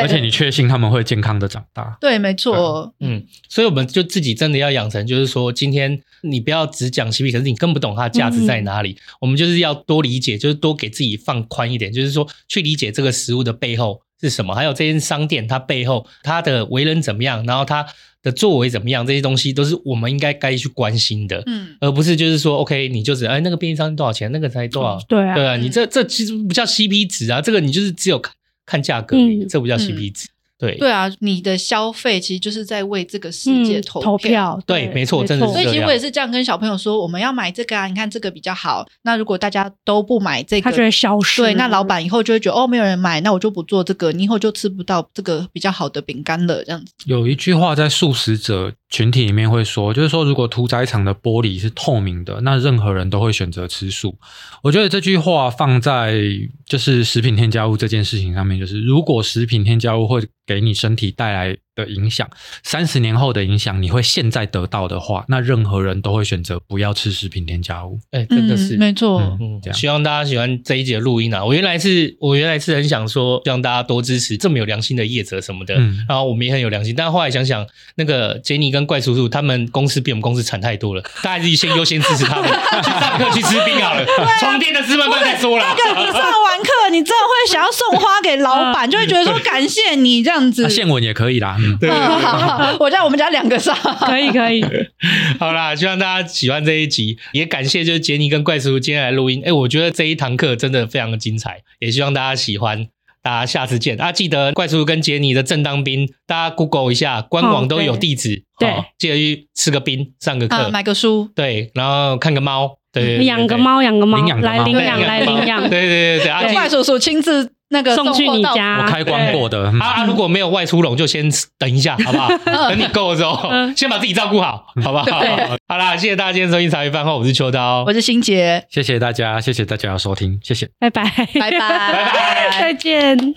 Speaker 4: 而且你确信他们会健康的长大。
Speaker 3: 对，没错。
Speaker 2: 嗯，所以我们就自己真的要养成，就是说，今天你不要只讲 CP，可是你更不懂它的价值在哪里。我们就是要多理解，就是多给自己放宽一点，就是说去理解这个食物的背后是什么，还有这间商店它背后它的为人怎么样，然后它的作为怎么样，这些东西都是我们应该该去关心的，
Speaker 4: 啊
Speaker 3: 嗯，
Speaker 2: 而不是就是说，OK，你就只哎那个便利商店多少钱，那个才多少，
Speaker 5: 对啊
Speaker 2: 对，啊，你这这其实不叫 CP 值啊，这个你就是只有看看价格而已，
Speaker 5: 嗯
Speaker 2: 这不叫 CP 值，对。
Speaker 3: 对啊，你的消费其实就是在为这个世界
Speaker 5: 嗯
Speaker 3: 投
Speaker 5: 投票，
Speaker 2: 对没错真的是
Speaker 3: 所以其
Speaker 2: 这
Speaker 3: 实
Speaker 2: 样
Speaker 3: 我也是这样跟小朋友说，我们要买这个啊，你看这个比较好。那如果大家都不买这个，
Speaker 5: 他就会消失。
Speaker 3: 对，那老板以后就会觉得哦，没有人买，那我就不做这个，你以后就吃不到这个比较好的饼干了，这样子。
Speaker 4: 有一句话在素食者群体里面会说，就是说，如果屠宰场的玻璃是透明的，那任何人都会选择吃素。我觉得这句话放在就是食品添加物这件事情上面，就是如果食品添加物会给你身体带来的影响，三十年后的影响，你会现在得到的话，那任何人都会选择不要吃食品添加物。
Speaker 2: 哎、真的是，
Speaker 3: 没错。
Speaker 2: 嗯
Speaker 4: 嗯，这，样
Speaker 2: 希望大家喜欢这一节录音啊！我原来是我原来是很想说让大家多支持这么有良心的业者什么的，
Speaker 4: 嗯
Speaker 2: 然后我们也很有良心。但后来想想，那个杰尼跟怪叔叔他们公司比我们公司惨太多了，大家还是先优先支持他 们，去上课去吃冰好了，
Speaker 5: 啊
Speaker 2: 床垫的吃慢慢再说啦。
Speaker 3: 你上完课，你真的会想要送花给老板，就会觉得说感谢你这样子
Speaker 4: 啊、。现闻也可以啦，嗯，
Speaker 2: 对对
Speaker 3: 嗯
Speaker 2: 对
Speaker 3: 好好我家我们家两个上，
Speaker 5: 可以可以，
Speaker 2: 好啦，希望大家喜欢这一集，也感谢就是杰尼跟怪叔叔今天来录音。哎、我觉得这一堂课真的非常的精彩，也希望大家喜欢。大家下次见啊！记得怪叔叔跟杰尼的正当兵，大家 Google 一下，官网都有地址。
Speaker 5: 对嗯
Speaker 2: 哦记得去吃个冰，上个课，
Speaker 3: 啊，买个书，
Speaker 2: 对，然后看个猫，对对对对
Speaker 5: 养个，猫，养个猫
Speaker 4: 领养，的
Speaker 5: 来
Speaker 4: 猫
Speaker 5: 领
Speaker 2: 对
Speaker 5: 养，来
Speaker 2: 猫
Speaker 5: 领养
Speaker 2: 对，对对对啊！
Speaker 5: 对
Speaker 2: 记
Speaker 3: 怪叔叔亲自那个
Speaker 5: 送去
Speaker 3: 货
Speaker 5: 你
Speaker 3: 到
Speaker 5: 家。
Speaker 4: 我开光过的，嗯
Speaker 2: 啊啊！如果没有外出笼，就先等一下，好 不好？等你够了之后，
Speaker 5: 嗯
Speaker 2: 先把自己照顾好，好不好？
Speaker 3: 对
Speaker 2: 好啦，谢谢大家今天收听茶余饭后，我是秋刀，
Speaker 3: 我是欣杰，
Speaker 4: 谢谢大家，谢谢大家的收听，谢谢。
Speaker 5: 拜拜，
Speaker 3: 拜拜
Speaker 5: 再见。